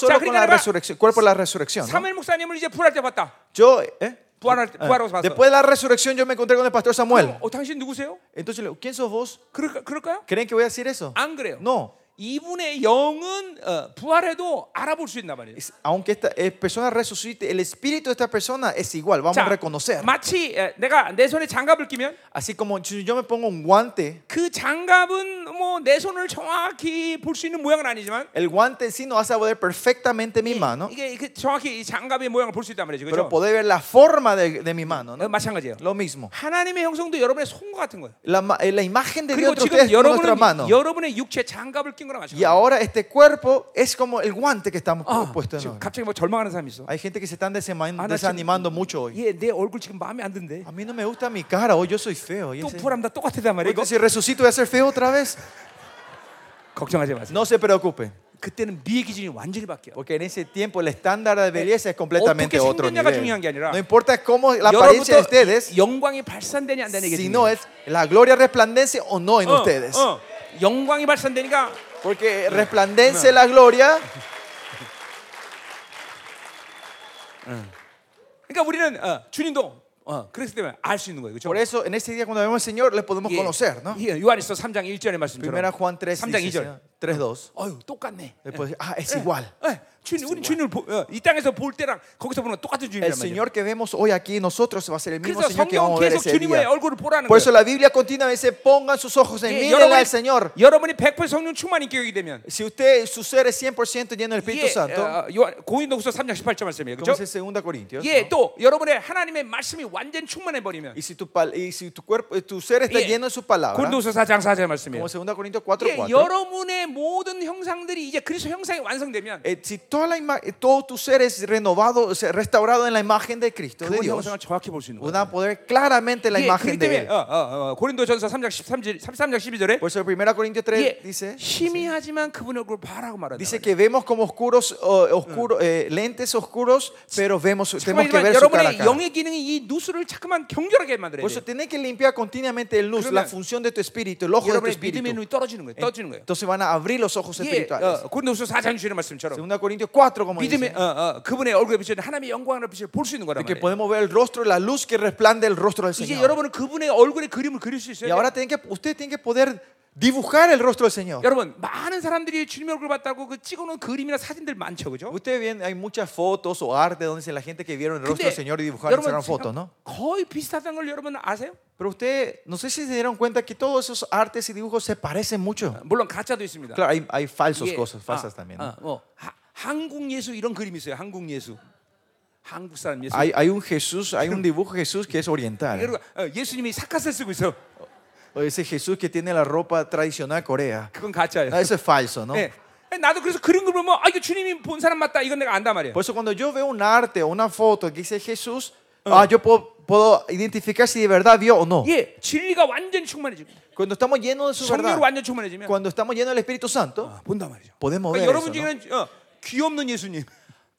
Speaker 1: 자,
Speaker 2: solo con la
Speaker 1: 그러니까
Speaker 2: resurrección, cuerpo de la resurrección. ¿no?
Speaker 1: 사무엘 목사님을 이제 부활할 때 봤다.
Speaker 2: Yo, ¿eh?
Speaker 1: 부활할 때- 부활하고
Speaker 2: Ah,
Speaker 1: 봤어.
Speaker 2: después de la resurrección yo me encontré con el pastor Samuel.
Speaker 1: 어, 당신 누구세요?
Speaker 2: Entonces le digo, ¿quién sos vos?
Speaker 1: 그럴까, 그럴까요?
Speaker 2: ¿Creen que voy a decir eso?
Speaker 1: 안 그래요.
Speaker 2: No.
Speaker 1: 이분의 영은 어, 부활해도 알아볼 수 있나 말이에요.
Speaker 2: Es- Aunque esta eh, persona resucite, el espíritu de esta persona es igual, vamos a reconocer.
Speaker 1: 마치 에, 내가 내 손에 장갑을 끼면
Speaker 2: Así como si yo me pongo un guante,
Speaker 1: 그 장갑은 뭐 내 손을 정확히 볼 수 있는 모양은 아니지만
Speaker 2: el guante en sí no hace poder perfectamente mi mano,
Speaker 1: 이게 그 정확히 이 장갑의 모양을 볼 수 있단 말이죠. 그렇죠?
Speaker 2: pero poder ver la forma de, de mi mano. ¿no?
Speaker 1: 어, 마찬가지예요.
Speaker 2: Lo mismo.
Speaker 1: 하나님의 형성도 여러분의 손과 같은 거예요.
Speaker 2: La, ma- eh, la imagen de Dios
Speaker 1: 그리고
Speaker 2: entre
Speaker 1: 지금
Speaker 2: ustedes con nuestra
Speaker 1: 여러분은
Speaker 2: mano.
Speaker 1: 여러분의 육체 장갑을 낀 거랑
Speaker 2: Y
Speaker 1: 마찬가지예요.
Speaker 2: ahora este cuerpo es como el guante que estamos
Speaker 1: 아,
Speaker 2: puestos en
Speaker 1: 지금
Speaker 2: ahora.
Speaker 1: 갑자기 뭐 절망하는 사람이 있어.
Speaker 2: Hay gente que se están desema-
Speaker 1: Ah, no,
Speaker 2: desanimando mucho hoy.
Speaker 1: 예, 내 얼굴 지금 마음에 안 든대.
Speaker 2: A mí no me gusta mi cara, hoy yo soy feo. y
Speaker 1: 또
Speaker 2: ese-
Speaker 1: 부활합니다. 똑같으단 말이에요. 이거
Speaker 2: Porque si resucito 예, voy a ser feo otra vez.
Speaker 1: 걱정하지 마세요.
Speaker 2: No se preocupen,
Speaker 1: 그때는 미의 기준이 완전히 바뀌어.
Speaker 2: porque en ese tiempo el estándar
Speaker 1: Eh,
Speaker 2: de belleza es completamente
Speaker 1: 어떻게
Speaker 2: otro
Speaker 1: 생겼냐가
Speaker 2: nivel.
Speaker 1: 중요한 게 아니라
Speaker 2: No importa cómo la apariencia de
Speaker 1: 여러분부터
Speaker 2: ustedes,
Speaker 1: 영광이 발산되냐 안 되냐 이게
Speaker 2: si
Speaker 1: 중요해요.
Speaker 2: no Oh, es la gloria resplandece o no en
Speaker 1: 어,
Speaker 2: ustedes.
Speaker 1: 어. 영광이 발산되니까
Speaker 2: Porque resplandece la gloria.
Speaker 1: 그러니까 우리는 어, 주님도 어, 어, 그렇기 때문에 알 수 있는 거예요. 그렇죠?
Speaker 2: Por eso, en ese día cuando vemos al Señor, le podemos conocer, ¿no?
Speaker 1: 예, 요한에서 3장 1절의 말씀처럼.
Speaker 2: Primera Juan 3,
Speaker 1: 3장
Speaker 2: 16,
Speaker 1: 2절.
Speaker 2: 3, 2.
Speaker 1: 어휴, 똑같네.
Speaker 2: Le puedo decir, ah, es igual.
Speaker 1: 예, 주님, 우리 주님을 보, 어, 이 땅에서 볼 때랑 거기서 보는 건 똑같은 주님이란
Speaker 2: 네. El
Speaker 1: 말이에요.
Speaker 2: Señor que vemos hoy aquí, nosotros va a ser el mismo
Speaker 1: 그래서
Speaker 2: Señor que
Speaker 1: 성경
Speaker 2: vamos a ver
Speaker 1: 계속
Speaker 2: ese
Speaker 1: 주님의
Speaker 2: día.
Speaker 1: 얼굴을 보라는
Speaker 2: Por eso
Speaker 1: 거예요.
Speaker 2: la Biblia continuamente dice, pongan sus ojos en
Speaker 1: 예,
Speaker 2: mí,
Speaker 1: 여러분이
Speaker 2: al Señor.
Speaker 1: 여러분이 100% 성령 충만 인격이 되면
Speaker 2: Si usted, su ser es 100% lleno del Espíritu
Speaker 1: 이게
Speaker 2: Santo,
Speaker 1: 어, 요한- 고린도후서 3장 18절 말씀이에요.
Speaker 2: como
Speaker 1: 그렇죠?
Speaker 2: es el 2 Corintios,
Speaker 1: 예,
Speaker 2: ¿no?
Speaker 1: 또 여러분의 하나님의 말씀이 완전 충만해 버리면
Speaker 2: y si tu, pal- y si tu, cuerpo, eh, tu ser está
Speaker 1: 예,
Speaker 2: lleno de su palabra,
Speaker 1: 고린도후서 4장 4절 말씀이에요.
Speaker 2: como 2 Corintios
Speaker 1: 예,
Speaker 2: 4.4,
Speaker 1: 여러분의 모든 형상들이 이제 그리스도 형상이 완성되면
Speaker 2: eh, si toda la ima- eh, todo tu ser es renovado, o sea, restaurado en la imagen de Cristo, de
Speaker 1: 그분
Speaker 2: Dios,
Speaker 1: 형상을 정확히 볼 수 있는
Speaker 2: van
Speaker 1: 거예요.
Speaker 2: a poder claramente la
Speaker 1: 예, 그렇기
Speaker 2: imagen de
Speaker 1: 때문에
Speaker 2: Él.
Speaker 1: 어, 어, 어, 고린도전서 3장 13절 13장 12절에
Speaker 2: Por eso 1 Corintios 3
Speaker 1: 예,
Speaker 2: dice...
Speaker 1: 희미하지만 그분의 얼굴 바라고 말한다.
Speaker 2: Dice que vemos como oscuros, o- oscuro, eh, lentes oscuros, pero vemos, tenemos que
Speaker 1: 잠깐만,
Speaker 2: ver su cara
Speaker 1: 여러분의
Speaker 2: a cara.
Speaker 1: 영의 기능이 이 누수를 자꾸만 경결하게 만들어야
Speaker 2: Por eso
Speaker 1: 돼요.
Speaker 2: tenés que limpiar continuamente el luz,
Speaker 1: 그러면
Speaker 2: la función de tu espíritu, el ojo de tu
Speaker 1: 여러분의 믿음의
Speaker 2: espíritu. ¿Eh?
Speaker 1: 눈이 떨어지는 거예요. 떨어지는 거예요.
Speaker 2: Entonces van a abrir los ojos
Speaker 1: 예,
Speaker 2: espirituales.
Speaker 1: 어, 고린도후서 4장 주의 말씀처럼
Speaker 2: 2 Corintios 4, como
Speaker 1: 믿음의
Speaker 2: dice,
Speaker 1: 어, 어, 그분의 얼굴에 비치는 하나님의 영광을 빛을 볼 수 있는 거란
Speaker 2: de que
Speaker 1: 말이에요.
Speaker 2: podemos ver el rostro, la luz que resplande el rostro del
Speaker 1: 이제
Speaker 2: Señor.
Speaker 1: 여러분은 그분의 얼굴의 그림을 그릴 수
Speaker 2: Y
Speaker 1: 있어요.
Speaker 2: ahora tienen que, ustedes tienen que poder dibujar el rostro del Señor.
Speaker 1: 여러분 많은 사람들이 주님의 얼굴 봤다고 그 찍어놓은 그림이나 사진들 많죠, 그죠?
Speaker 2: Ustedes ven, hay muchas fotos o arte donde dice la gente que vieron el rostro del Señor y dibujaron
Speaker 1: 여러분
Speaker 2: sacaron fotos, ¿no?
Speaker 1: 거의 비슷하다는 걸 여러분 아세요?
Speaker 2: Pero ustedes, no sé si se dieron cuenta que todos esos artes y dibujos se parecen mucho.
Speaker 1: 물론 가짜도 있습니다.
Speaker 2: Claro, hay, hay falsos
Speaker 1: 이게,
Speaker 2: cosas, falsas
Speaker 1: 아,
Speaker 2: también. ¿no?
Speaker 1: 아, 뭐, 하- 한국 예수 이런 그림이 있어요. 한국 예수, 한국 사람 아, 예수.
Speaker 2: Hay, hay un Jesús, hay un dibujo de Jesús que es oriental.
Speaker 1: 그리고 어, 예수님이 사카스 쓰고 있어.
Speaker 2: O ese Jesús que tiene la ropa tradicional corea.
Speaker 1: 그건 가짜예요.
Speaker 2: No, eso es falso, ¿no?
Speaker 1: 예. 나도 그래서 그런 걸 보면 아 이거 주님이 본 사람 맞다. 이건 내가 안다 말이야.
Speaker 2: Por eso cuando yo veo un arte o una foto que dice Jesús, ah, yo puedo, puedo identificar si de verdad vio o no.
Speaker 1: 예, 진리가 완전히 충만해지고
Speaker 2: Cuando estamos llenos de su verdad,
Speaker 1: 성령으로 완전 충만해지면
Speaker 2: cuando estamos llenos del Espíritu Santo,
Speaker 1: 아, 본다 말이죠.
Speaker 2: podemos ver.
Speaker 1: 그러니까 여러분
Speaker 2: eso, ¿no?
Speaker 1: 중에는 어, 귀 없는 예수님,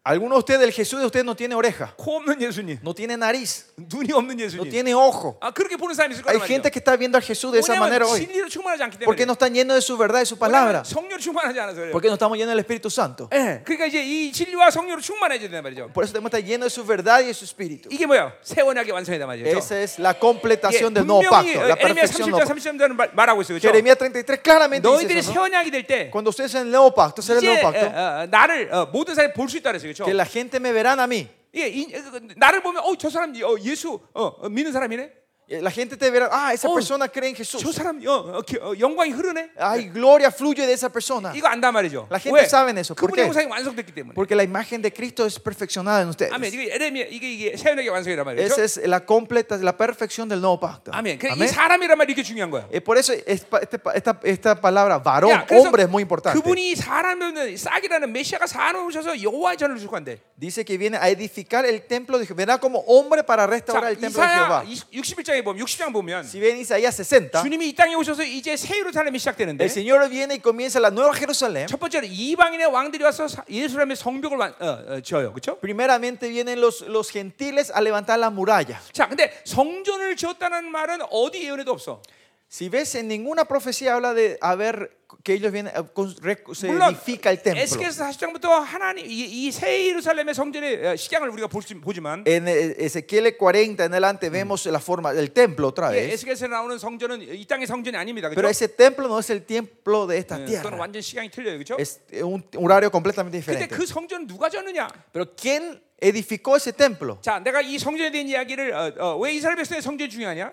Speaker 2: Algunos de ustedes, el Jesús de ustedes no tiene oreja,
Speaker 1: 코 없는 예수님,
Speaker 2: no tiene nariz,
Speaker 1: 눈이 없는
Speaker 2: no
Speaker 1: 예수님.
Speaker 2: tiene ojo.
Speaker 1: 아 그렇게 보는 사람이 있을 거란
Speaker 2: Hay
Speaker 1: 말이에요.
Speaker 2: gente que está viendo a Jesús de esa manera
Speaker 1: 왜냐하면
Speaker 2: hoy.
Speaker 1: 진리로 충만하지 않기 때문에.
Speaker 2: Porque no están llenos de su verdad y su palabra.
Speaker 1: 성령 충만하지 않아서 그래요.
Speaker 2: Porque no estamos llenos del Espíritu Santo.
Speaker 1: 예, 그러니까 이제 이 진리와 성령으로 충만해져야 된단 말이죠.
Speaker 2: Por eso tenemos que estar llenos de su verdad y de su espíritu.
Speaker 1: 이게 뭐야? 새 언약의 완성이다 말이죠. 그렇죠?
Speaker 2: Esa es la
Speaker 1: 예,
Speaker 2: completación del nuevo
Speaker 1: 분명히
Speaker 2: pacto, la
Speaker 1: 에레미야
Speaker 2: perfección
Speaker 1: 30장
Speaker 2: del nuevo pacto.
Speaker 1: 30절은 말, 말하고 있어요. 그렇죠?
Speaker 2: Jeremías 33 claramente dice
Speaker 1: 너희들이
Speaker 2: eso, eh,
Speaker 1: 새
Speaker 2: ¿no?
Speaker 1: 언약이 될 때
Speaker 2: Cuando ustedes en el nuevo pacto, ser el
Speaker 1: 이제
Speaker 2: nuevo
Speaker 1: 어,
Speaker 2: pacto,
Speaker 1: 어, 나를 어, 모든 사람이 볼 수 있다 그랬어요. 그렇죠?
Speaker 2: que la gente me verán a mí.
Speaker 1: 예, 이- 어, 나를 보면 어, 저 사람 어, 예수 어, 어, 믿는 사람이네.
Speaker 2: La gente te verá, ah, esa
Speaker 1: Oh,
Speaker 2: persona cree en Jesús.
Speaker 1: 저 사람 어, 어, 기- 어, 영광이 흐르네.
Speaker 2: Ay, gloria fluye de esa persona.
Speaker 1: 이거 안다 말이죠.
Speaker 2: La gente
Speaker 1: 왜?
Speaker 2: saben eso. ¿Por
Speaker 1: 그분의
Speaker 2: qué?
Speaker 1: 형상이 완성됐기 때문에.
Speaker 2: Porque la imagen de Cristo es perfeccionada en ustedes.
Speaker 1: 아멘. 이게 에레미야 이게 이게 새 언약의 완성이란 말이죠.
Speaker 2: Esa es la completa, la perfección del nuevo pacto.
Speaker 1: 아멘. 그래, 이
Speaker 2: Amén.
Speaker 1: 사람이란 말이 이렇게 중요한 거야.
Speaker 2: Eh, por eso es pa- este pa- esta, esta palabra varón,
Speaker 1: 야, 그래서
Speaker 2: hombre, es muy importante.
Speaker 1: 그분이 사람은 싹이라는 메시아가 사람을 오셔서 여호와의 전을 주관대.
Speaker 2: Dice que viene a edificar el templo de Jehová. Vendrá como hombre para restaurar
Speaker 1: 자,
Speaker 2: el templo de Jehová.
Speaker 1: 이사야 61장에 보면 60장 보면
Speaker 2: Si ven Isaías 60,
Speaker 1: 주님이 이 땅에 오셔서 이제 새 예루살렘이 시작되는데
Speaker 2: el Señor viene y comienza la nueva Jerusalén.
Speaker 1: 첫 번째로 이방인의 왕들이 와서 사- 예루살렘의 성벽을 완- 어, 어, 지어요. 그렇죠?
Speaker 2: Primeramente vienen los, los gentiles a levantar la muralla.
Speaker 1: 자, 근데 성전을 지었다는 말은 어디 예언에도 없어.
Speaker 2: Si ves, en ninguna profecía habla de haber que ellos vienen, a cons- re- se
Speaker 1: 물론
Speaker 2: edifica el templo.
Speaker 1: 에스겔서 40장부터 하나님 이 새 예루살렘의 성전의 어, 식양을 우리가 볼 수- 보지만
Speaker 2: En eh, Ezequiel 40 en adelante vemos la forma del templo otra
Speaker 1: 예,
Speaker 2: vez.
Speaker 1: 에스겔서 나오는 성전은 이 땅의 성전이 아닙니다.
Speaker 2: Pero
Speaker 1: 그렇죠? 예,
Speaker 2: ese templo no es el templo de esta
Speaker 1: 그건
Speaker 2: tierra.
Speaker 1: 완전 시간이 틀려요. 그렇죠?
Speaker 2: Es eh, un horario completamente
Speaker 1: 근데
Speaker 2: diferente.
Speaker 1: 그 성전은 누가 지었느냐?
Speaker 2: Pero ¿quién edificó ese templo?
Speaker 1: 자, 내가 이 성전에 대한 이야기를 어, 어, 왜 이스라엘 백성의 성전이 중요하냐?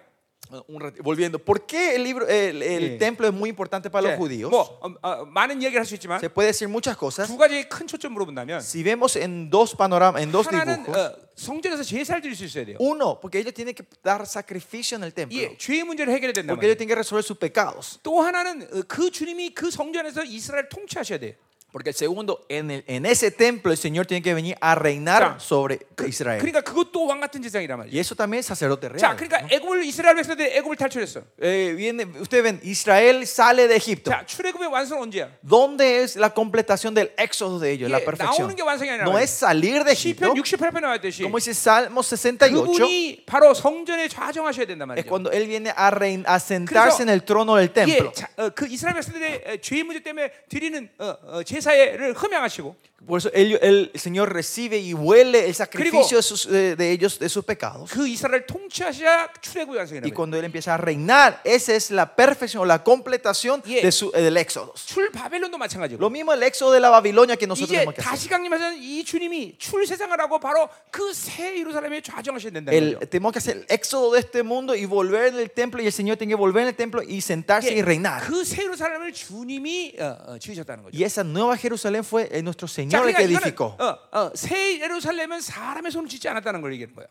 Speaker 2: Uh, un ratito, volviendo, ¿por qué el, libro, el, el templo es muy importante para
Speaker 1: 예,
Speaker 2: los judíos?
Speaker 1: 뭐 어, 어, 많은 이야기를 할 수 있지만
Speaker 2: Se puede decir muchas cosas.
Speaker 1: 두 가지 큰 초점으로 본다면
Speaker 2: Si vemos en dos panoramas, en dos
Speaker 1: 하나는
Speaker 2: dibujos,
Speaker 1: 어, 성전에서 제사를 드릴 수 있어야 돼요.
Speaker 2: uno, porque ellos tienen que dar sacrificio en el templo,
Speaker 1: 예, 죄의 문제를 해결해야 된다
Speaker 2: porque
Speaker 1: 말이에요.
Speaker 2: ellos tienen que resolver sus pecados.
Speaker 1: 또 하나는 어, 그 주님이 그 성전에서 이스라엘 통치하셔야 돼요.
Speaker 2: Porque el segundo, en, el- en ese templo el Señor tiene que venir a reinar
Speaker 1: Claro.
Speaker 2: sobre Israel.
Speaker 1: 그러니까 그것도 왕 같은 세상이란 말이에요.
Speaker 2: Y eso también es sacerdote
Speaker 1: 자,
Speaker 2: real.
Speaker 1: 그러니까 애굽을 이스라엘 백성들이 애굽을 탈출했어.
Speaker 2: Eh, viene, ustedes ven, Israel sale de Egipto.
Speaker 1: 자, 출애굽의 완성은 언제야?
Speaker 2: ¿Dónde es la completación del éxodo de ellos, la
Speaker 1: Yeah,
Speaker 2: perfección?
Speaker 1: 나오는 게 완성이 아니라
Speaker 2: No es salir de Egipto,
Speaker 1: 시편 68편에 나왔듯이
Speaker 2: como dice Salmo 68.
Speaker 1: 그분이 바로 성전에 좌정하셔야 된단
Speaker 2: es
Speaker 1: 말이죠.
Speaker 2: cuando él viene a, rein- a sentarse en el trono del templo.
Speaker 1: 예, 자, 어, 그 이스라엘 백성들의 어, 죄의 문제 때문에 드리는 어, 어, 제사를 흠양하시고
Speaker 2: Por eso el, el Señor recibe y huele el sacrificio
Speaker 1: 그리고-
Speaker 2: de, sus, eh, de ellos, de sus pecados.
Speaker 1: 그 이스라엘 통치하셔야 출애굽이 완성이라고.
Speaker 2: Y
Speaker 1: 이건
Speaker 2: cuando Él empieza a reinar, esa es la perfección, la completación
Speaker 1: Yeah.
Speaker 2: de su- eh, del éxodo.
Speaker 1: 출 바벨론도 마찬가지고.
Speaker 2: Lo mismo el éxodo de la Babilonia que nosotros
Speaker 1: 이제
Speaker 2: tenemos que hacer.
Speaker 1: 다시 강림하시는 이 주님이 출 세상을 하고 바로 그 새 예루살렘에 좌정하셔야 된다는
Speaker 2: El,
Speaker 1: 거죠.
Speaker 2: tenemos que hacer el éxodo de este mundo y volver en el templo y el Señor tiene que volver en el templo y sentarse y reinar.
Speaker 1: 예, 그새 예루살렘을 주님이 어, 어, 지으셨다는 거죠.
Speaker 2: Y esa nueva Jerusalén fue eh, nuestro
Speaker 1: 자,
Speaker 2: Señor el
Speaker 1: 그러니까
Speaker 2: que
Speaker 1: 이거는
Speaker 2: edificó.
Speaker 1: 어, 어, 새 예루살렘은 사람의 손을 짓지 않았다는 걸 얘기하는 거예요.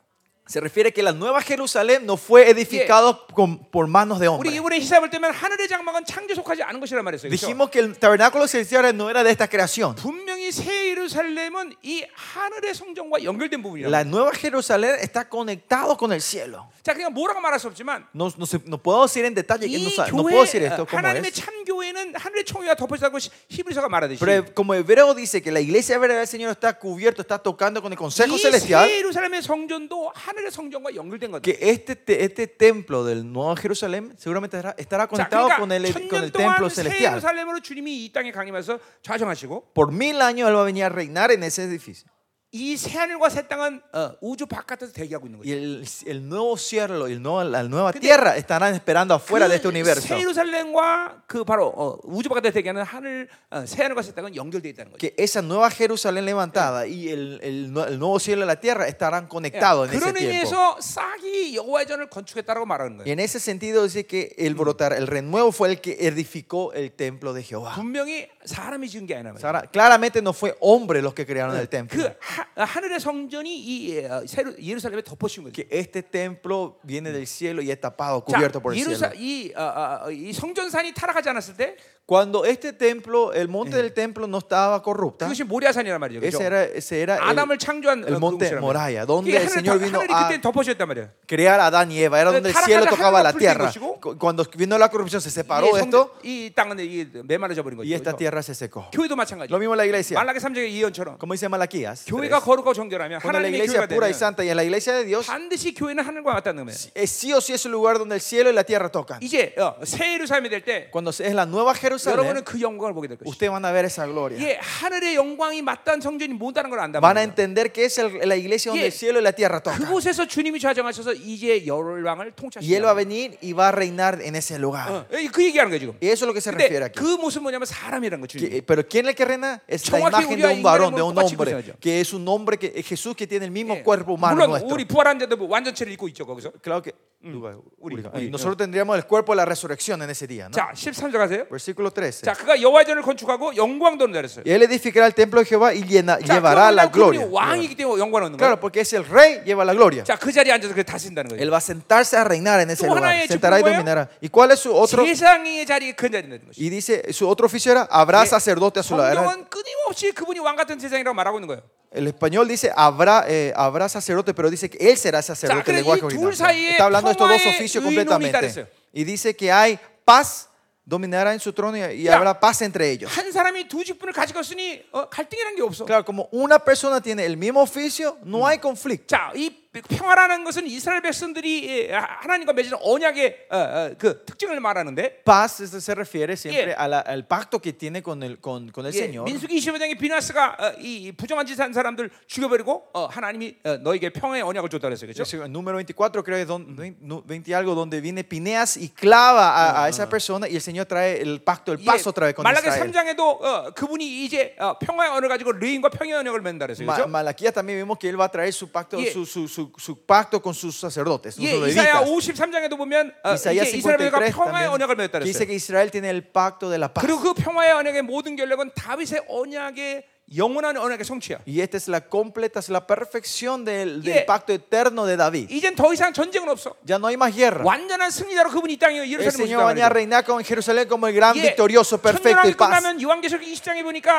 Speaker 2: Se refiere que la nueva Jerusalén no fue edificada con- por manos de
Speaker 1: 우리
Speaker 2: hombres.
Speaker 1: 이번에 히사볼 때면 하늘의 장막은 창조 속하지 않은 것이란 말했어요. 그렇죠?
Speaker 2: Dijimos que el tabernáculo celestial no era de esta creación.
Speaker 1: 분명히 새 예루살렘은 이 하늘의 성전과 연결된 부분이라고.
Speaker 2: La nueva Jerusalén está conectado con el cielo.
Speaker 1: 자, 그냥 뭐라고 말할 수 없지만
Speaker 2: No, no, se- no puedo decir en detalle,
Speaker 1: 이
Speaker 2: no, sa- no
Speaker 1: 교회 그
Speaker 2: puedo decir esto como
Speaker 1: 하나님의
Speaker 2: es.
Speaker 1: 참 교회는 하늘의 총회가 덮어졌다고 시- 히브리서가 말하듯이
Speaker 2: Pero como hebreo dice que la iglesia hebrea del Señor está cubierto, está tocando con el consejo celestial.
Speaker 1: 이새 예루살렘의 성전도 하늘의 성전과 연결된 거죠.
Speaker 2: que este, te- este templo del Nuevo Jerusalén seguramente estará, estará
Speaker 1: 자,
Speaker 2: conectado
Speaker 1: 그러니까
Speaker 2: con el, con
Speaker 1: 천년
Speaker 2: el
Speaker 1: 동안
Speaker 2: templo
Speaker 1: 새
Speaker 2: celestial.
Speaker 1: 예루살렘으로 주님이 이 땅에 강림해서 좌정하시고
Speaker 2: Por mil años Él va a venir a reinar en ese edificio.
Speaker 1: 이 새 하늘과 새 땅은 어, 우주 바깥에서 대기하고 있는
Speaker 2: Y
Speaker 1: 거죠.
Speaker 2: el, el nuevo cielo y el nuevo- la nueva
Speaker 1: Pero-
Speaker 2: tierra estarán esperando afuera de este universo.
Speaker 1: 그새 예루살렘과 그 바로 어, 우주 바깥에서 대기하는 하늘 어, 새 하늘과 새 땅은 연결되어 있다는 거죠.
Speaker 2: Que esa nueva Jerusalén levantada y el, el nue- el nuevo cielo y la tierra estarán
Speaker 1: 예,
Speaker 2: conectados en ese
Speaker 1: 그런
Speaker 2: tiempo.
Speaker 1: 의미에서 싹이 여호와의 전을 건축했다라고 말하는
Speaker 2: Y
Speaker 1: 거예요.
Speaker 2: en ese sentido dice que el brotar, el renuevo fue el que edificó el templo de Jehová.
Speaker 1: 분명히 사람이 지은 게 아니라 말이에요.
Speaker 2: Sara- claramente no fue hombre los que crearon el templo.
Speaker 1: 그 하, 하늘의 성전이 이 어, 새로- 예루살렘에 덮어씌운 거죠.
Speaker 2: que este templo viene del cielo y es tapado,
Speaker 1: 자,
Speaker 2: cubierto por el
Speaker 1: 예루사-
Speaker 2: cielo.
Speaker 1: 이, 어, 어, 어, 이 성전산이 타락하지 않았을 때
Speaker 2: Cuando este templo, el monte del templo no estaba corrupta,
Speaker 1: 그것이 모리아산이란 말이죠. 그죠?
Speaker 2: ese era, ese era
Speaker 1: 아담을
Speaker 2: el
Speaker 1: 창조한
Speaker 2: el
Speaker 1: 어,
Speaker 2: monte
Speaker 1: 그곳이란
Speaker 2: Moriah,
Speaker 1: 말이에요.
Speaker 2: donde
Speaker 1: 그게
Speaker 2: el
Speaker 1: 하늘을
Speaker 2: Señor
Speaker 1: 덮-
Speaker 2: vino
Speaker 1: 하늘이
Speaker 2: a-
Speaker 1: 그때 덮어씌웠단 말이에요.
Speaker 2: crear a Adán y Eva, era donde el
Speaker 1: Pero
Speaker 2: cielo
Speaker 1: Taraka
Speaker 2: tocaba
Speaker 1: Jaime
Speaker 2: la
Speaker 1: no
Speaker 2: tierra.
Speaker 1: perdió,
Speaker 2: Cu- Cuando vino la corrupción se
Speaker 1: 이,
Speaker 2: separó de
Speaker 1: 성전-
Speaker 2: esto
Speaker 1: 이 땅은 이 메말라져 버린 거죠.
Speaker 2: y esta
Speaker 1: 그죠?
Speaker 2: tierra se secó.
Speaker 1: 교회도 마찬가지.
Speaker 2: Lo mismo la iglesia,
Speaker 1: 말라기 3장의 예언처럼
Speaker 2: como dice Malaquías.
Speaker 1: 교회가
Speaker 2: 3,
Speaker 1: 거룩하고 정결하면
Speaker 2: Cuando la
Speaker 1: 하나님의 교회가
Speaker 2: iglesia pura
Speaker 1: 되면
Speaker 2: y santa y en la iglesia de Dios,
Speaker 1: 반드시 교회는 하늘과 같다는 거예요.
Speaker 2: es sí o sí es el lugar donde el cielo y la tierra tocan.
Speaker 1: 이제 어, 새 예루살렘이 될 때
Speaker 2: Cuando es la nueva Jerusalén,
Speaker 1: 여러분은 그 영광을 보게 될 것이죠.
Speaker 2: ustedes van a ver esa gloria.
Speaker 1: 예, 하늘의 영광이 맞다는 성전이 못다는 걸 안다.
Speaker 2: van a entender que es el- la iglesia donde
Speaker 1: Yeah.
Speaker 2: el cielo y la tierra tocan.
Speaker 1: 그곳에서 주님이 좌정하셔서 이제 열왕을
Speaker 2: Y él va a
Speaker 1: 통치하시는
Speaker 2: venir y va a reinar en ese lugar.
Speaker 1: 그 얘기하는 예, 거예요 지금.
Speaker 2: Y eso es lo que se refiere
Speaker 1: 근데
Speaker 2: aquí.
Speaker 1: 그 모습은 뭐냐면 사람이라는 거죠.
Speaker 2: Que- eh, pero ¿quién es el que reina? Es la
Speaker 1: 정확히
Speaker 2: imagen de
Speaker 1: 우리가
Speaker 2: un varón, de
Speaker 1: 인간의
Speaker 2: un
Speaker 1: 몸과
Speaker 2: hombre,
Speaker 1: 같이
Speaker 2: que es un hombre que es Jesús que tiene el mismo cuerpo humano
Speaker 1: 물론
Speaker 2: nuestro.
Speaker 1: 우리 부활한 자도 뭐 완전체를 입고 있죠 거기서.
Speaker 2: Claro que Uruguay,
Speaker 1: Uri,
Speaker 2: Uruguay.
Speaker 1: Uri,
Speaker 2: nosotros tendríamos el cuerpo de la resurrección en ese día. ¿no?
Speaker 1: 자, 13절 가세요.
Speaker 2: Versículo 13.
Speaker 1: 자, 그가 여호와의 전을 건축하고 영광도 내렸어요.
Speaker 2: Y él edificará el templo de Jehová y llena-
Speaker 1: 자,
Speaker 2: llevará
Speaker 1: 그러면
Speaker 2: la
Speaker 1: 예, 그분이
Speaker 2: gloria.
Speaker 1: 왕이기 때문에 영광을 얻는 거예요.
Speaker 2: Claro, porque es el rey, lleva la gloria.
Speaker 1: 자, 그 자리에 앉아서 그 다신다는 거예요.
Speaker 2: Él va a sentarse a reinar en ese
Speaker 1: Tú, Hannah,
Speaker 2: lugar.
Speaker 1: hecho
Speaker 2: Sentará y
Speaker 1: primero.
Speaker 2: dominará. ¿Y cuál es su otro?
Speaker 1: 세상의 자리에 그 자리에 있는 것이.
Speaker 2: Y dice, su otro oficio era, habrá
Speaker 1: Eh,
Speaker 2: sacerdote a su lado. Era-
Speaker 1: 성경은 끊임없이 그분이 왕 같은 세상이라고 말하고 있는 거예요.
Speaker 2: el español dice, habrá, eh, habrá sacerdote, pero dice que él será
Speaker 1: 자,
Speaker 2: sacerdote.
Speaker 1: 그래,
Speaker 2: El lenguaje
Speaker 1: 이
Speaker 2: original.
Speaker 1: 둘 사이에
Speaker 2: Está hablando de estos dos
Speaker 1: 평화의
Speaker 2: oficios
Speaker 1: 의논이
Speaker 2: completamente.
Speaker 1: 있다랬어요.
Speaker 2: Y dice que hay paz, dominará en su trono y, y
Speaker 1: Ya.
Speaker 2: habrá paz entre ellos.
Speaker 1: 한 사람이 두 직분을 가지고 있으니 어, 갈등이란 게 없어.
Speaker 2: Claro, como una persona tiene el mismo oficio, no hay conflicto.
Speaker 1: 자, 이 평화라는 것은 이스라엘 백성들이 예, 하- 하나님과 맺은 언약의 어, 어, 그 특징을 말하는데
Speaker 2: Paz eso se refiere siempre
Speaker 1: Yeah.
Speaker 2: a la- al pacto que tiene con el, con, con el
Speaker 1: 예,
Speaker 2: Señor.
Speaker 1: 민수기 25장에 비나스가 어, 이 부정한 짓 한 사람들 죽여버리고 어, 하나님이 어, 너에게 평화의 언약을 줬다 그랬어요. 그렇죠?
Speaker 2: Eso, el número 24 creo que es don- vein- nu- 20 y algo donde viene Pineas y clava a, a esa persona y el Señor trae el pacto,
Speaker 1: 예,
Speaker 2: el paso otra vez con
Speaker 1: 말라기
Speaker 2: Israel.
Speaker 1: 3장에도 어, 그분이 이제 어, 평화의 언을 가지고 레인과 평화의 언약을 맺는다 그랬어요.
Speaker 2: Ma-
Speaker 1: 그렇죠?
Speaker 2: Malaquías también vimos que él va a traer su pacto,
Speaker 1: Yeah.
Speaker 2: su, su, su, su pacto con sus sacerdotes,
Speaker 1: 예,
Speaker 2: sus
Speaker 1: 이사야
Speaker 2: levitas.
Speaker 1: 53장에도 보면 어, 이제
Speaker 2: ah, Isaías
Speaker 1: 이스라엘 백성과
Speaker 2: 53
Speaker 1: 평화의 언약을
Speaker 2: también,
Speaker 1: 맺었다
Speaker 2: que dice
Speaker 1: 그랬어요.
Speaker 2: que Israel tiene el pacto de la paz.
Speaker 1: 그리고 그 평화의 언약의 모든 결력은 다윗의 언약의 영원한 언약의 성취야.
Speaker 2: Y esta es la completa, es la perfección del,
Speaker 1: Yeah.
Speaker 2: del pacto eterno de David.
Speaker 1: 이젠 더 이상 전쟁은 없어.
Speaker 2: Ya no hay más guerra.
Speaker 1: 완전한 승리자로 그분이 이 땅에
Speaker 2: El
Speaker 1: 예루살렘을
Speaker 2: Señor va a venir e a reinar con Jerusalén como el gran victorioso, perfecto
Speaker 1: 예.
Speaker 2: y
Speaker 1: 천년왕이
Speaker 2: paz.
Speaker 1: 끝나면 요한계시록 20장에 보니까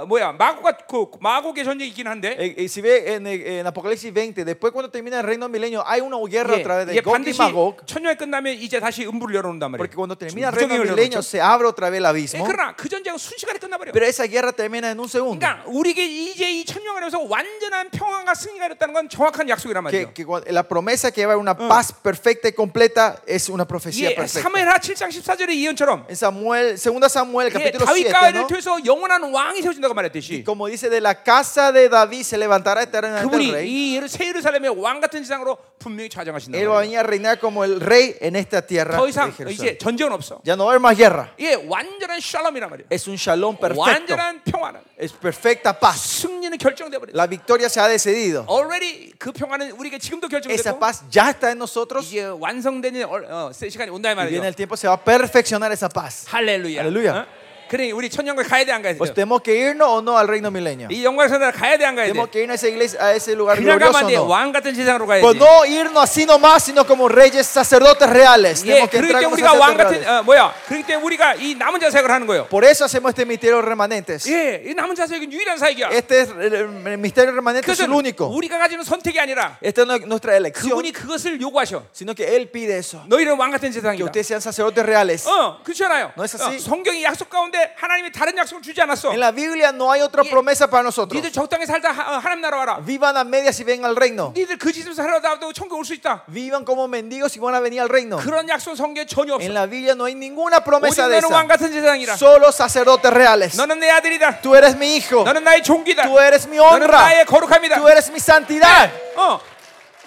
Speaker 1: 어, 어, 뭐야 마고가 그 마고의 전쟁이 있긴 한데
Speaker 2: Eh, eh, si ve en, eh, en Apocalipsis 20, después cuando termina el reino milenio, hay una guerra
Speaker 1: 예,
Speaker 2: otra vez de
Speaker 1: 이게
Speaker 2: Gog y
Speaker 1: 반드시
Speaker 2: Magog.
Speaker 1: 천년이 끝나면 이제 다시 음부를 열어놓는단 말이에요.
Speaker 2: Porque cuando
Speaker 1: 지금
Speaker 2: termina el
Speaker 1: 무정의
Speaker 2: reino
Speaker 1: 열어놓죠.
Speaker 2: milenio, se abre otra vez el
Speaker 1: 예,
Speaker 2: abismo.
Speaker 1: 그러나 그 전쟁은 순식간에 끝나버려.
Speaker 2: Pero esa guerra termina en un segundo.
Speaker 1: 그러니까 우리에게 이제 이 천년 아래서 완전한 평안과 승리가 있다는 건 정확한 약속이란 말이죠.
Speaker 2: Que, que cuando- la promesa que va a haber una paz perfecta y completa es una profecía
Speaker 1: 예,
Speaker 2: perfecta.
Speaker 1: 사무엘하 7장 14절의 예언처럼
Speaker 2: En Samuel, 2
Speaker 1: 예,
Speaker 2: Samuel, capítulo 7,
Speaker 1: 다윗가를
Speaker 2: ¿no?
Speaker 1: 통해서 영원한 왕이 세워진다고 말했듯이
Speaker 2: como dice, de la casa de David se levantará eternamente el
Speaker 1: 그분이
Speaker 2: rey.
Speaker 1: 이 예루- 새 예루살렘의 왕 같은 지상으로 분명히 좌정하신다.
Speaker 2: Él va a venir a reinar como el rey en esta tierra.
Speaker 1: 더
Speaker 2: de
Speaker 1: 이상
Speaker 2: Jerusalén.
Speaker 1: 이제 전쟁은 없어.
Speaker 2: Ya no va a haber más guerra.
Speaker 1: 예, 완전한 샬롬이란 말이야.
Speaker 2: Es un shalom perfecto.
Speaker 1: 완전한 평화는
Speaker 2: Es perfecta paz.
Speaker 1: 승리는 결정돼 버려.
Speaker 2: La victoria se ha decidido.
Speaker 1: already 그 평화는 우리에게 지금도
Speaker 2: Esa
Speaker 1: 결정됐고
Speaker 2: paz ya está en nosotros.
Speaker 1: 이제 완성되는 얼- 어, 세 시간이 온다 이
Speaker 2: Y viene el
Speaker 1: 말이죠.
Speaker 2: tiempo, se va a perfeccionar esa paz.
Speaker 1: 할렐루야.
Speaker 2: 할렐루야.
Speaker 1: 어? 그래 우리 천년을 가야 돼 안 가야 돼?
Speaker 2: Pues tenemos que irnos o no al reino milenio.
Speaker 1: 이 영광스러운 나라 가야 돼 안 가야 돼?
Speaker 2: Tenemos que irnos a esa iglesia, a ese lugar
Speaker 1: 그냥 가면
Speaker 2: glorioso.
Speaker 1: 안
Speaker 2: o
Speaker 1: 돼.
Speaker 2: no?
Speaker 1: 왕 같은 세상으로 가야
Speaker 2: Pues
Speaker 1: 돼.
Speaker 2: no irnos así nomás, sino como reyes, sacerdotes reales.
Speaker 1: 예,
Speaker 2: Tenemos que
Speaker 1: 그렇기
Speaker 2: entrar
Speaker 1: 때문에
Speaker 2: como
Speaker 1: 우리가 왕 같은
Speaker 2: sacerdotes reales.
Speaker 1: 어, 뭐야? 그렇기 때문에 우리가 이 남은 자색을 하는 거예요.
Speaker 2: Por eso hacemos este misterio de remanentes.
Speaker 1: 예, 이 남은 자색은 유일한 사역이야.
Speaker 2: Este es el, el- el misterio de remanentes es
Speaker 1: 그것은
Speaker 2: el único.
Speaker 1: 우리가 가지는 선택이 아니라
Speaker 2: Esta no es nuestra elección,
Speaker 1: 그분이 그것을 요구하셔.
Speaker 2: sino que Él pide eso.
Speaker 1: 너희는 왕 같은
Speaker 2: Que
Speaker 1: 세상이다.
Speaker 2: ustedes sean sacerdotes reales.
Speaker 1: 어, 그렇잖아요.
Speaker 2: No es así.
Speaker 1: 어, 성경이 약속 가운데 하나님이 다른 약속을 주지 않았어.
Speaker 2: En la Biblia no hay otra
Speaker 1: Yeah.
Speaker 2: promesa para nosotros.
Speaker 1: 니들 적당히 살다 하- 어, 하나님 나라 와라.
Speaker 2: Vivan a medias y vengan al reino.
Speaker 1: 니들 그 집에서 살아도 천국 올 수 있다.
Speaker 2: Vivan como mendigos y van a venir al reino.
Speaker 1: 그런 약속 성경에 전혀
Speaker 2: En
Speaker 1: 없어.
Speaker 2: la Biblia no hay ninguna promesa de
Speaker 1: 너는 왕
Speaker 2: esa.
Speaker 1: 같은 세상이라.
Speaker 2: Solo sacerdotes reales.
Speaker 1: 너는 내 아들이다.
Speaker 2: Tú eres mi hijo.
Speaker 1: 너는 나의 종기다.
Speaker 2: Tú eres mi
Speaker 1: 너는 나의
Speaker 2: honra.
Speaker 1: 거룩함이다.
Speaker 2: Tú eres mi santidad.
Speaker 1: 어.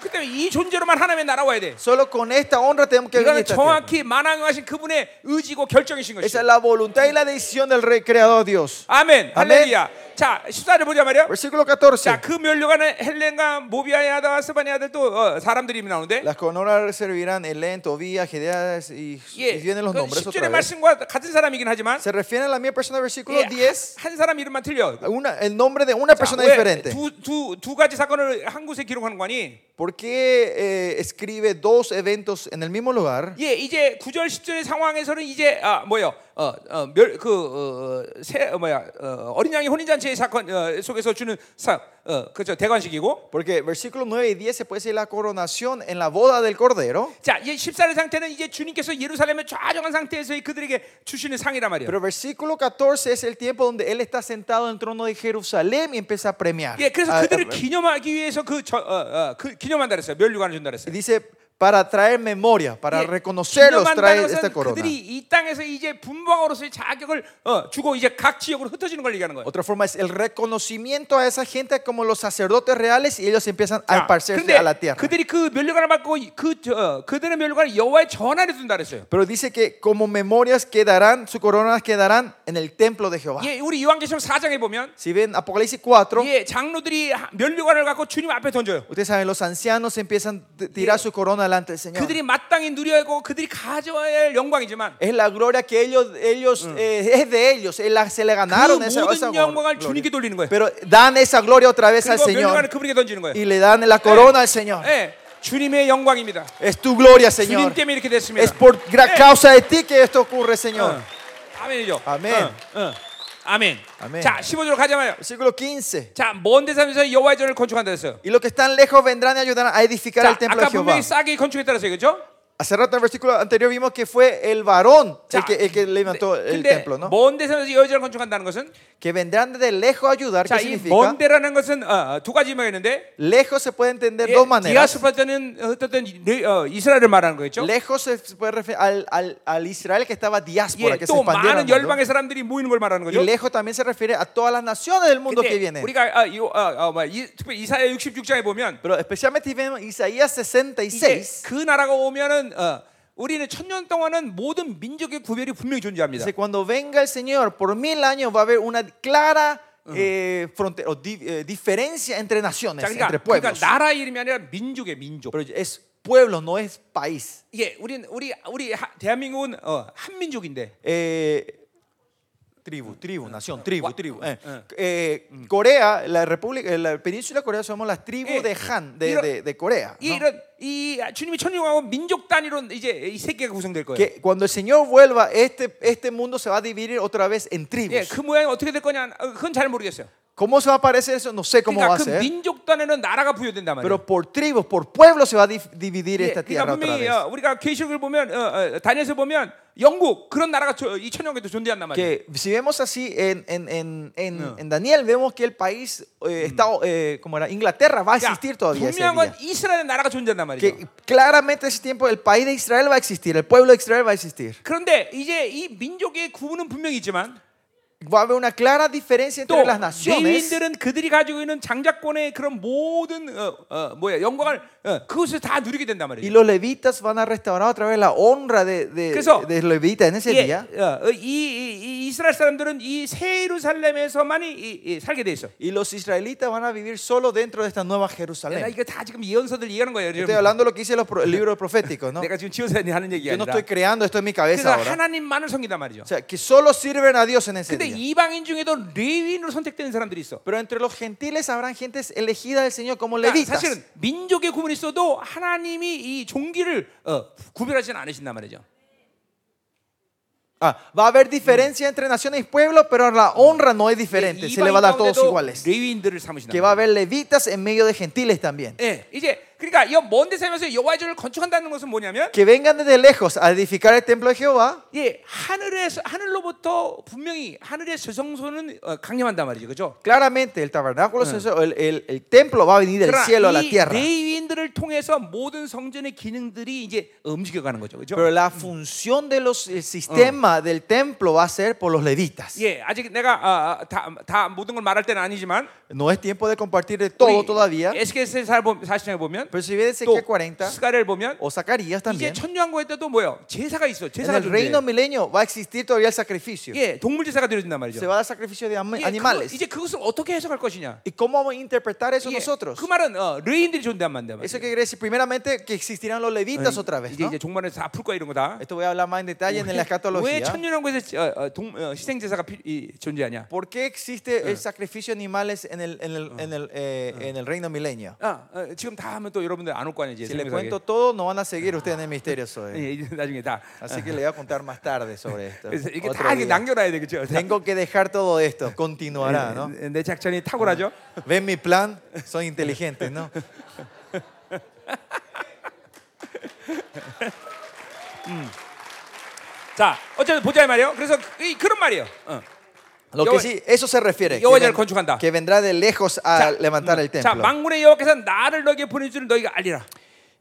Speaker 1: 그때 이 존재로만 하나님의 나라 와야 돼.
Speaker 2: Solo con esta honra tenemos que venir.
Speaker 1: 이거는
Speaker 2: a esta tierra.
Speaker 1: 정확히 만왕하신 그분의 의지고 결정이신 것이죠.
Speaker 2: Esa es la voluntad y la decisión del Rey Creador Dios.
Speaker 1: 아멘.
Speaker 2: 아멘.
Speaker 1: 할렐루야. 자, 14절 보자 말이요.
Speaker 2: Versículo 14.
Speaker 1: 자, 그 멸류관에 헬렌과 모비아야다와 스바니아들 또 어, 사람들이 나오는데
Speaker 2: Las conoras servirán Elén, Tobías, Gedeas y,
Speaker 1: 예,
Speaker 2: y vienen los
Speaker 1: 그
Speaker 2: nombres
Speaker 1: 10절의
Speaker 2: otra vez.
Speaker 1: 말씀과 같은 사람이긴 하지만
Speaker 2: Se refiere a la misma persona, versículo
Speaker 1: 예,
Speaker 2: 10,
Speaker 1: 한 사람 이름만 틀려.
Speaker 2: una- el nombre de una persona diferente.
Speaker 1: 두두 가지 사건을 한 곳에 기록하는 거 아니?
Speaker 2: ¿Por qué eh, escribe dos eventos en el mismo lugar?
Speaker 1: 예, 이제 9절 10절의 상황에서는 이제 아, 뭐요? 어, 어, 멸그세 어, 뭐야? 어, 어린 양의 혼인 잔치의 사건 어, 속에서 주는 사 어, 그렇죠. 대관식이고.
Speaker 2: Porque versículo 9 y 10 se puede decir la coronación en la boda del Cordero.
Speaker 1: 자, 이 14의 상태는 이제 주님께서 예루살렘의 좌정한 상태에서 그들에게 주시는 상이란 말이에요.
Speaker 2: Pero versículo 14 es el tiempo donde él está sentado en el trono de Jerusalén y empieza a premiar. Ah, eh,
Speaker 1: 예, 그래서
Speaker 2: A-
Speaker 1: 그들을
Speaker 2: a-
Speaker 1: 기념하기 위해서 그, 저, 어, 어, 그 기념한다 그랬어요. 면류관을 준다
Speaker 2: Y
Speaker 1: 그랬어요.
Speaker 2: dice, para traer memoria, para
Speaker 1: 예,
Speaker 2: reconocerlos, trae
Speaker 1: 기념한다는
Speaker 2: esta
Speaker 1: 것은
Speaker 2: corona.
Speaker 1: 그들이 이 땅에서 이제 분방으로서의 자격을 어, 주고 이제 각 지역으로 흩어지는 걸 얘기하는 거예요.
Speaker 2: Otra forma es el reconocimiento a esa gente como los sacerdotes reales y ellos empiezan a
Speaker 1: 자,
Speaker 2: esparcerse a la tierra.
Speaker 1: 그들이 그 면류관을 받고 이- 그 저, 어, 그들의 면류관을 여호와의 전하를 둔다 그랬어요.
Speaker 2: Pero dice que como memorias quedarán, sus coronas quedarán en el templo de Jehová.
Speaker 1: 예, 우리 요한계시록 4장에 보면
Speaker 2: Si ven Apocalipsis 4,
Speaker 1: 예, 장로들이 하- 면류관을 갖고 주님 앞에 던져요.
Speaker 2: ustedes saben, los ancianos empiezan a t- tirar su corona delante del Señor.
Speaker 1: 그들이 마땅히 누려야 하고 그들이 가져야 할 영광이지만
Speaker 2: Es la gloria que ellos, ellos eh, es de ellos. Eh, la- se le
Speaker 1: 그
Speaker 2: ganaron esa, esa
Speaker 1: 모든 영광을
Speaker 2: gloria.
Speaker 1: 주님께 돌리는 거예요.
Speaker 2: Pero dan esa gloria otra vez al
Speaker 1: 그리고 면류관을
Speaker 2: Señor
Speaker 1: 그분에게 던지는 거예요.
Speaker 2: y le dan la corona al Señor.
Speaker 1: 예, 주님의 영광입니다.
Speaker 2: Es tu gloria,
Speaker 1: 주님
Speaker 2: Señor.
Speaker 1: 때문에 이렇게 됐습니다.
Speaker 2: Es por gran
Speaker 1: 예.
Speaker 2: causa de ti que esto ocurre, Señor.
Speaker 1: 어. 아멘이죠.
Speaker 2: 아멘.
Speaker 1: 어, 어. 아멘.
Speaker 2: 아멘.
Speaker 1: 자, 15절 가자마요.
Speaker 2: Versículo 15.
Speaker 1: 자, 먼 데산에서 여호와의 전을 건축한다 했어요.
Speaker 2: Y los que están lejos vendrán y ayudarán a edificar
Speaker 1: 자,
Speaker 2: el templo
Speaker 1: 아까
Speaker 2: de Jehová.
Speaker 1: 분명히 싸게 건축했다 그랬어요. 그렇죠?
Speaker 2: Hace rato en el versículo anterior vimos que fue el varón
Speaker 1: 자,
Speaker 2: el que, el que levantó el
Speaker 1: 근데
Speaker 2: templo, ¿no?
Speaker 1: 먼 데산에서 여호와의 전을 건축한다는 것은
Speaker 2: Que vendrán de lejos a ayudar.
Speaker 1: 자,
Speaker 2: ¿Qué
Speaker 1: 이 먼
Speaker 2: significa?
Speaker 1: 데라는 것은 어, 어, 두 가지 의미가 있는데
Speaker 2: Lejos se puede entender
Speaker 1: 예,
Speaker 2: dos maneras.
Speaker 1: 디아스포라 때는 어떤 어, 이스라엘을 말하는 거겠죠?
Speaker 2: Lejos se puede referir al, al- al Israel que estaba diáspora,
Speaker 1: 예,
Speaker 2: que se
Speaker 1: 또
Speaker 2: expandió. en el
Speaker 1: 많은
Speaker 2: mundo.
Speaker 1: 열방의 사람들이 모이는 걸 말하는
Speaker 2: Y
Speaker 1: 거죠.
Speaker 2: lejos también se refiere a todas las naciones del mundo que
Speaker 1: 근데
Speaker 2: vienen.
Speaker 1: 우리가 어, 이, 어, 어, 뭐, 이, 특별히 이사야 66장에 보면
Speaker 2: Pero especialmente si vemos Isaías
Speaker 1: 이제
Speaker 2: 66.
Speaker 1: 그 나라가 오면은 어, 우리는 천년 동안은 모든 민족의 구별이 분명히 존재합니다.
Speaker 2: Dice, cuando venga el Señor, por mil años va a haber una clara eh, fronte- o di- eh, diferencia entre naciones,
Speaker 1: 자,
Speaker 2: entre
Speaker 1: 그러니까, 그러니까
Speaker 2: pueblos.
Speaker 1: 나라 이름이 아니라 민족의 민족.
Speaker 2: Pero es pueblo, no es país.
Speaker 1: 예, 우리 우리 우리 하- 대한민국은 어, 한 민족인데
Speaker 2: Eh, tribu, tribu, nación, tribu, tribu. Eh,
Speaker 1: eh.
Speaker 2: eh, Corea, la república, eh, la península de Corea somos las
Speaker 1: Eh,
Speaker 2: tribus de Han, de,
Speaker 1: mira-
Speaker 2: de- de Corea.
Speaker 1: 이
Speaker 2: ¿no?
Speaker 1: 이런 이 주님이 천국하고 민족 단위로 이제 이 세계가 구성될 거예요.
Speaker 2: Que cuando el Señor
Speaker 1: Eh,
Speaker 2: vuelva, este, este mundo se va a dividir otra vez en tribus.
Speaker 1: 예, 그 모양이 어떻게 될 거냐? 어, 그건 잘 모르겠어요.
Speaker 2: ¿Cómo se va a parecer eso? No sé cómo va
Speaker 1: 그러니까
Speaker 2: a
Speaker 1: 그
Speaker 2: ser.
Speaker 1: 민족단에는 나라가 부여된단 말이에요.
Speaker 2: Pero por tribus, por pueblos se va a dif- dividir
Speaker 1: 예,
Speaker 2: esta tierra
Speaker 1: 그러니까
Speaker 2: otra
Speaker 1: 분명히
Speaker 2: vez.
Speaker 1: 어, 우리가 계시록을 보면 어, 어, 다니엘서 보면 영국 그런 나라가 이 천년에도 존재한단 말이에요.
Speaker 2: Que si vemos así en, en, en, en, en Daniel, vemos que el país, eh, está, eh, como era, Inglaterra va a
Speaker 1: 야, 그
Speaker 2: existir todavía. ese
Speaker 1: 분명한 건
Speaker 2: día.
Speaker 1: 이스라엘 나라가 존재한단 말이죠.
Speaker 2: Que claramente ese tiempo el país de Israel va a existir, el pueblo de Israel va a existir.
Speaker 1: 그런데 이제 이 민족의 구분은 분명히 있지만
Speaker 2: Va a haber una clara diferencia
Speaker 1: 또
Speaker 2: entre las naciones.
Speaker 1: 레위인들은 그들이 가지고 있는 장자권의 그런 모든 어, 어, 뭐야 영광을 어, 그것을 다 누리게 된단
Speaker 2: Y
Speaker 1: 말이죠.
Speaker 2: los levitas van a restaurar otra vez la honra de, de,
Speaker 1: 그래서
Speaker 2: de los levitas en ese
Speaker 1: 예,
Speaker 2: día.
Speaker 1: 어, 어, 이, 이, 이 이스라엘 사람들은 이새 예루살렘에서만이 이- 이 살게 돼 있어.
Speaker 2: Y los israelitas van a vivir solo dentro de esta nueva
Speaker 1: 나
Speaker 2: Jerusalén.
Speaker 1: 이거 다 지금 예언서들 얘기하는 거예요.
Speaker 2: Estoy
Speaker 1: 여러분.
Speaker 2: hablando de lo que dice los pro- el libro profético, ¿no?
Speaker 1: 내가 지금 지어서 하는 얘기가
Speaker 2: Yo no
Speaker 1: 아니라.
Speaker 2: estoy creando esto en mi
Speaker 1: 그래서
Speaker 2: cabeza ahora.
Speaker 1: 하나님만을 섬긴단 말이죠.
Speaker 2: O sea, que solo sirven a Dios en ese
Speaker 1: 근데
Speaker 2: día.
Speaker 1: 이방인 중에도 레위인으로 선택되는 사람들이 있어.
Speaker 2: Pero entre los gentiles habrán gentes elegidas del Señor como
Speaker 1: 그러니까
Speaker 2: levitas.
Speaker 1: 사실은 민족의 구분이 있어도 하나님이 이 종기를 어, 구별하지는 않으신단 말이죠.
Speaker 2: Ah, va a haber diferencia entre naciones y pueblos, pero la honra no es diferente. Se le va a dar a todos
Speaker 1: 가운데도
Speaker 2: iguales.
Speaker 1: 레위인들을 삼으신다.
Speaker 2: Que va a haber levitas en medio de gentiles también.
Speaker 1: 예, 이제 그러니까 이 먼데 살면서 여호와의 전을 건축한다는 것은 뭐냐면
Speaker 2: Que vengan desde lejos a edificar el templo de Jehová.
Speaker 1: 예, 하늘에서 하늘로부터 분명히 하늘의 저성소는 어, 강림한단 말이죠. 그죠?
Speaker 2: Claramente el tabernáculo, el, el- el templo va a
Speaker 1: 네,
Speaker 2: venir del cielo a la
Speaker 1: 이
Speaker 2: tierra.
Speaker 1: 레위인들을 통해서 모든 성전의 기능들이 이제 움직여 가는 거죠. 그죠?
Speaker 2: Pero la función del sistema del templo va a ser por los levitas.
Speaker 1: 예, 아직 내가 아, 아, 다, 다 모든 걸 말할 때는 아니지만
Speaker 2: No es tiempo de compartir de todo todavía.
Speaker 1: 에스겔서 40장에 보면
Speaker 2: Pero si ves
Speaker 1: 또
Speaker 2: Ezequiel 40
Speaker 1: 스가랴를 어, 보면
Speaker 2: o
Speaker 1: 이제
Speaker 2: Zacarías también,
Speaker 1: 천년왕국의 때도 뭐예요? 제사가 있어.
Speaker 2: en
Speaker 1: 제사가
Speaker 2: el reino
Speaker 1: 존재해.
Speaker 2: milenio va a existir todavía el sacrificio.
Speaker 1: 예, 동물 제사가 드려진단 말이죠.
Speaker 2: Se va a dar sacrificio de am-
Speaker 1: 예,
Speaker 2: animales.
Speaker 1: 그거- 이제 그것을 어떻게 해석할 것이냐?
Speaker 2: ¿Y cómo vamos a interpretar eso
Speaker 1: 예,
Speaker 2: nosotros?
Speaker 1: 그 말은 어, 레인들이 존재한 만다 말이야.
Speaker 2: Eso que quiere decir, primeramente, que existirán los levitas otra vez.
Speaker 1: 이제
Speaker 2: ¿no?
Speaker 1: 이제 종말에서 아, 다풀 거야 이런 거다.
Speaker 2: Esto voy a hablar más en detalle en la
Speaker 1: 왜
Speaker 2: escatología.
Speaker 1: 천년왕국에서 어, 어, 동, 어, 희생 제사가 필- 이, 존재하냐?
Speaker 2: ¿Por qué
Speaker 1: Ah.
Speaker 2: existe el sacrificio de animales en el, en el, en el, eh, en el reino milenio?
Speaker 1: 아, 어, 지금 다 하면 또 여러분들 안 올 거 아니야 이제.
Speaker 2: Si le
Speaker 1: 생명사에.
Speaker 2: cuento todo, no van a seguir ustedes
Speaker 1: Ah.
Speaker 2: en el misterio hoy.
Speaker 1: 예, 이제 나중에 다.
Speaker 2: Así que le voy a contar más tarde sobre esto.
Speaker 1: 그래서 이게
Speaker 2: otro
Speaker 1: 다 이게
Speaker 2: día.
Speaker 1: 남겨놔야 되겠죠.
Speaker 2: Tengo que dejar todo esto, continuará, ¿no?
Speaker 1: 예, 내 작전이 탁월하죠.
Speaker 2: ¿Ven mi plan? Son inteligentes, ¿no?
Speaker 1: 자, 어쨌든 보자 이 말이에요. 그래서 이, 그런 말이에요. 어.
Speaker 2: Lo que sí, eso se refiere.
Speaker 1: Yo voy a
Speaker 2: ven-
Speaker 1: construir.
Speaker 2: que vendrá de lejos a
Speaker 1: 자, 음,
Speaker 2: levantar el
Speaker 1: 자,
Speaker 2: templo.
Speaker 1: 만군의 여호와께서 나를 너에게 보내줄 줄을 너희가 알리라.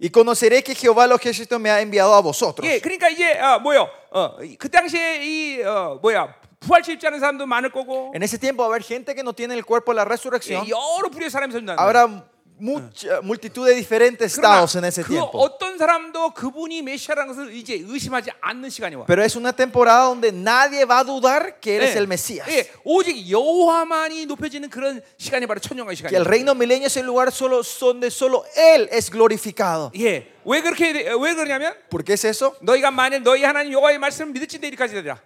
Speaker 2: Y conoceré que Jehová los ejércitos me ha enviado a vosotros.
Speaker 1: 예, 그러니까 이제 어, 뭐요? 어, 이- 그 당시에 이 어, 뭐야 부활치 입지 않은 사람도 많을 거고
Speaker 2: En ese tiempo va a haber gente que no tiene el cuerpo de la
Speaker 1: 예,
Speaker 2: resurrección.
Speaker 1: 여러 부류의 사람이 존재한다.
Speaker 2: Habrá mucha, multitud de diferentes
Speaker 1: 그러나
Speaker 2: estados en ese
Speaker 1: 그
Speaker 2: tiempo.
Speaker 1: 어떤 사람도 그분이 메시아라는 것을 이제 의심하지 않는 시간이 와.
Speaker 2: Pero es una temporada donde nadie va a dudar que eres
Speaker 1: 예,
Speaker 2: el Mesías.
Speaker 1: 예, 오직 여호와만이 높여지는 그런 시간이 바로 천년의
Speaker 2: Que el
Speaker 1: 시간이에요.
Speaker 2: reino milenio es el lugar solo, donde solo Él es glorificado.
Speaker 1: 예, 왜 그렇게 돼- 왜 그러냐면
Speaker 2: ¿Por qué es eso?
Speaker 1: 너희가 만일 너희 하나님 여호와의 말씀을 믿을진데 이리까지 되라.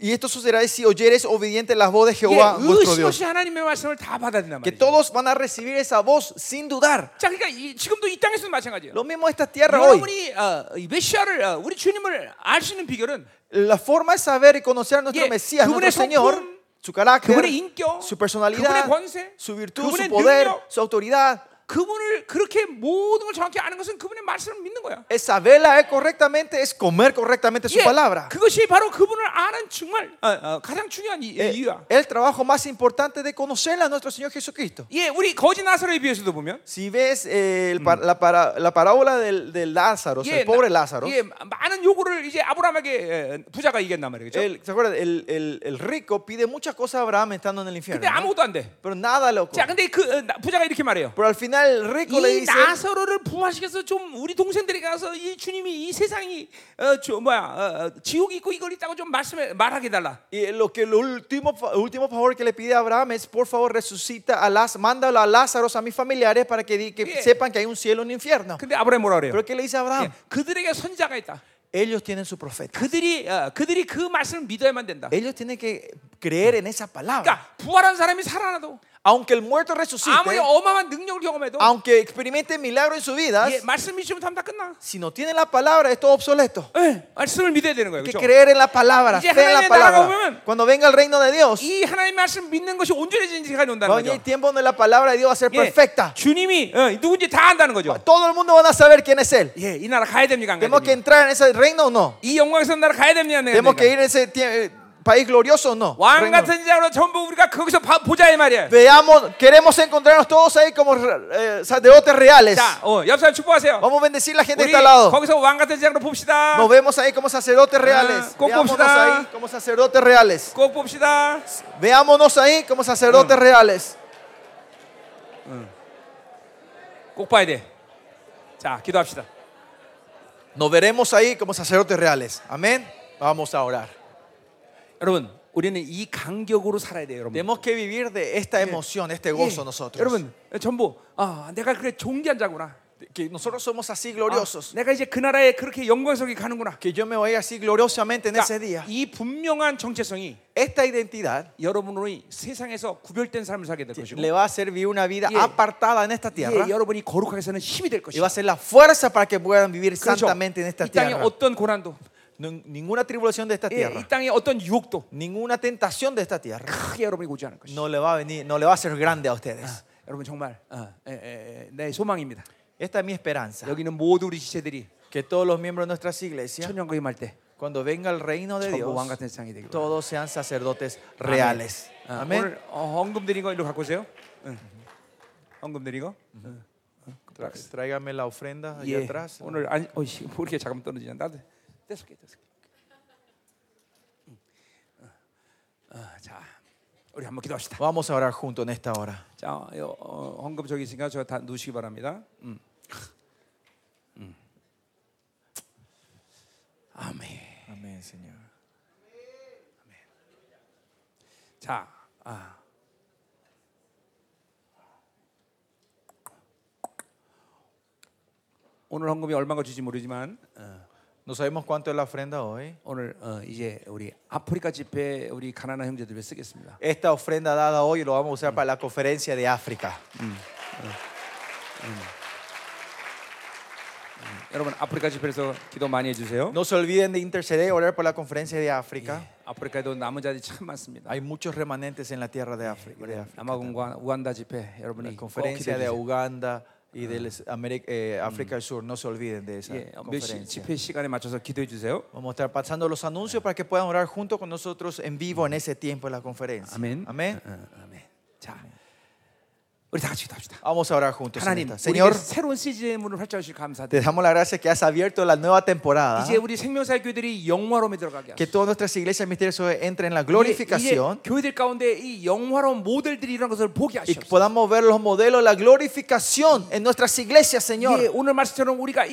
Speaker 2: Y esto sucederá si oyeres obediente las voz de
Speaker 1: 예,
Speaker 2: Jehová, vuestro
Speaker 1: 의심
Speaker 2: Dios.
Speaker 1: 없이 하나님의 말씀을 다 받아들인단
Speaker 2: Que
Speaker 1: 말이죠.
Speaker 2: todos van a recibir esa voz sin dudar.
Speaker 1: 자, 그러니까 이, 지금도 이 땅에서도 마찬가지예요.
Speaker 2: Lo mismo esta tierra hoy.
Speaker 1: 여러분이 어, 이 메시아를 어, 우리 주님을 알 수 있는 비결은
Speaker 2: La forma de saber y conocer a nuestro
Speaker 1: Yeah,
Speaker 2: Mesías,
Speaker 1: 그분의
Speaker 2: nuestro Señor,
Speaker 1: 성품,
Speaker 2: su carácter,
Speaker 1: 그분의 인격,
Speaker 2: su personalidad,
Speaker 1: 그분의 권세,
Speaker 2: su virtud,
Speaker 1: 그분의
Speaker 2: su poder,
Speaker 1: 능력.
Speaker 2: su autoridad.
Speaker 1: 그분을 그렇게 모든 걸 정확히 아는 것은 그분의 말씀을 믿는 거야.
Speaker 2: Es saberla él correctamente, es comer correctamente su
Speaker 1: 예,
Speaker 2: palabra.
Speaker 1: 그것이 바로 그분을 아는 정말 어, 어, 가장 중요한 이,
Speaker 2: Eh,
Speaker 1: 이유야.
Speaker 2: El trabajo más importante de conocerla a nuestro Señor Jesucristo.
Speaker 1: 예, 우리 거지 나사로에 비해서도 보면
Speaker 2: Si ves eh, el pa- la, para- la parábola del, del Lázaro,
Speaker 1: 예,
Speaker 2: el pobre
Speaker 1: 나-
Speaker 2: Lázaro,
Speaker 1: 예, 많은 요구를 이제 아브라함에게 에, 부자가 얘기했단 말이에요. 그렇죠?
Speaker 2: el, ¿se acuerdan? El, el- el rico pide muchas cosas a Abraham estando en el infierno.
Speaker 1: 근데
Speaker 2: ¿no?
Speaker 1: 아무것도 안 돼.
Speaker 2: Pero nada loco.
Speaker 1: 자, 근데 그 어, 나- 부자가 이렇게 말해요.
Speaker 2: Pero al final el rico
Speaker 1: 이
Speaker 2: le dice,
Speaker 1: 나사로를 부활시켜서 좀 우리 동생들이 가서 이 주님이 이 세상이 어, 저, 뭐야 어, 어, 지옥이 있고 이걸 있다고 좀 말씀해 말하게 달라.
Speaker 2: y lo que el último, fa- último favor que le pide a Abraham es, por favor, resucita a Lázaro, mándalo a Lázaro a mis familiares para que, di- que
Speaker 1: Bien.
Speaker 2: sepan que hay un cielo y un infierno.
Speaker 1: 근데 아브라함 뭐라 그래요?
Speaker 2: Pero ¿qué le dice a Abraham?
Speaker 1: 예, 그들에게 선자가 있다.
Speaker 2: Ellos tienen su profeta.
Speaker 1: 그들이 어, 그들이 그 말씀을 믿어야만 된다.
Speaker 2: Ellos tienen que creer en esa palabra.
Speaker 1: 그러니까 부활한 사람이 살아나도
Speaker 2: aunque el muerto resucite,
Speaker 1: 아무리 어마어마한 능력을 경험해도
Speaker 2: aunque experimente milagro en su vida,
Speaker 1: 예, 말씀 믿으면 다다 끝나.
Speaker 2: si no tiene la palabra, es todo obsoleto.
Speaker 1: 예, 말씀을 믿어야 되는 거예요.
Speaker 2: Hay que
Speaker 1: 그렇죠?
Speaker 2: creer en la palabra,
Speaker 1: 이제
Speaker 2: fe en la
Speaker 1: 하나님의 나라가
Speaker 2: palabra.
Speaker 1: 오면-
Speaker 2: Cuando venga el reino de Dios,
Speaker 1: 이 하나님 말씀 믿는 것이 온전해지는 시간이 온다는
Speaker 2: va a venir
Speaker 1: 거죠.
Speaker 2: tiempo donde la palabra de Dios va a ser
Speaker 1: 예,
Speaker 2: perfecta.
Speaker 1: 주님이 어, 누군지 다 안다는 거죠.
Speaker 2: Todo el mundo van a saber quién es Él.
Speaker 1: 예, 이 나라 가야 됩니까? 안 가야
Speaker 2: ¿Tenemos que
Speaker 1: 됩니까?
Speaker 2: entrar en ese reino o no?
Speaker 1: 이 영광스러운 나라 가야 됩니까? 안 가야
Speaker 2: ¿Tenemos que
Speaker 1: 됩니까?
Speaker 2: ir a ese tie- eh, país glorioso o no?
Speaker 1: 왕
Speaker 2: Reino.
Speaker 1: 같은 자로 전부 우리가 거기서 봐- 보자 이 말이야.
Speaker 2: Veamos, queremos encontrarnos todos ahí como eh, sacerdotes reales.
Speaker 1: 자, 어, 옆 사람 축복하세요.
Speaker 2: Vamos a bendecir la gente que
Speaker 1: 우리
Speaker 2: está al lado.
Speaker 1: 거기서 왕 같은 자로 봅시다.
Speaker 2: Nos vemos ahí como sacerdotes reales.
Speaker 1: con
Speaker 2: Veámonos
Speaker 1: confianza.
Speaker 2: ahí como sacerdotes reales.
Speaker 1: 꼭 봅시다.
Speaker 2: Veámonos ahí como sacerdotes reales.
Speaker 1: 꼭 봐야 돼. 자, 기도합시다.
Speaker 2: Nos veremos ahí como sacerdotes reales. Amén. Vamos a orar.
Speaker 1: 여러분, 우리는 이 간격으로 살아야 돼요, 여러분.
Speaker 2: Tenemos que vivir de esta emoción, este gozo
Speaker 1: 예,
Speaker 2: nosotros.
Speaker 1: 여러분, 전부 아, 내가 그래 존귀한 자구나.
Speaker 2: Que nosotros somos así
Speaker 1: 아,
Speaker 2: gloriosos.
Speaker 1: 내가 이제 그 나라에 그렇게 영광스럽게 가는구나.
Speaker 2: Que yo me voy así gloriosamente en ese
Speaker 1: 그러니까
Speaker 2: día.
Speaker 1: 이 분명한 정체성이
Speaker 2: Esta identidad
Speaker 1: 여러분의 세상에서 구별된 삶을 살게 될 것이고
Speaker 2: le va a hacer vivir una vida
Speaker 1: 예.
Speaker 2: apartada en esta tierra.
Speaker 1: 예, 여러분이 거룩하게 사는 힘이 될
Speaker 2: Y va
Speaker 1: 것이고
Speaker 2: a ser la fuerza para que puedan vivir
Speaker 1: 그렇죠.
Speaker 2: santamente en esta
Speaker 1: 이 땅에
Speaker 2: tierra.
Speaker 1: 어떤 고난도
Speaker 2: Nin- Ninguna tribulación de esta
Speaker 1: 예,
Speaker 2: tierra.
Speaker 1: 이 땅에 어떤 유혹도
Speaker 2: Ninguna tentación de esta tierra
Speaker 1: 크게 여러분이 오지 않을 것이고
Speaker 2: no le va a venir, no le va a ser grande a ustedes.
Speaker 1: 여러분 정말 어, 에, 에, 에, 내 소망입니다
Speaker 2: Esta es mi esperanza.
Speaker 1: 여기는 모두 우리 지체들이
Speaker 2: Que todos los miembros de nuestras iglesias,
Speaker 1: 천년 거임할 때
Speaker 2: cuando venga el reino de
Speaker 1: 전부 왕
Speaker 2: 예. Dios,
Speaker 1: 같은 세상이 되기를
Speaker 2: todos sean sacerdotes
Speaker 1: 바랍니다.
Speaker 2: reales.
Speaker 1: 어,
Speaker 2: Amén.
Speaker 1: 오늘 어, 헌금 드린 거 일로 갖고 오세요 응. 헌금 드린 거
Speaker 2: 음.
Speaker 1: 응. 응.
Speaker 2: Tra- Tráigame la ofrenda allá
Speaker 1: 예,
Speaker 2: atrás.
Speaker 1: 오늘 안, 어이씨, 뭐 이렇게 잠깐 떨어지냐? 나도 떼을게, 떼을게. 아, 자, 우리 한번 기도합시다.
Speaker 2: Vamos a orar juntos en esta hora.
Speaker 1: 자, 어, 어, 헌금 저기 있으니까 저 다 누시기 바랍니다. 음. 음. 아멘.
Speaker 2: Amén, Señor.
Speaker 1: 자, 아. 오늘 헌금이 얼마가 주지 모르지만 어,
Speaker 2: No sabemos cuánto es la ofrenda hoy.
Speaker 1: 오늘 어, 이제 우리 아프리카 집회 우리 가난한 형제들 위해 쓰겠습니다.
Speaker 2: Esta ofrenda dada hoy lo vamos a usar para la conferencia de África.
Speaker 1: 여러분 아프리카 집회에서 기도 많이 해주세요.
Speaker 2: No se olviden de interceder y orar por la conferencia de África.
Speaker 1: 아프리카에도 남은 자들이 참 많습니다.
Speaker 2: Hay muchos remanentes en la tierra de África. de África.
Speaker 1: 남아공과 우간다 집회 여러분이
Speaker 2: La
Speaker 1: 꼭
Speaker 2: 네, conferencia de
Speaker 1: 기도해주세요.
Speaker 2: Uganda y de eh, África del Sur. No se olviden de esa
Speaker 1: 예, 몇 시,
Speaker 2: conferencia.
Speaker 1: 집회 시간에 맞춰서 기도해 주세요.
Speaker 2: Vamos a estar pasando los anuncios para que puedan orar junto con nosotros en vivo en ese tiempo de la conferencia.
Speaker 1: 아멘.
Speaker 2: Amén.
Speaker 1: 어, 어, 아멘. 자, 우리 다 같이 기도합시다. 네,
Speaker 2: Vamos a orar juntos. en
Speaker 1: 하나님,
Speaker 2: esta.
Speaker 1: 우리에게
Speaker 2: Señor,
Speaker 1: 새로운 시즌의 문을 활짝하실 감사드립니다.
Speaker 2: te damos la gracia que has abierto la nueva temporada.
Speaker 1: 이제 우리 생명사의 교회들이 영화로움에 들어가게
Speaker 2: Que
Speaker 1: 하소서.
Speaker 2: todas nuestras iglesias misteriosas entren en la
Speaker 1: 이제- 이제
Speaker 2: glorificación.
Speaker 1: 교회들 가운데 이 영화로운 모델들이 이런 것을 보게
Speaker 2: Y
Speaker 1: 하시옵소서.
Speaker 2: que podamos ver los modelos de la glorificación en nuestras iglesias,
Speaker 1: 예,
Speaker 2: Señor.
Speaker 1: 오늘 말씀처럼 우리가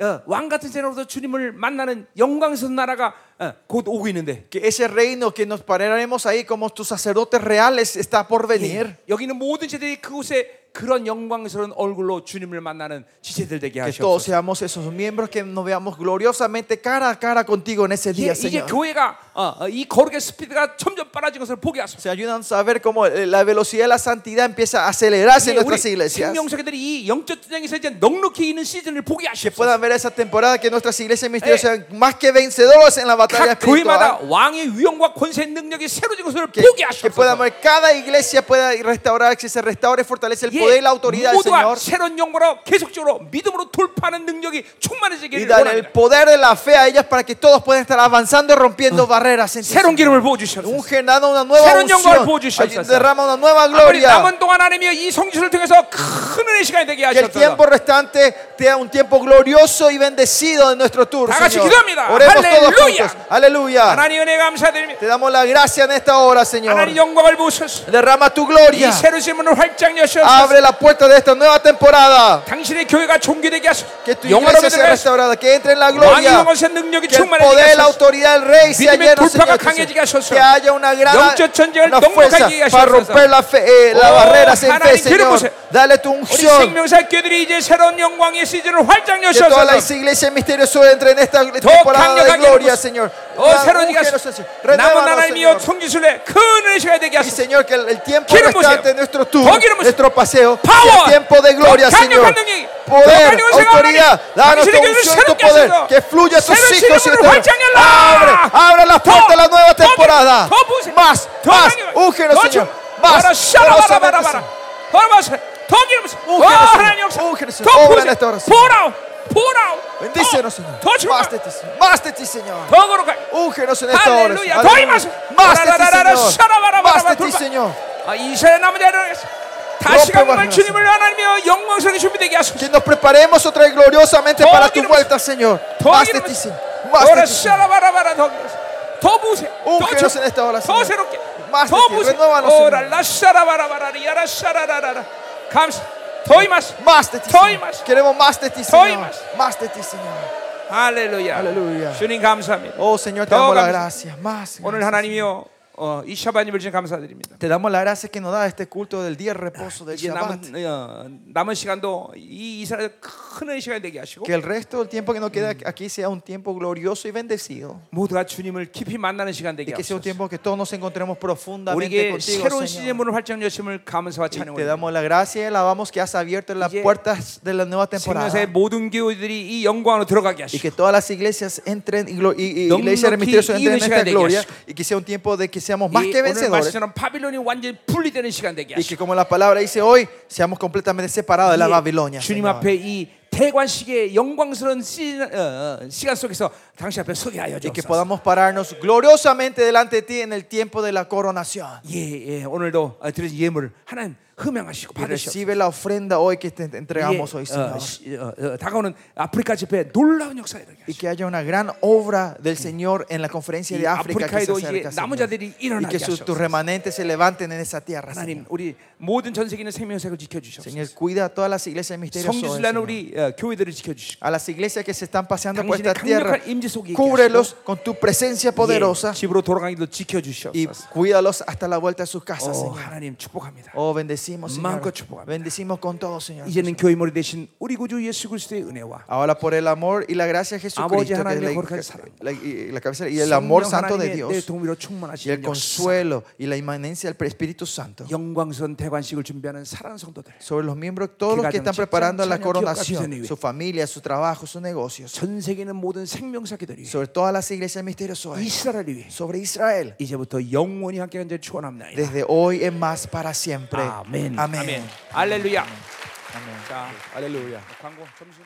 Speaker 1: 이왕 같은 세상으로서 주님을 만나는 영광스러운 나라가 어, 곧 오고 있는데
Speaker 2: Que ese reino que nos pararemos ahí como tus sacerdotes reales está por venir.
Speaker 1: 예, 여기는 모든 제들이 그곳에 그런 영광스러운 얼굴로 주님을 만나는 지체들 되게
Speaker 2: Que todos
Speaker 1: 하시옵소서.
Speaker 2: seamos esos miembros que nos veamos gloriosamente cara a cara contigo en ese
Speaker 1: 예,
Speaker 2: día,
Speaker 1: 이제
Speaker 2: Señor.
Speaker 1: 교회가 어, 어, 이 거룩의 스피드가 점점 빨라진 것을 보게 하소서.
Speaker 2: Se ayudan a ver cómo eh, la velocidad de la santidad empieza a acelerarse en nuestras iglesias.
Speaker 1: 생명사들이 이 영적 전쟁에서 이제 넉넉히 있는 시즌을 보게
Speaker 2: Que
Speaker 1: 하시옵소서.
Speaker 2: puedan ver esa temporada que nuestras iglesias misteriosas sean más que vencedores en la batalla
Speaker 1: 각 교회마다
Speaker 2: espiritual.
Speaker 1: 왕의 위엄과 권세 능력이 새로진 것을
Speaker 2: Que,
Speaker 1: 보게
Speaker 2: que puedan
Speaker 1: 하시옵소서.
Speaker 2: ver cada iglesia pueda restaurar, que se restaure, fortalece el
Speaker 1: 예,
Speaker 2: poder y la autoridad del
Speaker 1: 모두가
Speaker 2: Señor.
Speaker 1: 새로운 영으로 계속적으로 믿음으로 돌파하는 능력이
Speaker 2: Y
Speaker 1: 충만해지기를
Speaker 2: dar el
Speaker 1: 원합니다.
Speaker 2: poder de la fe a ellas para que todos puedan estar avanzando y rompiendo barreras. en ti,
Speaker 1: 새로운
Speaker 2: Señor.
Speaker 1: 기름을 부어
Speaker 2: Ah. Un
Speaker 1: 주시옵소서.
Speaker 2: genado, una nueva
Speaker 1: 새로운 영광을
Speaker 2: unción.
Speaker 1: 부어주시옵소서.
Speaker 2: Ay, Derrama una nueva
Speaker 1: 아버지
Speaker 2: gloria.
Speaker 1: 남은 동안 하나님이여 이 성지를 통해서 큰 은혜 시간이 되게
Speaker 2: Que el
Speaker 1: 하셨소서.
Speaker 2: tiempo restante sea un tiempo glorioso y bendecido de nuestro tour.
Speaker 1: 다 같이
Speaker 2: Señor.
Speaker 1: 기도합니다.
Speaker 2: Oremos todos
Speaker 1: 할렐루야.
Speaker 2: juntos. Aleluya.
Speaker 1: 하나님 은혜 감사드립니다.
Speaker 2: Te damos la gracia en esta hora, Señor.
Speaker 1: 하나님 영광을 부으소서.
Speaker 2: Derrama tu
Speaker 1: 이
Speaker 2: gloria.
Speaker 1: 새로운 문을 활짝
Speaker 2: Abre abre la puerta de esta nueva temporada.
Speaker 1: 당신의 교회가 종교되게 하소서.
Speaker 2: Que tu
Speaker 1: 영화로
Speaker 2: iglesia
Speaker 1: 되게
Speaker 2: sea
Speaker 1: 하소서.
Speaker 2: restaurada, que entre en la
Speaker 1: 왕의
Speaker 2: gloria.
Speaker 1: 영광의 능력이
Speaker 2: Que el
Speaker 1: 충만하게
Speaker 2: poder, la
Speaker 1: 하소서.
Speaker 2: autoridad del rey sea
Speaker 1: 믿음의
Speaker 2: lleno,
Speaker 1: 돌파가
Speaker 2: Señor
Speaker 1: 강해지게 하소서.
Speaker 2: Jesús. Que haya una gran
Speaker 1: 영적 전쟁을
Speaker 2: una
Speaker 1: 넉넉하게
Speaker 2: fuerza
Speaker 1: 이기게
Speaker 2: para
Speaker 1: 하소서.
Speaker 2: romper la, fe, eh, la
Speaker 1: Oh,
Speaker 2: barrera sin
Speaker 1: 하나님
Speaker 2: fe, Señor.
Speaker 1: 들어보세요.
Speaker 2: Dale tu
Speaker 1: 우리
Speaker 2: unción.
Speaker 1: 생명사 교회들이 이제 새로운 영광의 시즌을 활짝
Speaker 2: Que toda la
Speaker 1: 여셔서
Speaker 2: iglesia misteriosa entre en
Speaker 1: Oh,
Speaker 2: esta temporada de
Speaker 1: 강력하게
Speaker 2: gloria,
Speaker 1: nos-
Speaker 2: Señor.
Speaker 1: 어 새로운 이가
Speaker 2: Úngenos, Señor.
Speaker 1: 남은
Speaker 2: Renuévanos,
Speaker 1: 하나님이여
Speaker 2: Señor.
Speaker 1: 성지순례 큰 은혜가 되게
Speaker 2: Y,
Speaker 1: 하소서.
Speaker 2: Señor, que el, el tiempo
Speaker 1: Quiero museo.
Speaker 2: restante de nuestro tour,
Speaker 1: Yo quiero museo.
Speaker 2: nuestro paseo, sea
Speaker 1: Power.
Speaker 2: tiempo de gloria,
Speaker 1: Yo cambio
Speaker 2: Señor.
Speaker 1: cuando llegue. Yo
Speaker 2: Poder,
Speaker 1: cambio cuando llegue
Speaker 2: autoridad,
Speaker 1: ahora.
Speaker 2: danos tu
Speaker 1: Yo quiero
Speaker 2: unción,
Speaker 1: ser
Speaker 2: tu
Speaker 1: un
Speaker 2: poder,
Speaker 1: casino.
Speaker 2: que fluya tus
Speaker 1: Ser un
Speaker 2: ciclos,
Speaker 1: casino,
Speaker 2: Señor.
Speaker 1: guáchanela.
Speaker 2: Abre, abre las puertas de la nueva
Speaker 1: 더,
Speaker 2: temporada.
Speaker 1: 더 부으세요.
Speaker 2: Más,
Speaker 1: 더
Speaker 2: más,
Speaker 1: 강력하게.
Speaker 2: úngenos,
Speaker 1: 더
Speaker 2: Señor.
Speaker 1: 좀-
Speaker 2: Más,
Speaker 1: 알아, 샤라바라 바라
Speaker 2: poderosamente,
Speaker 1: 바라.
Speaker 2: Señor.
Speaker 1: 바라바라. 더 기름으세요.
Speaker 2: Úngenos,
Speaker 1: 와,
Speaker 2: Señor.
Speaker 1: 하나님 역사.
Speaker 2: Úngenos,
Speaker 1: 더
Speaker 2: Señor. Obra
Speaker 1: 부으세요.
Speaker 2: en esta oración.
Speaker 1: 보라오, 보라오.
Speaker 2: Bendícenos,
Speaker 1: 더,
Speaker 2: Señor.
Speaker 1: 더 충만.
Speaker 2: Más de ti, Señor. Más de ti, Señor.
Speaker 1: 더 거룩하게.
Speaker 2: Úngenos en esta hora.
Speaker 1: 할렐루야. 더 임하소.
Speaker 2: Más de ti,
Speaker 1: 라라라라라,
Speaker 2: Señor.
Speaker 1: 샤라바라
Speaker 2: Más
Speaker 1: 바라바.
Speaker 2: de ti, Señor.
Speaker 1: 아, 이스라엘 남은 자를 다시
Speaker 2: Rompe
Speaker 1: 한번
Speaker 2: barreras,
Speaker 1: 주님을 하나님이여 영광스러운 준비되게 하소서.
Speaker 2: Que nos preparemos otra vez gloriosamente
Speaker 1: Todo
Speaker 2: para tu
Speaker 1: queremos-
Speaker 2: vuelta, Señor.
Speaker 1: todo
Speaker 2: Más de
Speaker 1: queremos-
Speaker 2: ti, Señor. Más de
Speaker 1: 더
Speaker 2: ti, Señor.
Speaker 1: 샤라바라바라 더 기름으세요. 더 부으세요. 더
Speaker 2: Úngenos
Speaker 1: 충-
Speaker 2: en esta hora,
Speaker 1: 더
Speaker 2: Señor.
Speaker 1: 새롭게.
Speaker 2: Más de
Speaker 1: 더
Speaker 2: ti.
Speaker 1: 부으세요.
Speaker 2: Renóvanos,
Speaker 1: 오라
Speaker 2: Señor.
Speaker 1: 라샤라바라바라리아라 샤라라라라. 감사. 더 임하소.
Speaker 2: Más de ti,
Speaker 1: Todo
Speaker 2: Señor.
Speaker 1: más.
Speaker 2: Queremos más de ti,
Speaker 1: Todo
Speaker 2: Señor.
Speaker 1: más.
Speaker 2: Más de ti, Señor.
Speaker 1: 할렐루야.
Speaker 2: 할렐루야.
Speaker 1: 주님 감사합니다.
Speaker 2: Oh, Señor, te
Speaker 1: Todo
Speaker 2: damos la
Speaker 1: más.
Speaker 2: gracia. Más.
Speaker 1: 오늘
Speaker 2: gracias.
Speaker 1: 하나님이요 어, 이 샤바님을 지금 감사드립니다.
Speaker 2: Te damos la gracia que nos da este culto del día de reposo, del
Speaker 1: 이제
Speaker 2: Shabbat.
Speaker 1: 남은 어, 남은 시간도 이 이스라엘 큰 은혜 시간 되게 하시고
Speaker 2: Que el resto del tiempo que nos queda
Speaker 1: Mm.
Speaker 2: aquí sea un tiempo glorioso y bendecido.
Speaker 1: 모두가 주님을 깊이 만나는 시간
Speaker 2: Y
Speaker 1: 되게
Speaker 2: que sea un
Speaker 1: 하소서.
Speaker 2: tiempo que todos nos encontremos profundamente
Speaker 1: 우리에게
Speaker 2: contigo,
Speaker 1: 새로운 시즌의
Speaker 2: Señor.
Speaker 1: 문을 활짝 여심을 감사와
Speaker 2: Y te
Speaker 1: 찬양합니다.
Speaker 2: damos la gracia y alabamos que has abierto las
Speaker 1: 이제
Speaker 2: puertas de la nueva temporada.
Speaker 1: 생명사의 모든 교회들이 이 영광으로 들어가게
Speaker 2: y
Speaker 1: 하시고
Speaker 2: que todas las iglesias entren y, glo- y- y
Speaker 1: 넉넉히
Speaker 2: iglesias del misterio entren en
Speaker 1: 이루시게
Speaker 2: esta
Speaker 1: 되게
Speaker 2: gloria
Speaker 1: 하시고.
Speaker 2: y que sea un tiempo de que seamos más
Speaker 1: 이
Speaker 2: que
Speaker 1: 오늘
Speaker 2: vencedores
Speaker 1: 말씀처럼 바빌론이 완전히 분리되는 시간 되게
Speaker 2: y
Speaker 1: 하시고
Speaker 2: que como la palabra dice hoy seamos completamente separados de la Babilonia
Speaker 1: 예, 주님
Speaker 2: Señor.
Speaker 1: 앞에 이 태관식의 영광스러운 시, 어, 어, 시간 속에서 당신 앞에 서게 하여
Speaker 2: y que
Speaker 1: 주옵소서.
Speaker 2: podamos pararnos gloriosamente delante de ti en el tiempo de la coronación
Speaker 1: 예, 예, 오늘도 어, 드려진 예물을 하나님 흠양하시고
Speaker 2: y
Speaker 1: 받으시옵소서.
Speaker 2: recibe uh, la ofrenda hoy que te
Speaker 1: 예,
Speaker 2: entregamos hoy
Speaker 1: 어,
Speaker 2: Señor
Speaker 1: 시- 어, 어, 다가오는 아프리카 집회 놀라운 역사 이렇게
Speaker 2: y que haya una gran obra del Señor en la conferencia de
Speaker 1: 이
Speaker 2: África que se
Speaker 1: 아프리카에도 이제
Speaker 2: acerca,
Speaker 1: 남은
Speaker 2: Señor.
Speaker 1: 자들이
Speaker 2: y
Speaker 1: 일어나게
Speaker 2: que sus, tus
Speaker 1: 하소서.
Speaker 2: remanentes se levanten en esa tierra
Speaker 1: 하나님
Speaker 2: Señor.
Speaker 1: 우리 모든 전 세계는 생명색을 지켜주셨소.
Speaker 2: Señor cuida a todas las iglesias misteriosas hoy,
Speaker 1: 성지순란
Speaker 2: Señor.
Speaker 1: 우리 어, 교회들을 지켜주시고
Speaker 2: a las iglesias que se están paseando
Speaker 1: 당신의
Speaker 2: por esta tierra.
Speaker 1: 강력한 임재 속에
Speaker 2: Cúbrelos con tu presencia poderosa 어,
Speaker 1: 예, 집으로 돌아가기도
Speaker 2: y
Speaker 1: 지켜주시옵소서.
Speaker 2: cuídalos hasta la vuelta de sus
Speaker 1: 어,
Speaker 2: casas, Señor.
Speaker 1: 하나님 축복합니다.
Speaker 2: Oh, bendecimos, Señor.
Speaker 1: 마음껏 축복합니다.
Speaker 2: Bendecimos con todo, Señor.
Speaker 1: 이제는 교회 머리 대신 우리 구주 예수 그리스도의 은혜와
Speaker 2: Ahora por el amor y la gracia de Jesucristo,
Speaker 1: 아버지
Speaker 2: que es la,
Speaker 1: 하나님의 거룩한 사랑.
Speaker 2: la- y, la cabeza, y el amor
Speaker 1: 성령
Speaker 2: santo de
Speaker 1: 하나님의 내
Speaker 2: Dios,
Speaker 1: 동의로
Speaker 2: y el
Speaker 1: 충만하신 역사,
Speaker 2: consuelo y la inmanencia del Espíritu Santo
Speaker 1: 영광선 대관식을 준비하는 사랑 성도들
Speaker 2: sobre los miembros, todos los que están preparando la coronación, su familia, su trabajo, sus negocios,
Speaker 1: 전 세계는 모든 생명사기들 위해
Speaker 2: sobre todas las iglesias misteriosas,
Speaker 1: 이스라엘 위해
Speaker 2: sobre Israel.
Speaker 1: 이제부터 영원히 함께 간절 추원합니다.
Speaker 2: desde hoy en más para siempre.
Speaker 1: 네, 아멘.
Speaker 2: Amén.
Speaker 1: 아멘. 할렐루야.
Speaker 2: Amén.
Speaker 1: 자,
Speaker 2: Aleluya.
Speaker 1: 광고 점심.